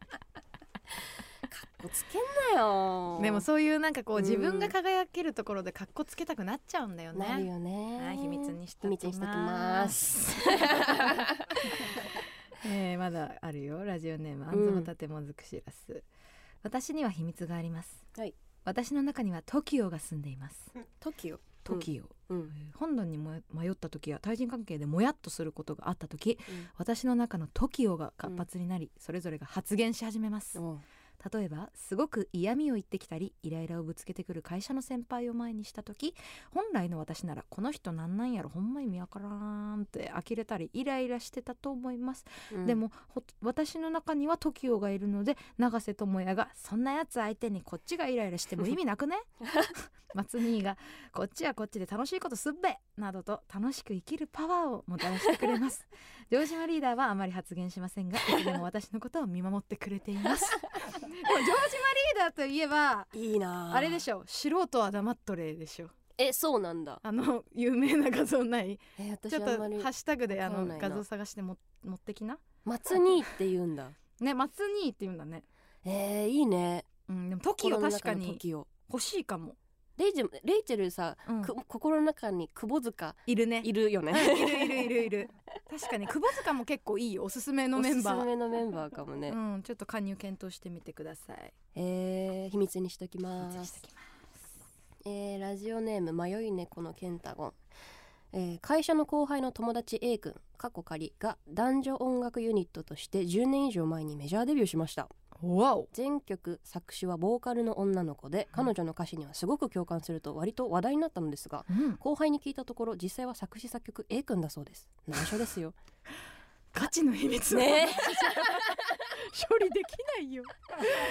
[SPEAKER 2] ッコつけんなよ
[SPEAKER 1] でもそういうなんかこう、
[SPEAKER 2] うん
[SPEAKER 1] 自分が輝けるところで格好つけたくなっちゃうんだよね
[SPEAKER 2] なるよね
[SPEAKER 1] はい秘密にしと
[SPEAKER 2] 秘
[SPEAKER 1] き
[SPEAKER 2] 密にしときます
[SPEAKER 1] [LAUGHS] えーまだあるよラジオネームアンズホタテモズクシラス、私には秘密があります
[SPEAKER 2] はい
[SPEAKER 1] 私の中には TOKIO が住んでいます
[SPEAKER 2] トキオ
[SPEAKER 1] TOKIO、
[SPEAKER 2] うん
[SPEAKER 1] 本土にも迷った時や対人関係でもやっとすることがあった時私の中の TOKIO が活発になり、それぞれが発言し始めます
[SPEAKER 2] うん
[SPEAKER 1] 例えばすごく嫌味を言ってきたりイライラをぶつけてくる会社の先輩を前にした時本来の私ならこの人なんなんやろほんま意味わからんって呆れたりイライラしてたと思います、
[SPEAKER 2] うん
[SPEAKER 1] でもほ私の中には TOKIO がいるので永瀬智也が「そんなやつ相手にこっちがイライラ
[SPEAKER 2] [LAUGHS]
[SPEAKER 1] しても意味なくね? 」 [LAUGHS] 松兄が「こっちはこっちで楽しいことすっべ!」などと楽しく生きるパワーをもたらしてくれ
[SPEAKER 2] [LAUGHS]
[SPEAKER 1] ます城島リーダーはあまり発言しませんがいつでも私のことを見守ってくれています
[SPEAKER 2] [LAUGHS]
[SPEAKER 1] でも城島リーダーといえば
[SPEAKER 2] いいな
[SPEAKER 1] あれで
[SPEAKER 2] ょ
[SPEAKER 1] しょ素人は黙っとれでしょ
[SPEAKER 2] えそうなんだ
[SPEAKER 1] あの有名な画像ない
[SPEAKER 2] え私
[SPEAKER 1] ちょっ
[SPEAKER 2] あ
[SPEAKER 1] と
[SPEAKER 2] んまり
[SPEAKER 1] ハッシュタグであ
[SPEAKER 2] わか
[SPEAKER 1] の
[SPEAKER 2] んないな
[SPEAKER 1] 画像探しても持ってきな
[SPEAKER 2] 松兄って言うんだ
[SPEAKER 1] ね松兄って言うんだね
[SPEAKER 2] えー、いいね
[SPEAKER 1] うんでも TOKIO 確かに
[SPEAKER 2] 時を
[SPEAKER 1] 欲しいかも、
[SPEAKER 2] レイジェレイチェルさ、
[SPEAKER 1] うん
[SPEAKER 2] く心の中に窪塚
[SPEAKER 1] いるね
[SPEAKER 2] いるよね
[SPEAKER 1] うんいるいるいるいる [LAUGHS] 確かに久保塚も結構いいよおすすめのメンバ
[SPEAKER 2] [LAUGHS] おすす
[SPEAKER 1] ー
[SPEAKER 2] めのメンバーかもね、
[SPEAKER 1] うんちょっと加入検討してみてください
[SPEAKER 2] えー、秘密にしときま
[SPEAKER 1] 失礼し
[SPEAKER 2] す
[SPEAKER 1] てきます
[SPEAKER 2] えーラジオネーム迷い猫のケンタゴン、えー会社の後輩の友達 A 君過去仮が男女音楽ユニットとして10年以上前にメジャーデビューしました
[SPEAKER 1] わお
[SPEAKER 2] 全曲作詞はボーカルの女の子で彼女の歌詞にはすごく共感すると割と話題になったのですが
[SPEAKER 1] うん
[SPEAKER 2] 後輩に聞いたところ実際は作詞作曲 A 君だそうです内緒ですよ
[SPEAKER 1] ガチの秘密を
[SPEAKER 2] [LAUGHS] ね
[SPEAKER 1] 処理できない [LAUGHS] よ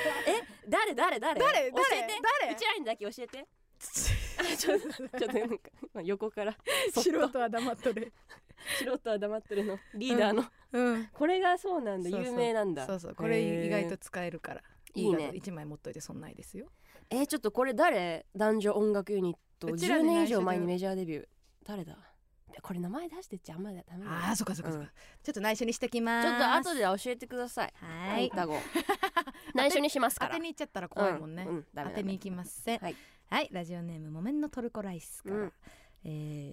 [SPEAKER 2] [LAUGHS] 誰誰
[SPEAKER 1] 誰
[SPEAKER 2] 誰
[SPEAKER 1] 誰
[SPEAKER 2] 教えて
[SPEAKER 1] 誰
[SPEAKER 2] うちらにだけ教えてちょ [LAUGHS] っとちょっとなんかまあ横からそっと
[SPEAKER 1] 素人は黙っとる
[SPEAKER 2] 素人は黙ってるのリーダーの、
[SPEAKER 1] うん
[SPEAKER 2] これがそうなんだ
[SPEAKER 1] そうそう
[SPEAKER 2] 有名なんだ
[SPEAKER 1] そうそうこれ意外と
[SPEAKER 2] へ
[SPEAKER 1] 使えるから
[SPEAKER 2] いいね
[SPEAKER 1] 画一枚持っといて損ないですよ
[SPEAKER 2] えーちょっとこれ誰男女音楽ユニット
[SPEAKER 1] うちら
[SPEAKER 2] 10
[SPEAKER 1] に内緒で
[SPEAKER 2] 年以上前にメジャーデビュー誰だこれ名前出してっちゃあんまだダメだ
[SPEAKER 1] あーそっかそっかそっ
[SPEAKER 2] うん
[SPEAKER 1] かちょっと内緒にしてきま
[SPEAKER 2] ちょっと
[SPEAKER 1] ーす
[SPEAKER 2] 後で教えてください
[SPEAKER 1] は
[SPEAKER 2] は
[SPEAKER 1] ーい [LAUGHS]
[SPEAKER 2] いタゴ内緒にしますか
[SPEAKER 1] 当
[SPEAKER 2] ら
[SPEAKER 1] てに行っちゃったら怖いもんね
[SPEAKER 2] ううんダ
[SPEAKER 1] 当
[SPEAKER 2] メダ
[SPEAKER 1] て
[SPEAKER 2] メ
[SPEAKER 1] に行きません
[SPEAKER 2] はい
[SPEAKER 1] はいラジオネーム木綿のトルコライスから
[SPEAKER 2] うん
[SPEAKER 1] え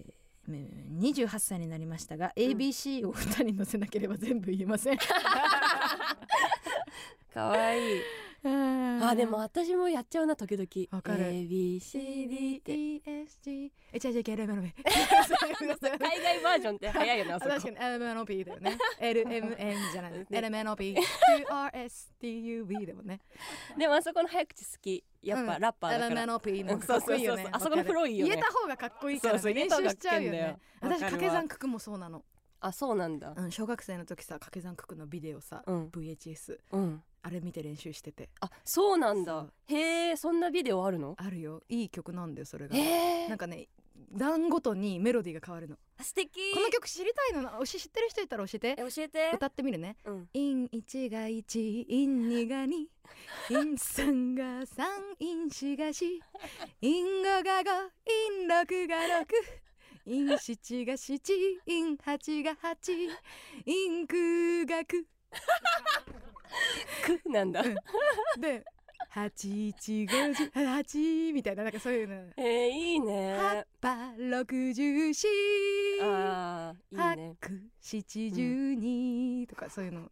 [SPEAKER 1] ーうん28歳になりましたが、ABC を歌に載せなければ全部言えません
[SPEAKER 2] かわいいあ
[SPEAKER 1] あ
[SPEAKER 2] でも私もやっちゃうな時々
[SPEAKER 1] わかる
[SPEAKER 2] ABCD って
[SPEAKER 1] CDESG え違う違う違う
[SPEAKER 2] [LAUGHS]
[SPEAKER 1] LMNOP
[SPEAKER 2] 海外バージョンって早いよなあそこ
[SPEAKER 1] 確かに LMNOP だよ
[SPEAKER 2] [LAUGHS]
[SPEAKER 1] ね LMN じゃない LMNOPQRSTUV でもね
[SPEAKER 2] でもあそこの早口好きやっ
[SPEAKER 1] う
[SPEAKER 2] ぱ
[SPEAKER 1] ん
[SPEAKER 2] ラッパーだから
[SPEAKER 1] LMNOP のかっこいいよね
[SPEAKER 2] そうそうそうあそこのフロイよね
[SPEAKER 1] 言えた方がかっこいいから
[SPEAKER 2] そうそう
[SPEAKER 1] 練習しちゃうよね
[SPEAKER 2] 言えた方がかっけえんだよ
[SPEAKER 1] 私掛
[SPEAKER 2] わかるわ
[SPEAKER 1] け算九九もそうなの
[SPEAKER 2] あそうなんだ
[SPEAKER 1] うん小学生の時さ掛け算九九のビデオさ
[SPEAKER 2] うん
[SPEAKER 1] VHS
[SPEAKER 2] うん
[SPEAKER 1] あれ見て練習してて
[SPEAKER 2] あそうなん
[SPEAKER 1] そ
[SPEAKER 2] だ
[SPEAKER 1] う
[SPEAKER 2] へえそんなビデオあるの
[SPEAKER 1] あるよいい曲なんだよそれが
[SPEAKER 2] へ
[SPEAKER 1] なん
[SPEAKER 2] え
[SPEAKER 1] かね段ごとにメロディーが変わるの
[SPEAKER 4] 素敵
[SPEAKER 1] この曲知りたいのな推し知ってる人いたら教えて
[SPEAKER 2] 教えて
[SPEAKER 1] 歌ってみるね
[SPEAKER 2] うん
[SPEAKER 1] イン1が1イン2が2イン3が3イン4が4イン5が5イン6が6イン7が7イン8が8イン9が9
[SPEAKER 2] くなんだ
[SPEAKER 1] うんで81518みたいななんかそういうの
[SPEAKER 2] えーいい
[SPEAKER 1] 葉っ
[SPEAKER 2] ね
[SPEAKER 1] ぱ64
[SPEAKER 2] あーいい
[SPEAKER 1] 八
[SPEAKER 2] ね
[SPEAKER 1] 七十二とかそういうの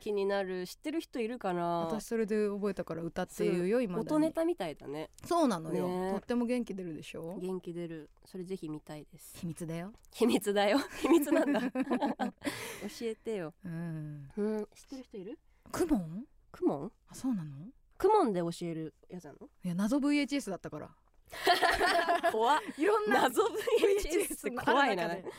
[SPEAKER 2] 気になる知ってる人いるかな
[SPEAKER 1] 私それで覚えたから歌っていうよ今
[SPEAKER 2] 元ネタみたいだね
[SPEAKER 1] そうなのよ、
[SPEAKER 2] ねえ
[SPEAKER 1] とっても元気出るでしょ
[SPEAKER 2] 元気出るそれぜひ見たいです
[SPEAKER 1] 秘密だよ
[SPEAKER 2] 秘密 [LAUGHS] だよ秘密なんだ教えてよ
[SPEAKER 1] うん
[SPEAKER 2] うん知ってる人いる
[SPEAKER 1] クモン
[SPEAKER 2] クモン
[SPEAKER 1] あそうなの
[SPEAKER 2] クモンで教えるやつなの
[SPEAKER 1] いや謎 VHS だったから [LAUGHS]
[SPEAKER 2] 怖っ
[SPEAKER 1] いろんな
[SPEAKER 2] 謎 VHS って怖いな
[SPEAKER 1] ある中で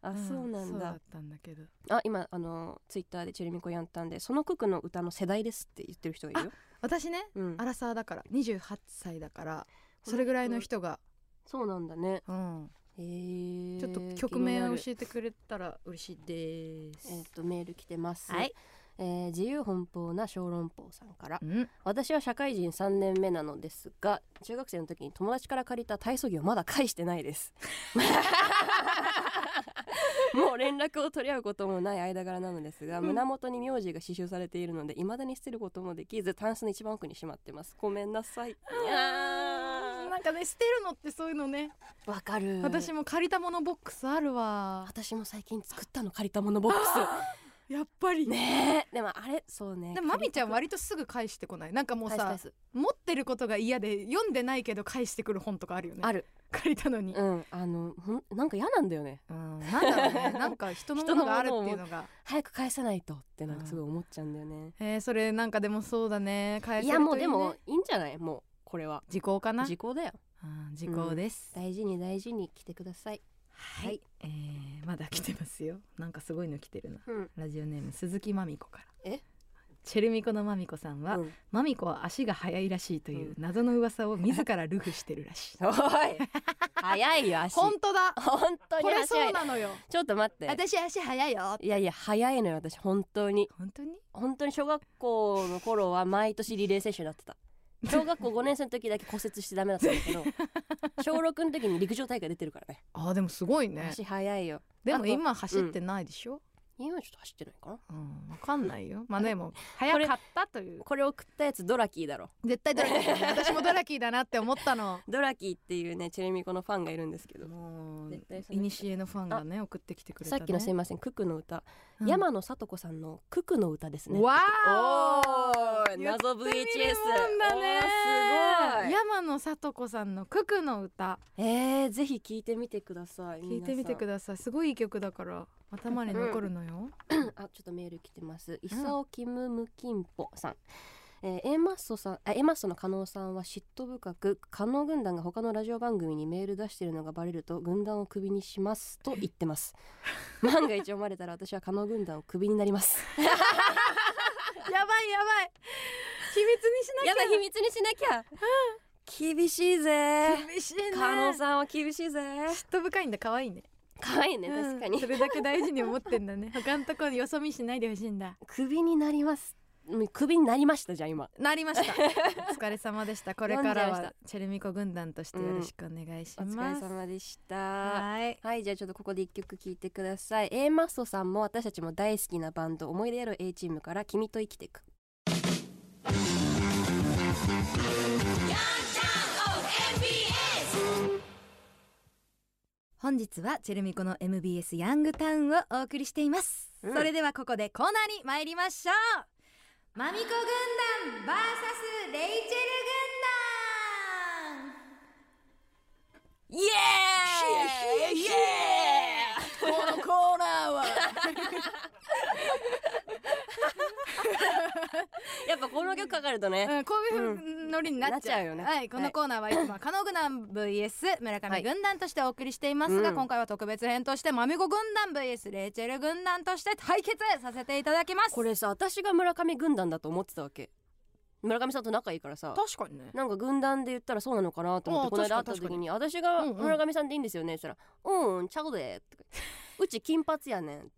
[SPEAKER 2] あ、
[SPEAKER 1] ん
[SPEAKER 2] そうなん
[SPEAKER 1] そうだ
[SPEAKER 2] だ
[SPEAKER 1] ったんだけど
[SPEAKER 2] あ今あのツイッターでチェルミコやんたんでそのククの歌の世代ですって言ってる人がいるよ
[SPEAKER 1] 私ね
[SPEAKER 2] うん
[SPEAKER 1] アラサーだから28歳だからそれぐらいの人が、
[SPEAKER 2] そうなんだね
[SPEAKER 1] うん、
[SPEAKER 2] へ
[SPEAKER 1] ち
[SPEAKER 2] ち
[SPEAKER 1] ょっと曲名を
[SPEAKER 2] え
[SPEAKER 1] 教えてくれたら嬉しいです
[SPEAKER 2] えっとメール来てます
[SPEAKER 1] はい
[SPEAKER 2] えー自由奔放な小籠包さんから
[SPEAKER 1] うん
[SPEAKER 2] 私は社会人3年目なのですが中学生の時に友達から借りた体操着をまだ返してないですもう連絡を取り合うこともない間柄なのですが胸元に名字が刺繍されているので未だに捨てることもできずタンスの一番奥にしまってますごめんなさいいや
[SPEAKER 1] なんかね捨てるのってそういうのね、
[SPEAKER 2] ーわかる
[SPEAKER 1] 私
[SPEAKER 2] も
[SPEAKER 1] も借りたものボックスあるわ
[SPEAKER 2] 私も最近作ったの借りたものボック
[SPEAKER 1] やっぱり
[SPEAKER 2] スねえでもあれそうね
[SPEAKER 1] でもマミちゃん割とすぐ返してこないなんかもう
[SPEAKER 2] 返す
[SPEAKER 1] さ
[SPEAKER 2] 返す
[SPEAKER 1] 持ってることが嫌で読んでないけど返してくる本とかあるよね
[SPEAKER 2] ある
[SPEAKER 1] 借りたのに、
[SPEAKER 2] うんあのほんなんか嫌なんだよね
[SPEAKER 1] うん、なんだろう [LAUGHS] ねなんか人のものがあるっていうのが
[SPEAKER 2] 早く返さないとってなんかすごい思っちゃうんだよね
[SPEAKER 1] えー、それなんかでもそうだね返
[SPEAKER 2] い
[SPEAKER 1] せる
[SPEAKER 2] や
[SPEAKER 1] といい、ね、
[SPEAKER 2] もうでもいいんじゃないもうこれは
[SPEAKER 1] 時効かな
[SPEAKER 2] 時効だよ
[SPEAKER 1] うん時効です、
[SPEAKER 2] 大事に大事に来てください
[SPEAKER 1] はい、
[SPEAKER 2] はい
[SPEAKER 1] えーまだ来てますよなんかすごいの来てるな
[SPEAKER 2] うん
[SPEAKER 1] ラジオネーム鈴木まみこから
[SPEAKER 2] え
[SPEAKER 1] チェルミコのまみこさん
[SPEAKER 2] [LAUGHS]
[SPEAKER 1] は、
[SPEAKER 2] うん
[SPEAKER 1] まみこは足が速いらしいという謎の噂を自らルフしてるらしい
[SPEAKER 2] おい早いよ足
[SPEAKER 1] [LAUGHS] 本当だ
[SPEAKER 2] 本当に
[SPEAKER 1] これ
[SPEAKER 2] 足
[SPEAKER 1] そ
[SPEAKER 2] 早
[SPEAKER 1] う
[SPEAKER 2] い
[SPEAKER 1] なのよ
[SPEAKER 2] ちょっと待って
[SPEAKER 1] 私足速いよ
[SPEAKER 2] いやいや早いのよ私本当に
[SPEAKER 1] 本当に
[SPEAKER 2] 本当に小学校の頃は毎年リレー選手になって [LAUGHS] た小学校5年生の時だけ骨折してダメだったんだけど [LAUGHS] 小6の時に陸上大会出てるからね
[SPEAKER 1] あーでもすごいね
[SPEAKER 2] 足早いよ
[SPEAKER 1] でも
[SPEAKER 2] あと
[SPEAKER 1] 今走ってないでしょ、
[SPEAKER 2] 今ちょっと走ってないかな
[SPEAKER 1] うんわかん [LAUGHS] ないよまあでも早かったという
[SPEAKER 2] これ送ったやつドラキーだろ
[SPEAKER 1] 絶対ドラキーだね [LAUGHS] 私もドラキーだなって思ったの
[SPEAKER 2] ドラキーっていうねチェレミコのファンがいるんですけど
[SPEAKER 1] もう
[SPEAKER 2] 絶対そ
[SPEAKER 1] い
[SPEAKER 2] の
[SPEAKER 1] に
[SPEAKER 2] 人
[SPEAKER 1] しえのファンがね送ってきてくれた、
[SPEAKER 2] さ
[SPEAKER 1] ね、
[SPEAKER 2] っきのすいませんククの歌、
[SPEAKER 1] うん
[SPEAKER 2] 山野さと子さんのククの歌ですね
[SPEAKER 1] わ
[SPEAKER 2] お
[SPEAKER 1] ー
[SPEAKER 2] ー謎
[SPEAKER 1] 言ってみる
[SPEAKER 2] VHS
[SPEAKER 1] もんだね
[SPEAKER 2] おーすごい
[SPEAKER 1] 山野さと子さんの「ククの歌
[SPEAKER 2] えー、ぜひ聞いてみてください」
[SPEAKER 1] 聞いてみてく
[SPEAKER 2] だ
[SPEAKER 1] ださいすごいいい曲だから頭に残るのよ、
[SPEAKER 2] さいあちょっとメール来てますいさおきむむきんぽさん、えー A マッソさんあ A マッソの加納さんは嫉妬深く加納軍団が他のラジオ番組にメール出してるのがバレると軍団をクビにします [LAUGHS] と言ってます万が一読まれたら私は加納軍団をクビになります
[SPEAKER 4] ばいやばい秘密にしなき
[SPEAKER 2] [LAUGHS]
[SPEAKER 4] ゃ
[SPEAKER 2] やばい秘密にしなきゃ厳しいぜ
[SPEAKER 4] 厳しいね
[SPEAKER 2] 加納さんは厳し [LAUGHS] いぜ
[SPEAKER 4] 嫉妬深いんだ可愛いね
[SPEAKER 2] 可愛いね確かに、
[SPEAKER 4] うんそれだけ大事に思ってんだね他のところよそ見しないでほしいんだ
[SPEAKER 2] クビになりますうんクビになりましたじゃん今
[SPEAKER 4] なり
[SPEAKER 1] [LAUGHS]
[SPEAKER 4] ましたお疲れ様でしたこれから
[SPEAKER 2] 飲んじゃいま
[SPEAKER 4] はチェルミコ軍団としてよろしくお願いし
[SPEAKER 2] お
[SPEAKER 4] ます、
[SPEAKER 2] 疲れ様でした
[SPEAKER 4] はい
[SPEAKER 2] はいじゃあちょっとここで一曲聴いてください A マッソさんも私たちも大好きなバンド思い出ある A チームから君と生きてく
[SPEAKER 4] 本日はチェルミコの MBS ヤングタウンをお送りしています、
[SPEAKER 2] うん
[SPEAKER 4] それではここでコーナーに参りましょうマミコ軍団 VS レイチェル軍団
[SPEAKER 2] イエーイ
[SPEAKER 5] このコーナーは
[SPEAKER 2] やっぱこの曲かかるとね、
[SPEAKER 4] うん、こういうふうなノリになっちゃう,、
[SPEAKER 2] うんなっちゃうよね
[SPEAKER 4] はい、このコーナーはいつもはカノグナン VS 村上軍団としてお送りしていますが、
[SPEAKER 2] うん
[SPEAKER 4] 今回は特別編としてマミコ軍団 VS レイチェル軍団として対決させていただきます。
[SPEAKER 2] これさ私が村上軍団だと思ってたわけ村上さんと仲いいからさ
[SPEAKER 4] 確かにね。
[SPEAKER 2] なんか軍団で言ったらそうなのかなと思っ
[SPEAKER 4] あ
[SPEAKER 2] て
[SPEAKER 4] ー
[SPEAKER 2] この間会っ
[SPEAKER 4] 確か
[SPEAKER 2] た
[SPEAKER 4] に
[SPEAKER 2] 時に私が
[SPEAKER 4] うんうん
[SPEAKER 2] 村上さんでいいんですよねって言ったら「うんちゃうで」とか「うち金髪やねん」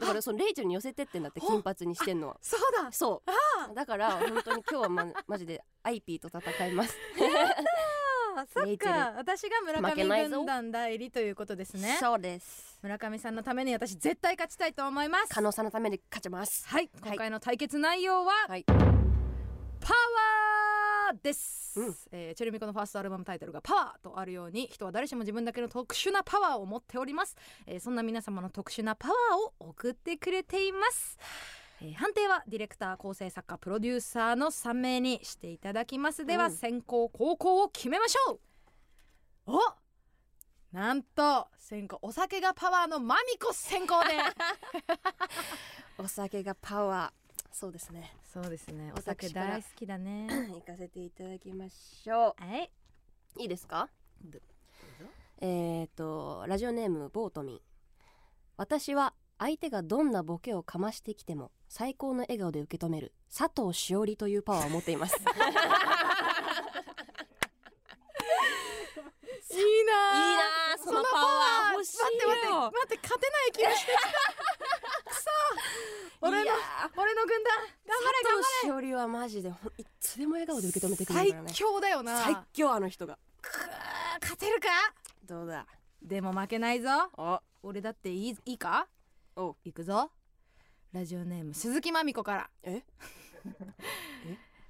[SPEAKER 2] だからそのレイチェルに寄せてってんだって金髪にしてんのは
[SPEAKER 4] そうだ。
[SPEAKER 2] そうだから本当に今日はま [LAUGHS] マジでアイピーと戦います
[SPEAKER 4] あそ
[SPEAKER 2] レ
[SPEAKER 4] っ
[SPEAKER 2] イチェ
[SPEAKER 4] か。私が村
[SPEAKER 2] 負けない
[SPEAKER 4] 上
[SPEAKER 2] ぞ
[SPEAKER 4] 軍団代理ということですね。
[SPEAKER 2] そうです
[SPEAKER 4] 村上さんのために私絶対勝ちたいと思います。
[SPEAKER 2] 加納さんのために勝ちます
[SPEAKER 4] はい、今回の対決内容は、
[SPEAKER 2] はい
[SPEAKER 4] パワーです、
[SPEAKER 2] うん
[SPEAKER 4] えーチェルミコのファーストアルバムタイトルが「パワー」とあるように人は誰しも自分だけの特殊なパワーを持っております、えーそんな皆様の特殊なパワーを送ってくれています、えー判定はディレクター構成作家プロデューサーの3名にしていただきますでは、
[SPEAKER 2] うん
[SPEAKER 4] 先行後攻を決めましょうおなんと先行お酒がパワーのマミコ先行で
[SPEAKER 2] お酒がパワーそうですね
[SPEAKER 4] そうですねお酒
[SPEAKER 2] 私から
[SPEAKER 4] 大好きだね
[SPEAKER 2] [CLEARS THROAT] 行かせていただきましょ
[SPEAKER 4] はい。
[SPEAKER 2] ういいですか
[SPEAKER 4] ど
[SPEAKER 2] えっ、とラジオネームボートミン私は相手がどんなボケをかましてきても最高の笑顔で受け止める佐藤しおりというパワーを持 [LAUGHS] っています
[SPEAKER 4] いいなー。いい
[SPEAKER 2] なーそのパワー欲しいよ
[SPEAKER 4] 待って待って待って勝てない気がしてきた。くそー。
[SPEAKER 2] い
[SPEAKER 4] 俺の
[SPEAKER 2] や
[SPEAKER 4] 俺の軍団
[SPEAKER 2] 佐藤しおりはマジでほんいつでも笑顔で受け止めてくれる
[SPEAKER 4] 最
[SPEAKER 2] からね
[SPEAKER 4] 強だよな。
[SPEAKER 2] 最強あの人が
[SPEAKER 4] くー勝てるか？
[SPEAKER 2] どうだ
[SPEAKER 4] でも負けないぞ。
[SPEAKER 2] お
[SPEAKER 4] 俺だっていいいいか？
[SPEAKER 2] お
[SPEAKER 4] 行くぞ。ラジオネーム鈴木まみこから。 [LAUGHS]
[SPEAKER 2] え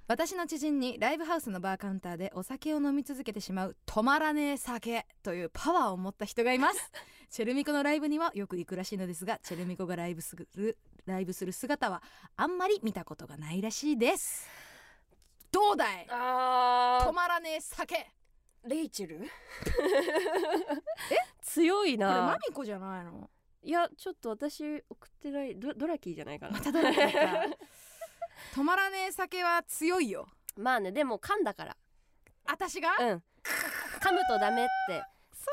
[SPEAKER 4] 私の知人にライブハウスのバーカウンターでお酒を飲み続けてしまう止まらねえ酒というパワーを持った人がいます
[SPEAKER 2] [LAUGHS]
[SPEAKER 4] チェルミコのライブにはよく行くらしいのですがチェルミコがライブするライブする姿はあんまり見たことがないらしいですどうだい
[SPEAKER 2] あ
[SPEAKER 4] 止まらねえ酒こ
[SPEAKER 2] レイチェルえ強い
[SPEAKER 4] れマ
[SPEAKER 2] な
[SPEAKER 4] ミコじゃないの
[SPEAKER 2] いやちょっと私送ってないドドラキーじゃないかな
[SPEAKER 4] またどうだったか止まらねえ酒は強いよ
[SPEAKER 2] まあねでも噛んだから
[SPEAKER 4] 私が、
[SPEAKER 2] うん噛むとダメって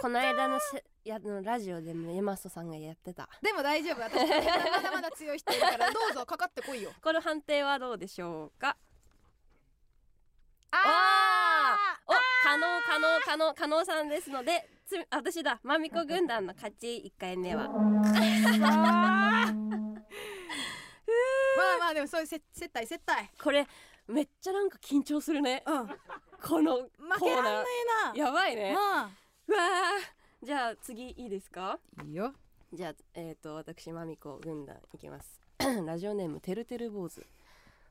[SPEAKER 2] この間のせやのラジオでもエマストさんがやってた
[SPEAKER 4] でも大丈夫私まだまだ強い人いるからどうぞかかってこいよ
[SPEAKER 2] この判定はどうでしょうか
[SPEAKER 4] あ
[SPEAKER 2] あお可能可能可能可能さんですのでつ私だまみこ軍団の勝ち1回目は [LAUGHS]
[SPEAKER 4] まあまあでもそういう接接待接待
[SPEAKER 2] これめっちゃなんか緊張するね
[SPEAKER 4] うん
[SPEAKER 2] この
[SPEAKER 4] 負
[SPEAKER 2] コ
[SPEAKER 4] けら
[SPEAKER 2] ー
[SPEAKER 4] んね
[SPEAKER 2] ナ
[SPEAKER 4] えな
[SPEAKER 2] ーやばいね
[SPEAKER 4] ま
[SPEAKER 2] うわーじゃあ次いいですか
[SPEAKER 4] あいいよ
[SPEAKER 2] じゃあえっ、と私まみこ軍団いきます [CLEARS THROAT] ラジオネームてるてる坊主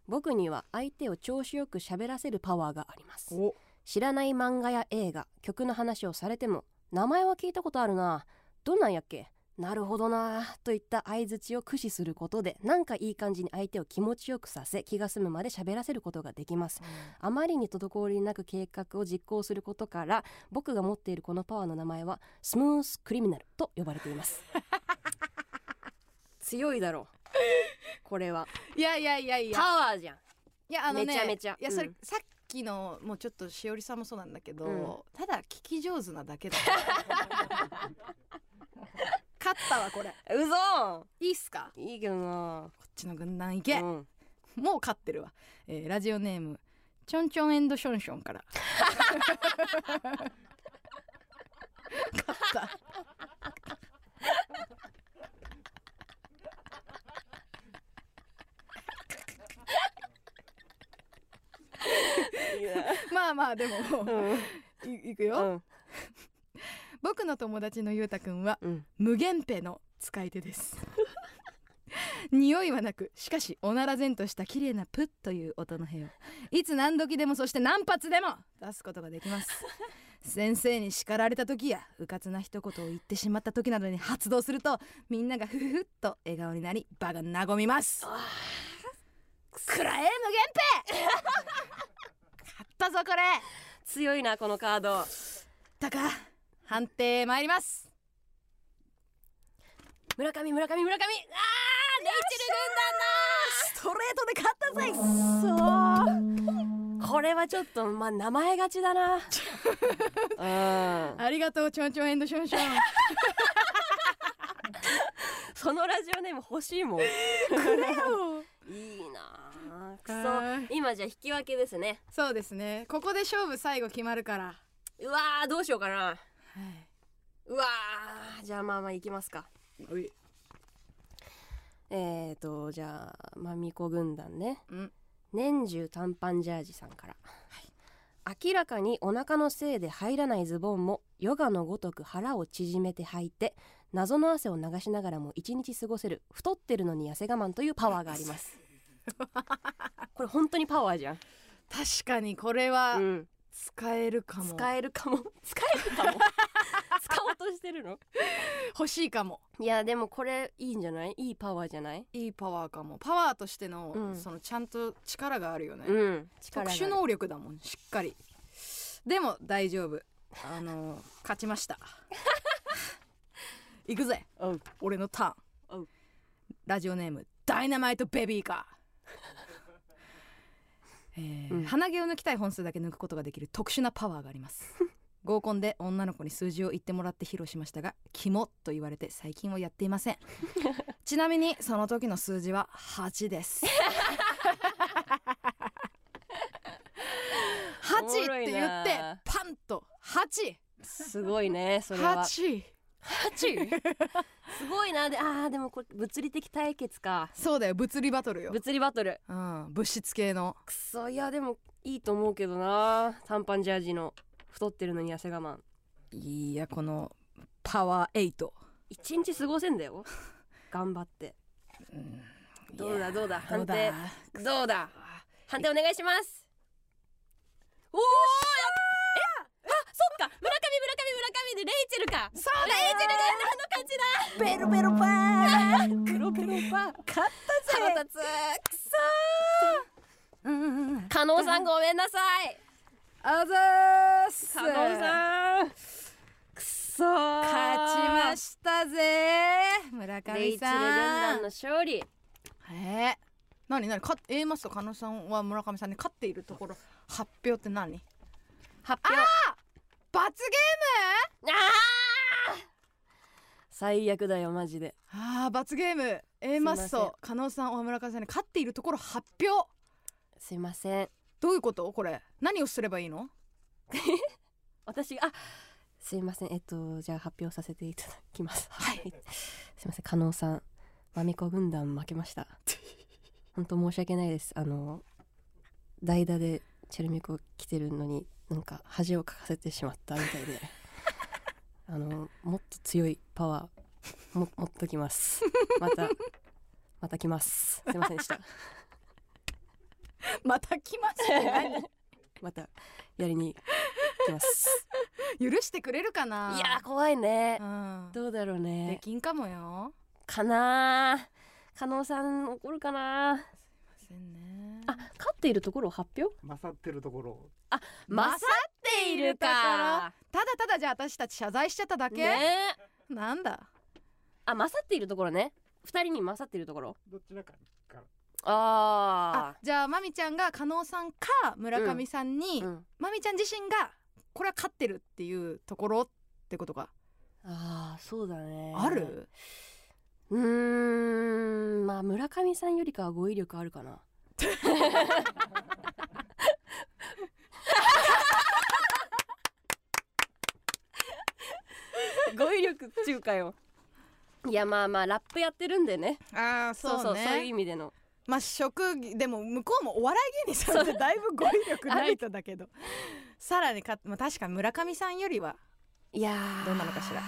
[SPEAKER 2] 僕には相手を調子よく喋らせるパワーがあります
[SPEAKER 4] お
[SPEAKER 2] 知らない漫画や映画曲の話をされても名前は聞いたことあるなどんなんやっけなるほどなといった相づちを駆使することでなんかいい感じに相手を気持ちよくさせ気が済むまで喋らせることができますあまりに滞りなく計画を実行することから僕が持っているこのパワーの名前はスムースクリミナルと呼ばれています
[SPEAKER 1] [LAUGHS]
[SPEAKER 2] 強いだろこれはい
[SPEAKER 4] やいやいやいや
[SPEAKER 2] パワーじゃん
[SPEAKER 1] いやあのね
[SPEAKER 2] めちゃめちゃ
[SPEAKER 1] いやそれ、
[SPEAKER 2] うん
[SPEAKER 1] さっきのもうちょっとしおりさんもそうなんだけど、
[SPEAKER 2] う
[SPEAKER 1] た
[SPEAKER 2] ん
[SPEAKER 1] だ聞き上手なだ
[SPEAKER 2] [LAUGHS]
[SPEAKER 1] けだ勝ったわこれ
[SPEAKER 2] うそ
[SPEAKER 1] いいっすか
[SPEAKER 2] いいけどな
[SPEAKER 1] こっちの軍団行け、
[SPEAKER 2] うん
[SPEAKER 1] もう勝ってるわ、えーラジオネームちょんちょんエンドションションから勝ったまあまあでもも
[SPEAKER 2] うん
[SPEAKER 1] ういいくよ、
[SPEAKER 2] うん
[SPEAKER 1] 僕の友達のゆうたくんは
[SPEAKER 2] うん
[SPEAKER 1] 無限ペの使い手です [LAUGHS] 匂いはなくしかしおなら然とした綺麗なプッという音の部屋をいつ何時でもそして何発でも出すことができ [LAUGHS] ます先生に叱られた時やうかつな一言を言ってしまった時などに発動するとみんながふふふっと笑顔になり場が和みますくらえ無限ペ [LAUGHS] 買ったぞこれ
[SPEAKER 2] 強いなこのカード
[SPEAKER 1] だか判定参ります
[SPEAKER 2] 村上村上村上あーレイチ
[SPEAKER 1] ストレートで勝ったぜ
[SPEAKER 2] ェル軍団これはちょっとまあ名前勝ちだなうん
[SPEAKER 1] ありがとうちょんちょんエンドションション
[SPEAKER 2] [LAUGHS] そのラジオネーム欲しいもん。いいなあ。く
[SPEAKER 1] は
[SPEAKER 2] そ。今じゃ引き分けですね。
[SPEAKER 1] [LAUGHS] そうですねここで勝負最後決まるから、は
[SPEAKER 2] うわあ、どうしようかな。うわあ、じゃあまあまあ行きますか。
[SPEAKER 1] い、
[SPEAKER 2] えーと、じゃあ、まみこ軍団ね。
[SPEAKER 1] うん
[SPEAKER 2] 年中短パンジャージさんから。明らかにお腹のせいで入らないズボンもヨガのごとく腹を縮めて履いて謎の汗を流しながらも一日過ごせる太ってるのに痩せ我慢というパワーがあります
[SPEAKER 1] [LAUGHS]
[SPEAKER 2] これ本当にパワーじゃん
[SPEAKER 1] 確かにこれは
[SPEAKER 2] うん、
[SPEAKER 1] 使えるかも、
[SPEAKER 2] 使えるかも使えるかも
[SPEAKER 1] [LAUGHS]
[SPEAKER 2] 使おうとしてるの
[SPEAKER 1] 欲しいかも
[SPEAKER 2] いやでもこれいいんじゃないいいパワーじゃない
[SPEAKER 1] いいパワーかもパワーとしての、
[SPEAKER 2] うん
[SPEAKER 1] そのちゃんと力があるよね、
[SPEAKER 2] うん
[SPEAKER 1] 特
[SPEAKER 2] 力がある
[SPEAKER 1] 殊能力だもんしっかりでも大丈夫あの勝ちました
[SPEAKER 2] [LAUGHS]
[SPEAKER 1] 行くぜ
[SPEAKER 2] おう
[SPEAKER 1] 俺のター
[SPEAKER 2] お
[SPEAKER 1] ン
[SPEAKER 2] う
[SPEAKER 1] ラジオネームダイナマイトベビーカー、えー
[SPEAKER 2] うん
[SPEAKER 1] 鼻毛を抜きたい本数だけ抜くことができる特殊なパワーがあります合コンで女の子に数字を言ってもらって披露しましたが「キモ」と言われて最近はやっていま
[SPEAKER 2] [LAUGHS]
[SPEAKER 1] せんちなみにその時の数字は8です
[SPEAKER 2] おも
[SPEAKER 1] 8
[SPEAKER 2] ろ
[SPEAKER 1] っ
[SPEAKER 2] い
[SPEAKER 1] て言
[SPEAKER 2] な
[SPEAKER 1] ってパンと 8!
[SPEAKER 2] すご
[SPEAKER 1] [LAUGHS]
[SPEAKER 2] いねそれは [LAUGHS] す
[SPEAKER 1] 8!
[SPEAKER 2] ごいなであーでもこれ物理的対決か
[SPEAKER 1] そうだよ物理バトルよ、
[SPEAKER 2] 物理バトル
[SPEAKER 1] うん、物質系の
[SPEAKER 2] くそいやでもいいと思うけどな短パンジャージの太ってるのに痩せ我慢
[SPEAKER 1] いやこのパワー8、
[SPEAKER 2] 一日過ごせん
[SPEAKER 1] [LAUGHS]
[SPEAKER 2] だよ頑張って
[SPEAKER 1] うん
[SPEAKER 2] どう
[SPEAKER 1] いや
[SPEAKER 2] だどうだ
[SPEAKER 1] ど
[SPEAKER 2] 判
[SPEAKER 1] うだ
[SPEAKER 2] 定どうだ判定お願いしますおおやえあそっか村上村上村上でレイチェルか
[SPEAKER 1] そう
[SPEAKER 2] レイチェルが何の感じだ
[SPEAKER 4] ベロベ
[SPEAKER 2] 黒
[SPEAKER 4] ロパー
[SPEAKER 2] ペロパ
[SPEAKER 4] 勝ったぜ
[SPEAKER 2] 腹立つくそー加納さんごめんなさい
[SPEAKER 1] あざーす
[SPEAKER 2] 加納さんくそー
[SPEAKER 1] 勝ちましたぜ村
[SPEAKER 2] レイ
[SPEAKER 1] 上
[SPEAKER 2] チェル軍
[SPEAKER 1] さん
[SPEAKER 2] 団の勝利
[SPEAKER 1] えー、なになにか A マスと加納さんは村上さんに勝っているところ発表って何
[SPEAKER 2] 発表あ
[SPEAKER 1] 罰ゲ
[SPEAKER 2] あー最悪だよマジで
[SPEAKER 1] ームあー罰ゲーム A マスと加納さんは村上さんに勝っているところ発表
[SPEAKER 2] すいません
[SPEAKER 1] どういうことこれ何をすればいいの
[SPEAKER 2] 私があすいませんえっとじゃあ発表させていただきますはいすいません加納さんまみこ軍団負けま [LAUGHS] した本当申し訳ないですあの代打でチェルミコ来てるのになんか恥をかかせてしまったみたい [LAUGHS] であのもっと強いパワーも持っときますまたまた来ますすいませんでした [LAUGHS]
[SPEAKER 1] また来ましたね
[SPEAKER 2] またやりに来ます
[SPEAKER 1] [LAUGHS] 許してくれるかない
[SPEAKER 2] やー怖いね
[SPEAKER 1] うん
[SPEAKER 2] どうだろうね
[SPEAKER 1] できんかもよ
[SPEAKER 2] かなあ加納さん怒るかなあ
[SPEAKER 1] すいませんね
[SPEAKER 2] あ勝っているところを発表
[SPEAKER 6] 勝ってるところを
[SPEAKER 2] 勝っているか
[SPEAKER 1] ただただじゃあ私たち謝罪しちゃっただけ、
[SPEAKER 2] ねえ
[SPEAKER 1] なんだ
[SPEAKER 2] あ勝っているところね二人に勝っているところ
[SPEAKER 6] どちらかから
[SPEAKER 2] ああ
[SPEAKER 1] あじゃあまみちゃんが加納さんか村上さんに、
[SPEAKER 2] ーうん
[SPEAKER 1] まみちゃん自身がこれは勝ってるっていうところってことが
[SPEAKER 2] あーそうだね
[SPEAKER 1] ある、
[SPEAKER 2] うーんまあ村上さんよりかは語彙力あるかな語彙力っていうかよいやまあまあラップやってるんでね
[SPEAKER 1] ああ
[SPEAKER 2] そうそうそういう意味での
[SPEAKER 1] まあ職業でも向こうもお笑い芸人さんってだいぶ語彙力ないとだけどさらにか、まあ、確かに村上さんよりはい
[SPEAKER 2] やー
[SPEAKER 1] どうなのかしらい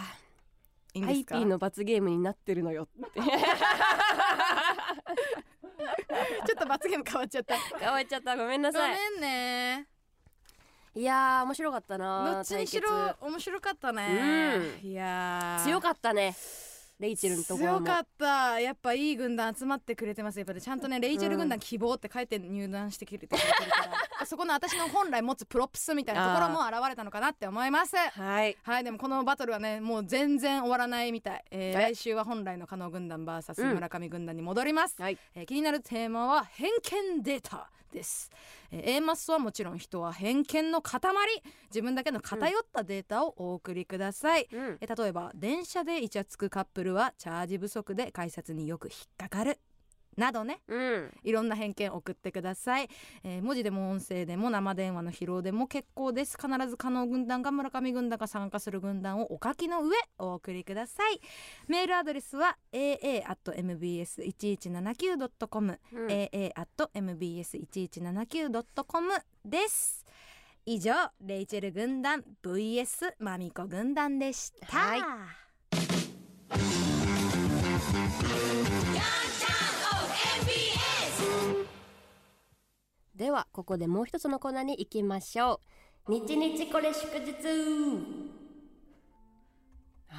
[SPEAKER 1] いん
[SPEAKER 2] ア
[SPEAKER 1] です
[SPEAKER 2] イ
[SPEAKER 1] か
[SPEAKER 2] IP の罰ゲームになってるのよって
[SPEAKER 1] ちょっと罰ゲーム変わっち [LAUGHS] ゃった
[SPEAKER 2] 変わっちゃったごめんなさい
[SPEAKER 1] んね
[SPEAKER 2] いやー面白かったな
[SPEAKER 1] どっちにしろ
[SPEAKER 2] 対
[SPEAKER 1] 面白かったね、いや
[SPEAKER 2] 決
[SPEAKER 1] ー
[SPEAKER 2] 強かったねレイチェルのところ
[SPEAKER 1] 強
[SPEAKER 2] も
[SPEAKER 1] かったやっぱいい軍団集まってくれてますやっぱねちゃんとねレイチェル軍団希望って書いて入団してきてくれてるから、
[SPEAKER 2] [LAUGHS]
[SPEAKER 1] そこの私の本来持つプロップスみたいなところも現れたのかなって思います
[SPEAKER 2] はい
[SPEAKER 1] はいでもこのバトルはねもう全然終わらないみたい、えー
[SPEAKER 2] え
[SPEAKER 1] 来週は本来の加納軍団 VS 村上軍団に戻ります、
[SPEAKER 2] はい
[SPEAKER 1] えー気になるテーマは偏見データです、えー A マスはもちろん人は偏見の塊自分だけの偏ったデータをお送りください、
[SPEAKER 2] うん
[SPEAKER 1] え例えば電車でイチャつくカップルはチャージ不足で改札によく引っかかるなどね
[SPEAKER 2] うん
[SPEAKER 1] いろんな偏見送ってください、えー文字でも音声でも生電話の披露でも結構です必ず加納軍団か村上軍団が参加する軍団をお書きの上お送りくださいメールアドレスは aa.mbs1179.com
[SPEAKER 2] うん
[SPEAKER 1] aa.mbs1179.com です以上レイチェル軍団 vs マミコ軍団でした、
[SPEAKER 2] はいではここでもう一つのコーナーに行きましょう日日これ祝日あ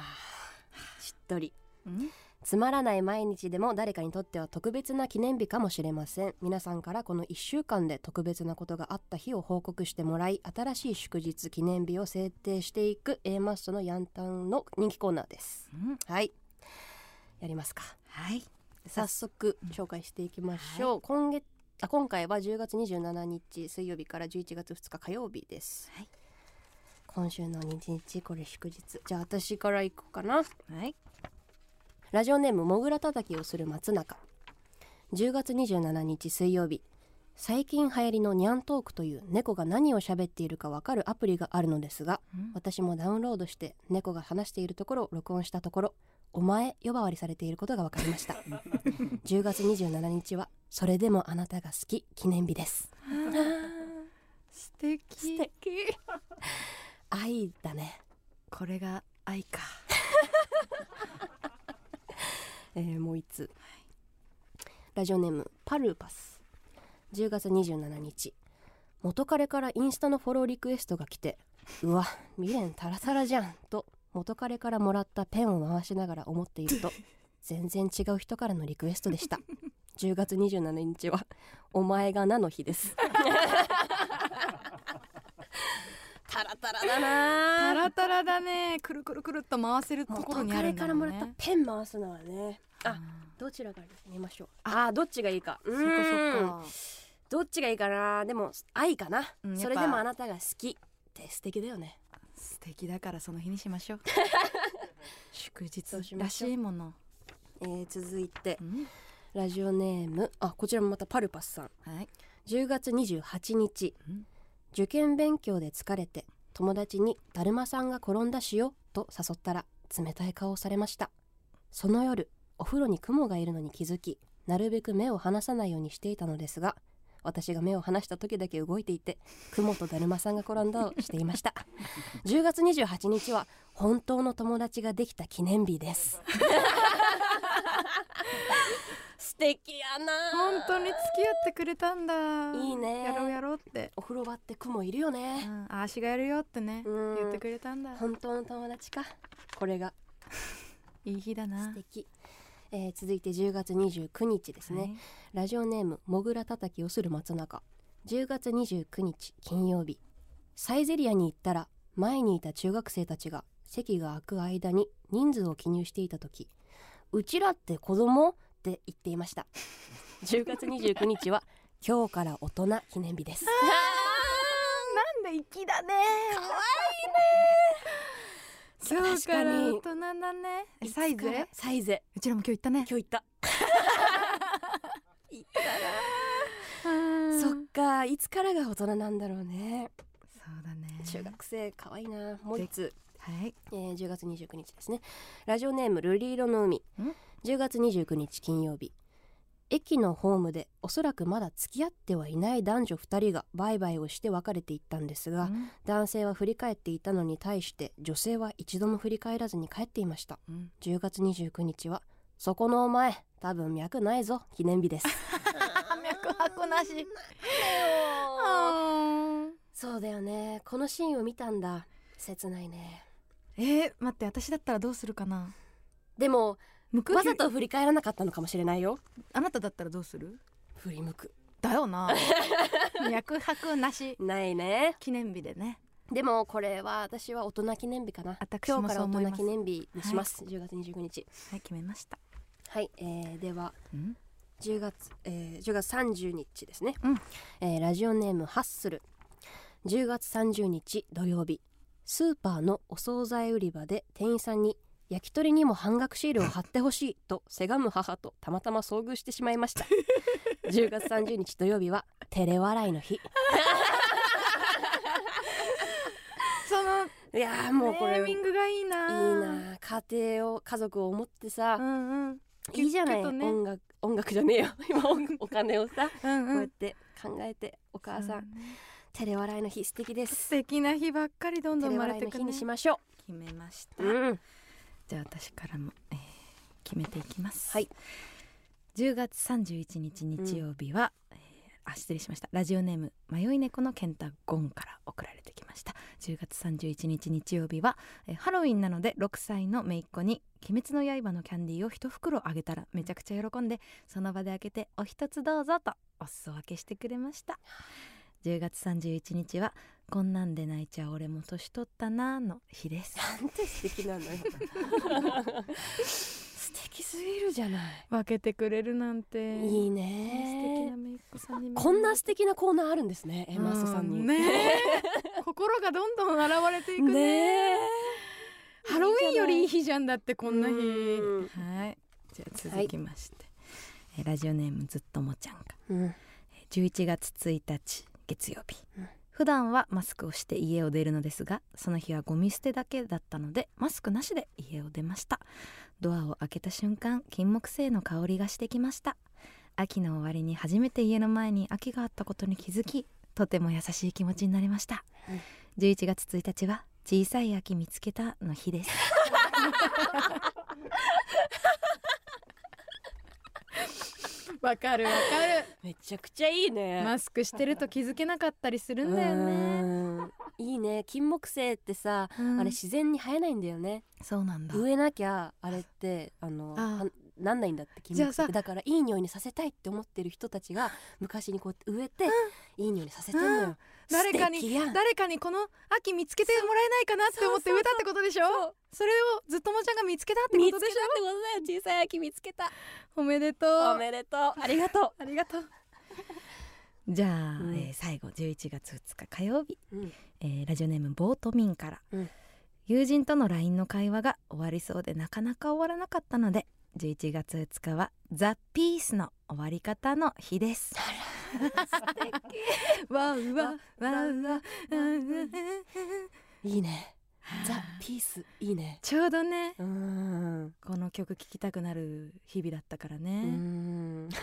[SPEAKER 2] ーしっとり
[SPEAKER 1] うん
[SPEAKER 2] つまらない毎日でも誰かにとっては特別な記念日かもしれません皆さんからこの1週間で特別なことがあった日を報告してもらい新しい祝日記念日を制定していく A マストのヤンタンの人気コーナーです
[SPEAKER 1] うん
[SPEAKER 2] はいやりますか
[SPEAKER 1] はい
[SPEAKER 2] 早速紹介していきましょう、今月あ今回は10月27日水曜日から11月2日火曜日です、
[SPEAKER 1] はい
[SPEAKER 2] 今週の日日これ祝日じゃあ私から行こうかな
[SPEAKER 1] はい
[SPEAKER 2] ラジオネームもぐらたたきをする松中10月27日水曜日最近流行りのニャントークという猫が何を喋っているかわかるアプリがあるのですが私もダウンロードして猫が話しているところを録音したところ「お前」呼ばわりされていることが分かりました10月27日は「それでもあなたが好き」記念日です
[SPEAKER 1] 素敵
[SPEAKER 2] 敵愛だね
[SPEAKER 1] これが愛か
[SPEAKER 2] [LAUGHS] えーもう一つ、ラジオネームパルーパス10月27日元彼からインスタのフォローリクエストが来てうわ未練タラタラじゃんと元彼からもらったペンを回しながら思ってい
[SPEAKER 1] [LAUGHS]
[SPEAKER 2] ると全然違う人からのリクエストでした10月27日はお前がなの日です
[SPEAKER 1] [LAUGHS]
[SPEAKER 2] [LAUGHS] タラタラだ
[SPEAKER 1] タ
[SPEAKER 2] な
[SPEAKER 1] ラタラだねくるくるくるっと回せるところ
[SPEAKER 2] 元
[SPEAKER 1] にある
[SPEAKER 2] 彼
[SPEAKER 1] ん
[SPEAKER 2] か
[SPEAKER 1] だ
[SPEAKER 2] ら
[SPEAKER 1] ろ
[SPEAKER 2] も
[SPEAKER 1] う
[SPEAKER 2] らった
[SPEAKER 1] ね
[SPEAKER 2] ペン回すのはねあどちらから見ましょうあーどっちがいいか
[SPEAKER 1] そっか
[SPEAKER 2] う
[SPEAKER 1] そ
[SPEAKER 2] ん
[SPEAKER 1] っか
[SPEAKER 2] どっちがいいかなでも愛かな、
[SPEAKER 1] うんやっぱ
[SPEAKER 2] それでもあなたが好きって素敵だよね
[SPEAKER 1] 素敵だからその日にしましょう祝日
[SPEAKER 2] そうしま
[SPEAKER 1] ら
[SPEAKER 2] しょう
[SPEAKER 1] しいもの
[SPEAKER 2] えー続いて
[SPEAKER 1] うん
[SPEAKER 2] ラジオネームあこちらもまたパルパスさん
[SPEAKER 1] はい
[SPEAKER 2] 10月28日、
[SPEAKER 1] うん
[SPEAKER 2] 受験勉強で疲れて友達に「だるまさんが転んだしよ」と誘ったら冷たい顔をされましたその夜お風呂に雲がいるのに気づきなるべく目を離さないようにしていたのですが私が目を離した時だけ動いていて雲とだるまさんが転んだをしていました
[SPEAKER 1] [LAUGHS]
[SPEAKER 2] 10月28日は本当の友達ができた記念日です
[SPEAKER 1] [LAUGHS]
[SPEAKER 2] 素敵やな
[SPEAKER 1] 本当に付き合ってくれたんだ
[SPEAKER 2] いいね
[SPEAKER 1] やろうやろうって
[SPEAKER 2] お風呂場って雲いるよ
[SPEAKER 1] う
[SPEAKER 2] ね、
[SPEAKER 1] んあ足がやるよってね
[SPEAKER 2] うん
[SPEAKER 1] 言ってくれたんだ
[SPEAKER 2] 本当の友達かこれが
[SPEAKER 1] いい日だ
[SPEAKER 2] 素
[SPEAKER 1] な
[SPEAKER 2] 敵、えー続いて10月29日ですね、
[SPEAKER 1] はい
[SPEAKER 2] ラジオネームもぐらたたきをする松中10月29日金曜日サイゼリアに行ったら前にいた中学生たちが席が空く間に
[SPEAKER 1] [LAUGHS]
[SPEAKER 2] 人数を記入していた時うちらって子供って言っていました10月29日は今日から大人記念日です
[SPEAKER 3] なんで粋だね
[SPEAKER 1] 今日から大
[SPEAKER 2] 確
[SPEAKER 1] 人だねえサイズ
[SPEAKER 2] サイゼ
[SPEAKER 1] うちらも今日行ったね
[SPEAKER 2] 今日
[SPEAKER 1] [LAUGHS]
[SPEAKER 2] 行った
[SPEAKER 1] そ
[SPEAKER 2] そっ
[SPEAKER 1] う
[SPEAKER 2] かいつからが大人なんだろうね
[SPEAKER 1] そうだね
[SPEAKER 2] 中学生可愛いなもう一つ
[SPEAKER 1] はい
[SPEAKER 2] えー10月29日ですねラジオネーム瑠璃色の海10月29日金曜日駅のホームでおそらくまだ付き合ってはいない男女2人がバイバイをして別れていったんですが、
[SPEAKER 1] うん
[SPEAKER 2] 男性は振り返っていたのに対して女性は一度も振り返らずに帰っていました
[SPEAKER 1] うん
[SPEAKER 2] 10月29日は「そこのお前多分脈ないぞ」記念日です
[SPEAKER 1] [LAUGHS] 脈拍なし
[SPEAKER 2] そうだよねこのシーンを見たんだ切ないね
[SPEAKER 1] えー、待って私だったらどうするかな
[SPEAKER 2] でも
[SPEAKER 1] 向く
[SPEAKER 2] わざと振り返らなかったのかもしれないよ
[SPEAKER 1] あなただったらどうする
[SPEAKER 2] 振り向く
[SPEAKER 1] だよな脈拍なし
[SPEAKER 2] ないね
[SPEAKER 1] 記念日でね
[SPEAKER 2] でもこれは私は大人記念日かな
[SPEAKER 1] 私
[SPEAKER 2] 今
[SPEAKER 1] も
[SPEAKER 2] 日か
[SPEAKER 1] そう
[SPEAKER 2] ら
[SPEAKER 1] 思
[SPEAKER 2] 大
[SPEAKER 1] い
[SPEAKER 2] 人
[SPEAKER 1] ます
[SPEAKER 2] 記念日にします、10月29日
[SPEAKER 1] はい決めました
[SPEAKER 2] はい、えー、では
[SPEAKER 1] うん
[SPEAKER 2] 10月、えー、10月30日ですね、
[SPEAKER 1] うん
[SPEAKER 2] えーラジオネームハッスル10月30日土曜日スーパーのお惣菜売り場で店員さんに焼き鳥にも半額シールを貼ってほしいとせがむ母とたまたま遭遇してしまい
[SPEAKER 1] [LAUGHS]
[SPEAKER 2] ました10月30日土曜日は照れ笑いの日
[SPEAKER 1] その
[SPEAKER 2] いやーもうこれ
[SPEAKER 1] ネー
[SPEAKER 2] い
[SPEAKER 1] ミ
[SPEAKER 2] い
[SPEAKER 1] ングがいいない
[SPEAKER 2] なー家庭を家族を思ってさ
[SPEAKER 1] う、んうん
[SPEAKER 2] いいじゃない、
[SPEAKER 1] きっとね
[SPEAKER 2] 音楽音楽じゃねえよ [LAUGHS] 今おお金をさ、
[SPEAKER 1] うん
[SPEAKER 2] こ
[SPEAKER 1] う
[SPEAKER 2] うやっ
[SPEAKER 1] ん
[SPEAKER 2] て考えてお母さん、
[SPEAKER 1] そうね
[SPEAKER 2] 照れ笑いの日素敵です
[SPEAKER 1] 素敵な日ばっかりどんどん生まれてくね
[SPEAKER 2] にし
[SPEAKER 1] 決
[SPEAKER 2] ましょ
[SPEAKER 1] めました、
[SPEAKER 2] う。うん。
[SPEAKER 1] じゃあ私からも、えー決めていきます
[SPEAKER 2] はい
[SPEAKER 1] 10月31日日曜日は、えーあ失礼しましたラジオネーム迷い猫のケンタゴンから送られてきました10月31日日曜日は、えーハロウィンなので6歳の姪っ子に鬼滅の刃のキャンディーを一袋あげたらめちゃくちゃ喜んでその場で開けてお一つどうぞとお裾分けしてくれました10月31日はこんなんで泣いちゃ俺も年取ったなーの日です
[SPEAKER 2] なんて素敵なのよ。 [LAUGHS] 素敵すぎるじゃない。
[SPEAKER 1] 分けてくれるなんて素敵
[SPEAKER 2] いい
[SPEAKER 1] な
[SPEAKER 2] ね。
[SPEAKER 1] メイクさんに恵まれて
[SPEAKER 2] こんな素敵なコーナーあるんですね。エマッソさん
[SPEAKER 1] う
[SPEAKER 2] に。
[SPEAKER 1] ねえ心がどんどん現れていくね
[SPEAKER 2] ねえ。
[SPEAKER 1] ハロウィンよりいい日じゃんだってこんな日
[SPEAKER 2] うん
[SPEAKER 1] はいじゃあ続きまして、えーラジオネームずっともちゃんが
[SPEAKER 2] うん。
[SPEAKER 1] 11月1日月曜日、
[SPEAKER 2] うん
[SPEAKER 1] 普段はマスクをして家を出るのですがその日はゴミ捨てだけだったのでマスクなしで家を出ましたドアを開けた瞬間金木犀の香りがしてきました秋の終わりに初めて家の前に秋があったことに気づきとても優しい気持ちになりました、11月1日は小さい秋見つけたの日ですわかるわかる
[SPEAKER 2] めちゃくちゃいいね。
[SPEAKER 1] マスクしてると気づけなかったりするんだよね。
[SPEAKER 2] うん。いいね。金木犀ってさ、
[SPEAKER 1] うん
[SPEAKER 2] あれ自然に生えないんだよね。
[SPEAKER 1] そうなんだ。
[SPEAKER 2] 植えなきゃあれってあの
[SPEAKER 1] あー
[SPEAKER 2] はなんないんだって金
[SPEAKER 1] じゃあ
[SPEAKER 2] 木
[SPEAKER 1] さ
[SPEAKER 2] 犀ってだからいい匂いにさせたいって思ってる人たちが昔にこうやって植えて、いい匂いにさせてんのよ、
[SPEAKER 1] うん誰かに
[SPEAKER 2] 素敵やん
[SPEAKER 1] 誰かにこの秋見つけてもらえないかなって思って植えたってことでしょそれをずっともちゃんが見つけたってことでし
[SPEAKER 2] 小さい秋見つけた
[SPEAKER 1] ょおめでとう
[SPEAKER 2] おめでとうありがと
[SPEAKER 1] ありがとうじゃあ、
[SPEAKER 2] うん
[SPEAKER 1] えー最後11月2日火曜日、
[SPEAKER 2] う、
[SPEAKER 1] えーラジオネームボートミンから、
[SPEAKER 2] うん
[SPEAKER 1] 友人との LINE の会話が終わりそうでなかなか終わらなかったので11月2日はザ・ピースの終わり方の日です [LAUGHS] わうわわうわ
[SPEAKER 2] いいねザ
[SPEAKER 1] ザ・
[SPEAKER 2] ピースいいね
[SPEAKER 1] ちょうどね
[SPEAKER 2] うーん
[SPEAKER 1] この曲聴きたくなる日々だったから
[SPEAKER 2] うー
[SPEAKER 1] ね
[SPEAKER 2] ん [LAUGHS]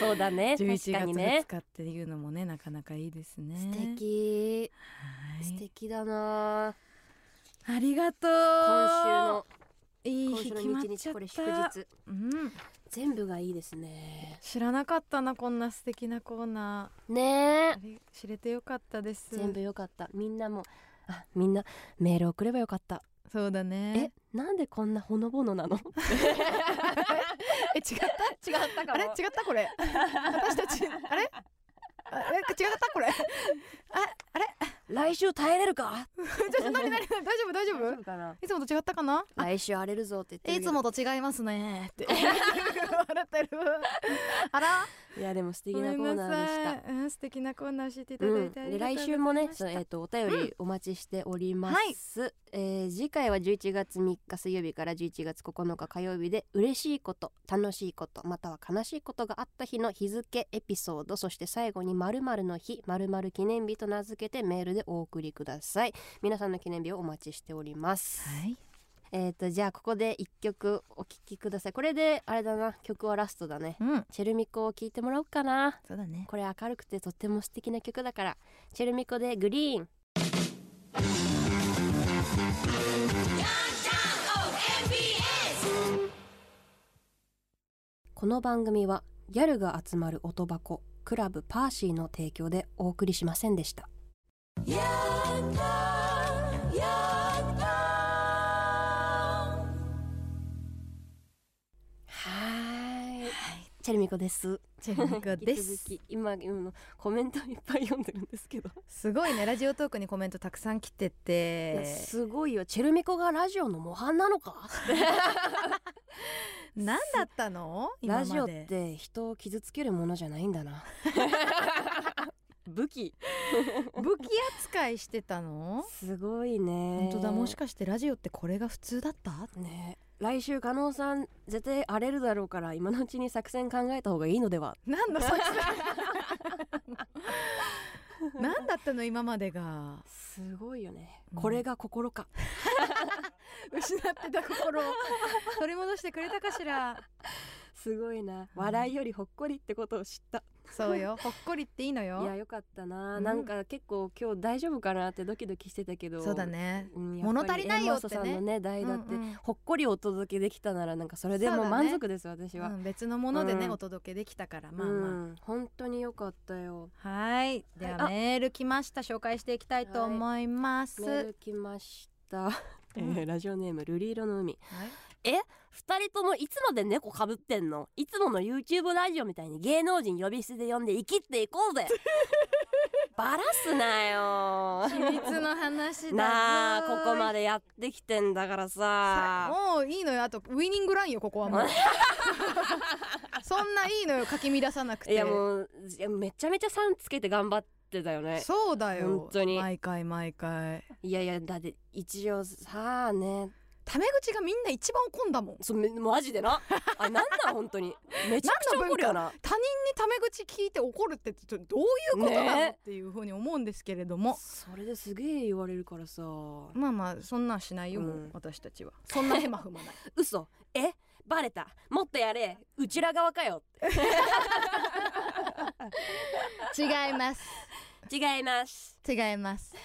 [SPEAKER 2] そう
[SPEAKER 1] [LAUGHS]
[SPEAKER 2] だね
[SPEAKER 1] 11
[SPEAKER 2] 確
[SPEAKER 1] 月
[SPEAKER 2] かに
[SPEAKER 1] 2
[SPEAKER 2] ね
[SPEAKER 1] 日っていうのもねなかなかいいですね
[SPEAKER 2] 素敵
[SPEAKER 1] はい
[SPEAKER 2] 素敵だな
[SPEAKER 1] ありがとうい
[SPEAKER 2] 今週
[SPEAKER 1] い
[SPEAKER 2] の
[SPEAKER 1] 日
[SPEAKER 2] 今
[SPEAKER 1] 決
[SPEAKER 2] 週
[SPEAKER 1] ま
[SPEAKER 2] の
[SPEAKER 1] っ
[SPEAKER 2] 日
[SPEAKER 1] ちゃ
[SPEAKER 2] 日
[SPEAKER 1] っ
[SPEAKER 2] これ祝
[SPEAKER 1] た
[SPEAKER 2] 日
[SPEAKER 1] うん
[SPEAKER 2] 全部がいいですね
[SPEAKER 1] 知らなかったなこんな素敵なコーナー
[SPEAKER 2] ね
[SPEAKER 1] あれ知れてよかったです
[SPEAKER 2] え全部良かったみんなもあみんなメール送ればよかった
[SPEAKER 1] そうだね
[SPEAKER 2] えなんでこんなほのぼのなの
[SPEAKER 1] え違った
[SPEAKER 2] 違った
[SPEAKER 1] あれ違ったこれ [LAUGHS] 私たちあれあえ違ったこれああれ
[SPEAKER 2] [LAUGHS] 来週耐えれるか
[SPEAKER 1] ちょっと何何何大丈夫大丈夫
[SPEAKER 2] かない
[SPEAKER 1] つもと違ったかな
[SPEAKER 2] 来週荒れるぞって言ってる
[SPEAKER 1] い
[SPEAKER 2] け
[SPEAKER 1] つ
[SPEAKER 2] ど
[SPEAKER 1] もと違いますねって笑ってるあら
[SPEAKER 2] いやでも素敵
[SPEAKER 1] ご
[SPEAKER 2] な
[SPEAKER 1] め
[SPEAKER 2] コ
[SPEAKER 1] ん
[SPEAKER 2] ー
[SPEAKER 1] な
[SPEAKER 2] ナーでした
[SPEAKER 1] さいうん素敵なコーナー教えていただ
[SPEAKER 2] う
[SPEAKER 1] い
[SPEAKER 2] ん、
[SPEAKER 1] て、
[SPEAKER 2] で来週もね、そのえっ、
[SPEAKER 1] え
[SPEAKER 2] とお便りお待ちしております。えー次回は11月3日水曜日から11月9日火曜日で嬉しいこと、楽しいこと、または悲しいことがあった日の日付、エピソード、そして最後にまるまるの日、まるまる記念日と名付けてメールでお送りください。皆さんの記念日をお待ちしております。
[SPEAKER 1] はい
[SPEAKER 2] えっ、とじゃあここで一曲お聴きください。これであれだな、曲はラストだね。
[SPEAKER 1] うん
[SPEAKER 2] チェルミコを聴いてもらおうかな。
[SPEAKER 1] そうだね
[SPEAKER 2] これ明るくてとっても素敵な曲だからチェルミコでグリーンこの番組はギャルが集まる音箱クラブパーシーの提供でお送りしませんでしたはーいチェルミコです
[SPEAKER 1] チェルミコで
[SPEAKER 2] 引き
[SPEAKER 1] す
[SPEAKER 2] 続き今今のコメントいっぱい読んでるんですけど、
[SPEAKER 1] すごい [LAUGHS] ねラジオトークにコメントたくさん来て
[SPEAKER 2] いや
[SPEAKER 1] て
[SPEAKER 2] すごいよチェルミコがラジオの模範なのか
[SPEAKER 1] 何だったの [LAUGHS] 今ま
[SPEAKER 2] ラ
[SPEAKER 1] で
[SPEAKER 2] ジオって人を傷つけるものじゃないんだな武 [LAUGHS] 器
[SPEAKER 1] 武器扱いしてたの
[SPEAKER 2] すごいね
[SPEAKER 1] 本当だもしかしてラジオってこれが普通だった
[SPEAKER 2] ね来週加納さん絶対荒れるだろうから今のうちに作戦考えた方がいいのでは
[SPEAKER 1] 何の作 [LAUGHS] 戦何だったの今までが
[SPEAKER 2] すごいよね、
[SPEAKER 1] うん
[SPEAKER 2] これが心か
[SPEAKER 1] 失ってた心を
[SPEAKER 2] [LAUGHS]
[SPEAKER 1] 取り戻してくれたかしら
[SPEAKER 2] すごいな笑いよりほっこりってことを知った
[SPEAKER 1] そうよほっこりっていいの
[SPEAKER 2] いや
[SPEAKER 1] よ
[SPEAKER 2] よかったな、
[SPEAKER 1] うん
[SPEAKER 2] なんか結構今日大丈夫かなってドキドキしてたけど
[SPEAKER 1] そうだね
[SPEAKER 2] うんやっぱ
[SPEAKER 1] 物足りないよってね
[SPEAKER 2] エマーソさんのね代だって、
[SPEAKER 1] うんうん
[SPEAKER 2] ほっこりお届けできたならなんかそれで
[SPEAKER 1] そ
[SPEAKER 2] も
[SPEAKER 1] う
[SPEAKER 2] う
[SPEAKER 1] だね
[SPEAKER 2] 満足です、私は、
[SPEAKER 1] うん別のものでね、
[SPEAKER 2] うん
[SPEAKER 1] お届けできたからまあまあ、
[SPEAKER 2] うん本当に良かったよ
[SPEAKER 1] はいでは
[SPEAKER 2] あ
[SPEAKER 1] メール来ました紹介していきたいと思います、
[SPEAKER 2] メール来ま
[SPEAKER 1] [LAUGHS]
[SPEAKER 2] した、えー [LAUGHS] ラジオネームルリ色の海
[SPEAKER 1] はい
[SPEAKER 2] 二人ともいつまで猫かぶってんのいつもの YouTube ラジオみたいに芸能人呼び捨てで呼んで生きっていこう
[SPEAKER 1] [LAUGHS]
[SPEAKER 2] ぜバラすなよ
[SPEAKER 1] 秘密の話だぞ
[SPEAKER 2] なあここまでやってきてんだからさ
[SPEAKER 1] もういいのよあとウィニングラインよここはもう [LAUGHS]
[SPEAKER 2] [LAUGHS]
[SPEAKER 1] そんないいのよかき乱さなくて
[SPEAKER 2] いやもういやめちゃめちゃさんつけて頑張ってたよね
[SPEAKER 1] そうだよ
[SPEAKER 2] 本当に
[SPEAKER 1] 毎回毎回
[SPEAKER 2] いやいやだって一応さあね
[SPEAKER 1] タメ口がみんな一番怒んだもん
[SPEAKER 2] そめマジでなあれなんなん本
[SPEAKER 1] [LAUGHS]
[SPEAKER 2] 当にめちゃくちゃ怒るよな
[SPEAKER 1] 他人にタメ口聞いて怒るってちょっとどういうことなの、
[SPEAKER 2] ね
[SPEAKER 1] っていうふうに思うんですけれども
[SPEAKER 2] それですげえ言われるからさ
[SPEAKER 1] まあまあそんなんしないよ、
[SPEAKER 2] うん
[SPEAKER 1] もう私たちはそんなヘマ踏まない
[SPEAKER 2] 嘘えバレたもっとやれうちら側かよ
[SPEAKER 1] 違います
[SPEAKER 2] 違います
[SPEAKER 1] 違います
[SPEAKER 2] く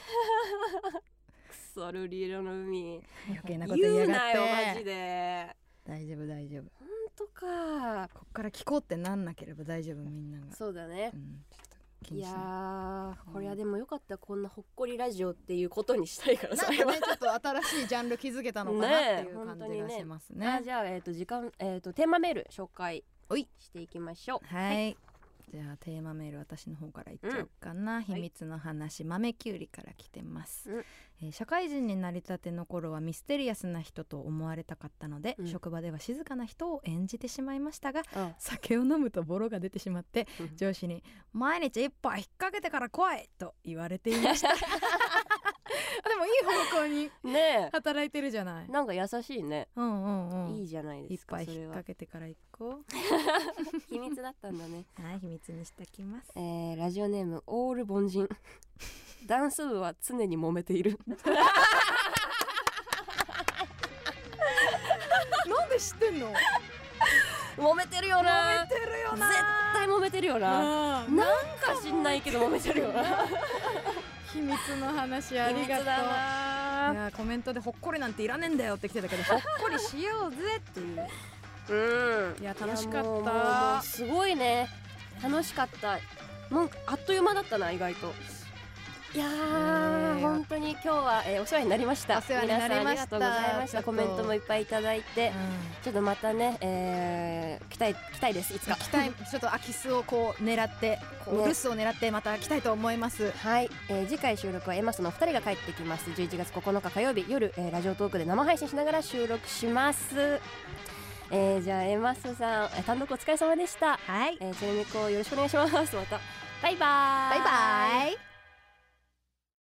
[SPEAKER 2] そルリ色の海
[SPEAKER 1] 余計なこと言い
[SPEAKER 2] 言
[SPEAKER 1] や
[SPEAKER 2] う
[SPEAKER 1] が
[SPEAKER 2] な
[SPEAKER 1] っ
[SPEAKER 2] よマジ
[SPEAKER 1] て
[SPEAKER 2] で
[SPEAKER 1] 大丈夫大丈夫
[SPEAKER 2] 本当か
[SPEAKER 1] こっから聞こうってなんなければ大丈夫みんなが
[SPEAKER 2] そうだね
[SPEAKER 1] うんちょっと気
[SPEAKER 2] い
[SPEAKER 1] に
[SPEAKER 2] や
[SPEAKER 1] しない
[SPEAKER 2] ーこれはでもよかったこんなほっこりラジオっていうことにしたいから
[SPEAKER 1] な
[SPEAKER 2] そ
[SPEAKER 1] ん
[SPEAKER 2] れ
[SPEAKER 1] か
[SPEAKER 2] は
[SPEAKER 1] ねちょっと新しいジャンル気づけたのかなっていう感じがしますね
[SPEAKER 2] あじゃあ、えっと時間、えっとテーマメール紹介
[SPEAKER 1] おい
[SPEAKER 2] していきましょう。
[SPEAKER 1] はい、じゃあテーマメール私の方からいっちゃおうかな、秘密の話、豆きゅうりから来てます、
[SPEAKER 2] うん
[SPEAKER 1] えー社会人になりたての頃はミステリアスな人と思われたかったので、
[SPEAKER 2] うん
[SPEAKER 1] 職場では静かな人を演じてしまいましたが
[SPEAKER 2] うん
[SPEAKER 1] 酒を飲むとボロが出てしまって、
[SPEAKER 2] うん
[SPEAKER 1] 上司に「毎日一杯引っ掛けてから来い!」と言われていました
[SPEAKER 2] [LAUGHS]
[SPEAKER 1] でもいい方向に
[SPEAKER 2] ね
[SPEAKER 1] 働いてるじゃない
[SPEAKER 2] え、なんか優しいね。
[SPEAKER 1] うんうんうん
[SPEAKER 2] いいじゃないで
[SPEAKER 1] 一
[SPEAKER 2] すか。
[SPEAKER 1] 杯
[SPEAKER 2] そ
[SPEAKER 1] 引っ
[SPEAKER 2] れは
[SPEAKER 1] 掛けてから行こ
[SPEAKER 2] 秘密だったんだね。
[SPEAKER 1] うはい秘密にしておきます
[SPEAKER 2] えー、ラジオネームオール凡 [LAUGHS] 人。ダンス部は常に揉めている。
[SPEAKER 1] なんで知ってんの
[SPEAKER 2] [LAUGHS] 揉めてるよな。
[SPEAKER 1] てるよ
[SPEAKER 2] 絶対揉めてるよ
[SPEAKER 1] な
[SPEAKER 2] な。なんか知んないけど揉めてるよな。
[SPEAKER 1] 秘密の話ありがとう
[SPEAKER 2] 秘密だ
[SPEAKER 1] い
[SPEAKER 2] な。
[SPEAKER 1] やコメントでほっこりなんていらねえんだよって来てたけどほっこりしようぜっていう
[SPEAKER 2] うん。
[SPEAKER 1] いや楽しかった
[SPEAKER 2] いやもうもうもうすごいね。楽しかった。もうあっという間だったな意外と。いやー、
[SPEAKER 1] ねえ
[SPEAKER 2] 本当に今日は、えーお世話になりました
[SPEAKER 1] お世話になりました
[SPEAKER 2] 皆さんありがとうございまし
[SPEAKER 1] ちょったと
[SPEAKER 2] コメントもいっぱいいただいてちょっとまたね、えー、来たい来たいですいつか
[SPEAKER 1] 期待ちょっと空き巣をこう狙ってこう
[SPEAKER 2] ね
[SPEAKER 1] 留守を狙ってまた来たいと思います
[SPEAKER 2] はい、えー次回収録はエマスのお二人が帰ってきます11月9日火曜日夜、えーラジオトークで生配信しながら収録します、えーじゃあエマスさんえー単独お疲れ様でした
[SPEAKER 4] はい
[SPEAKER 2] えー、チェルミコよろしくお願いしますまたバイバーイ
[SPEAKER 4] バイバイ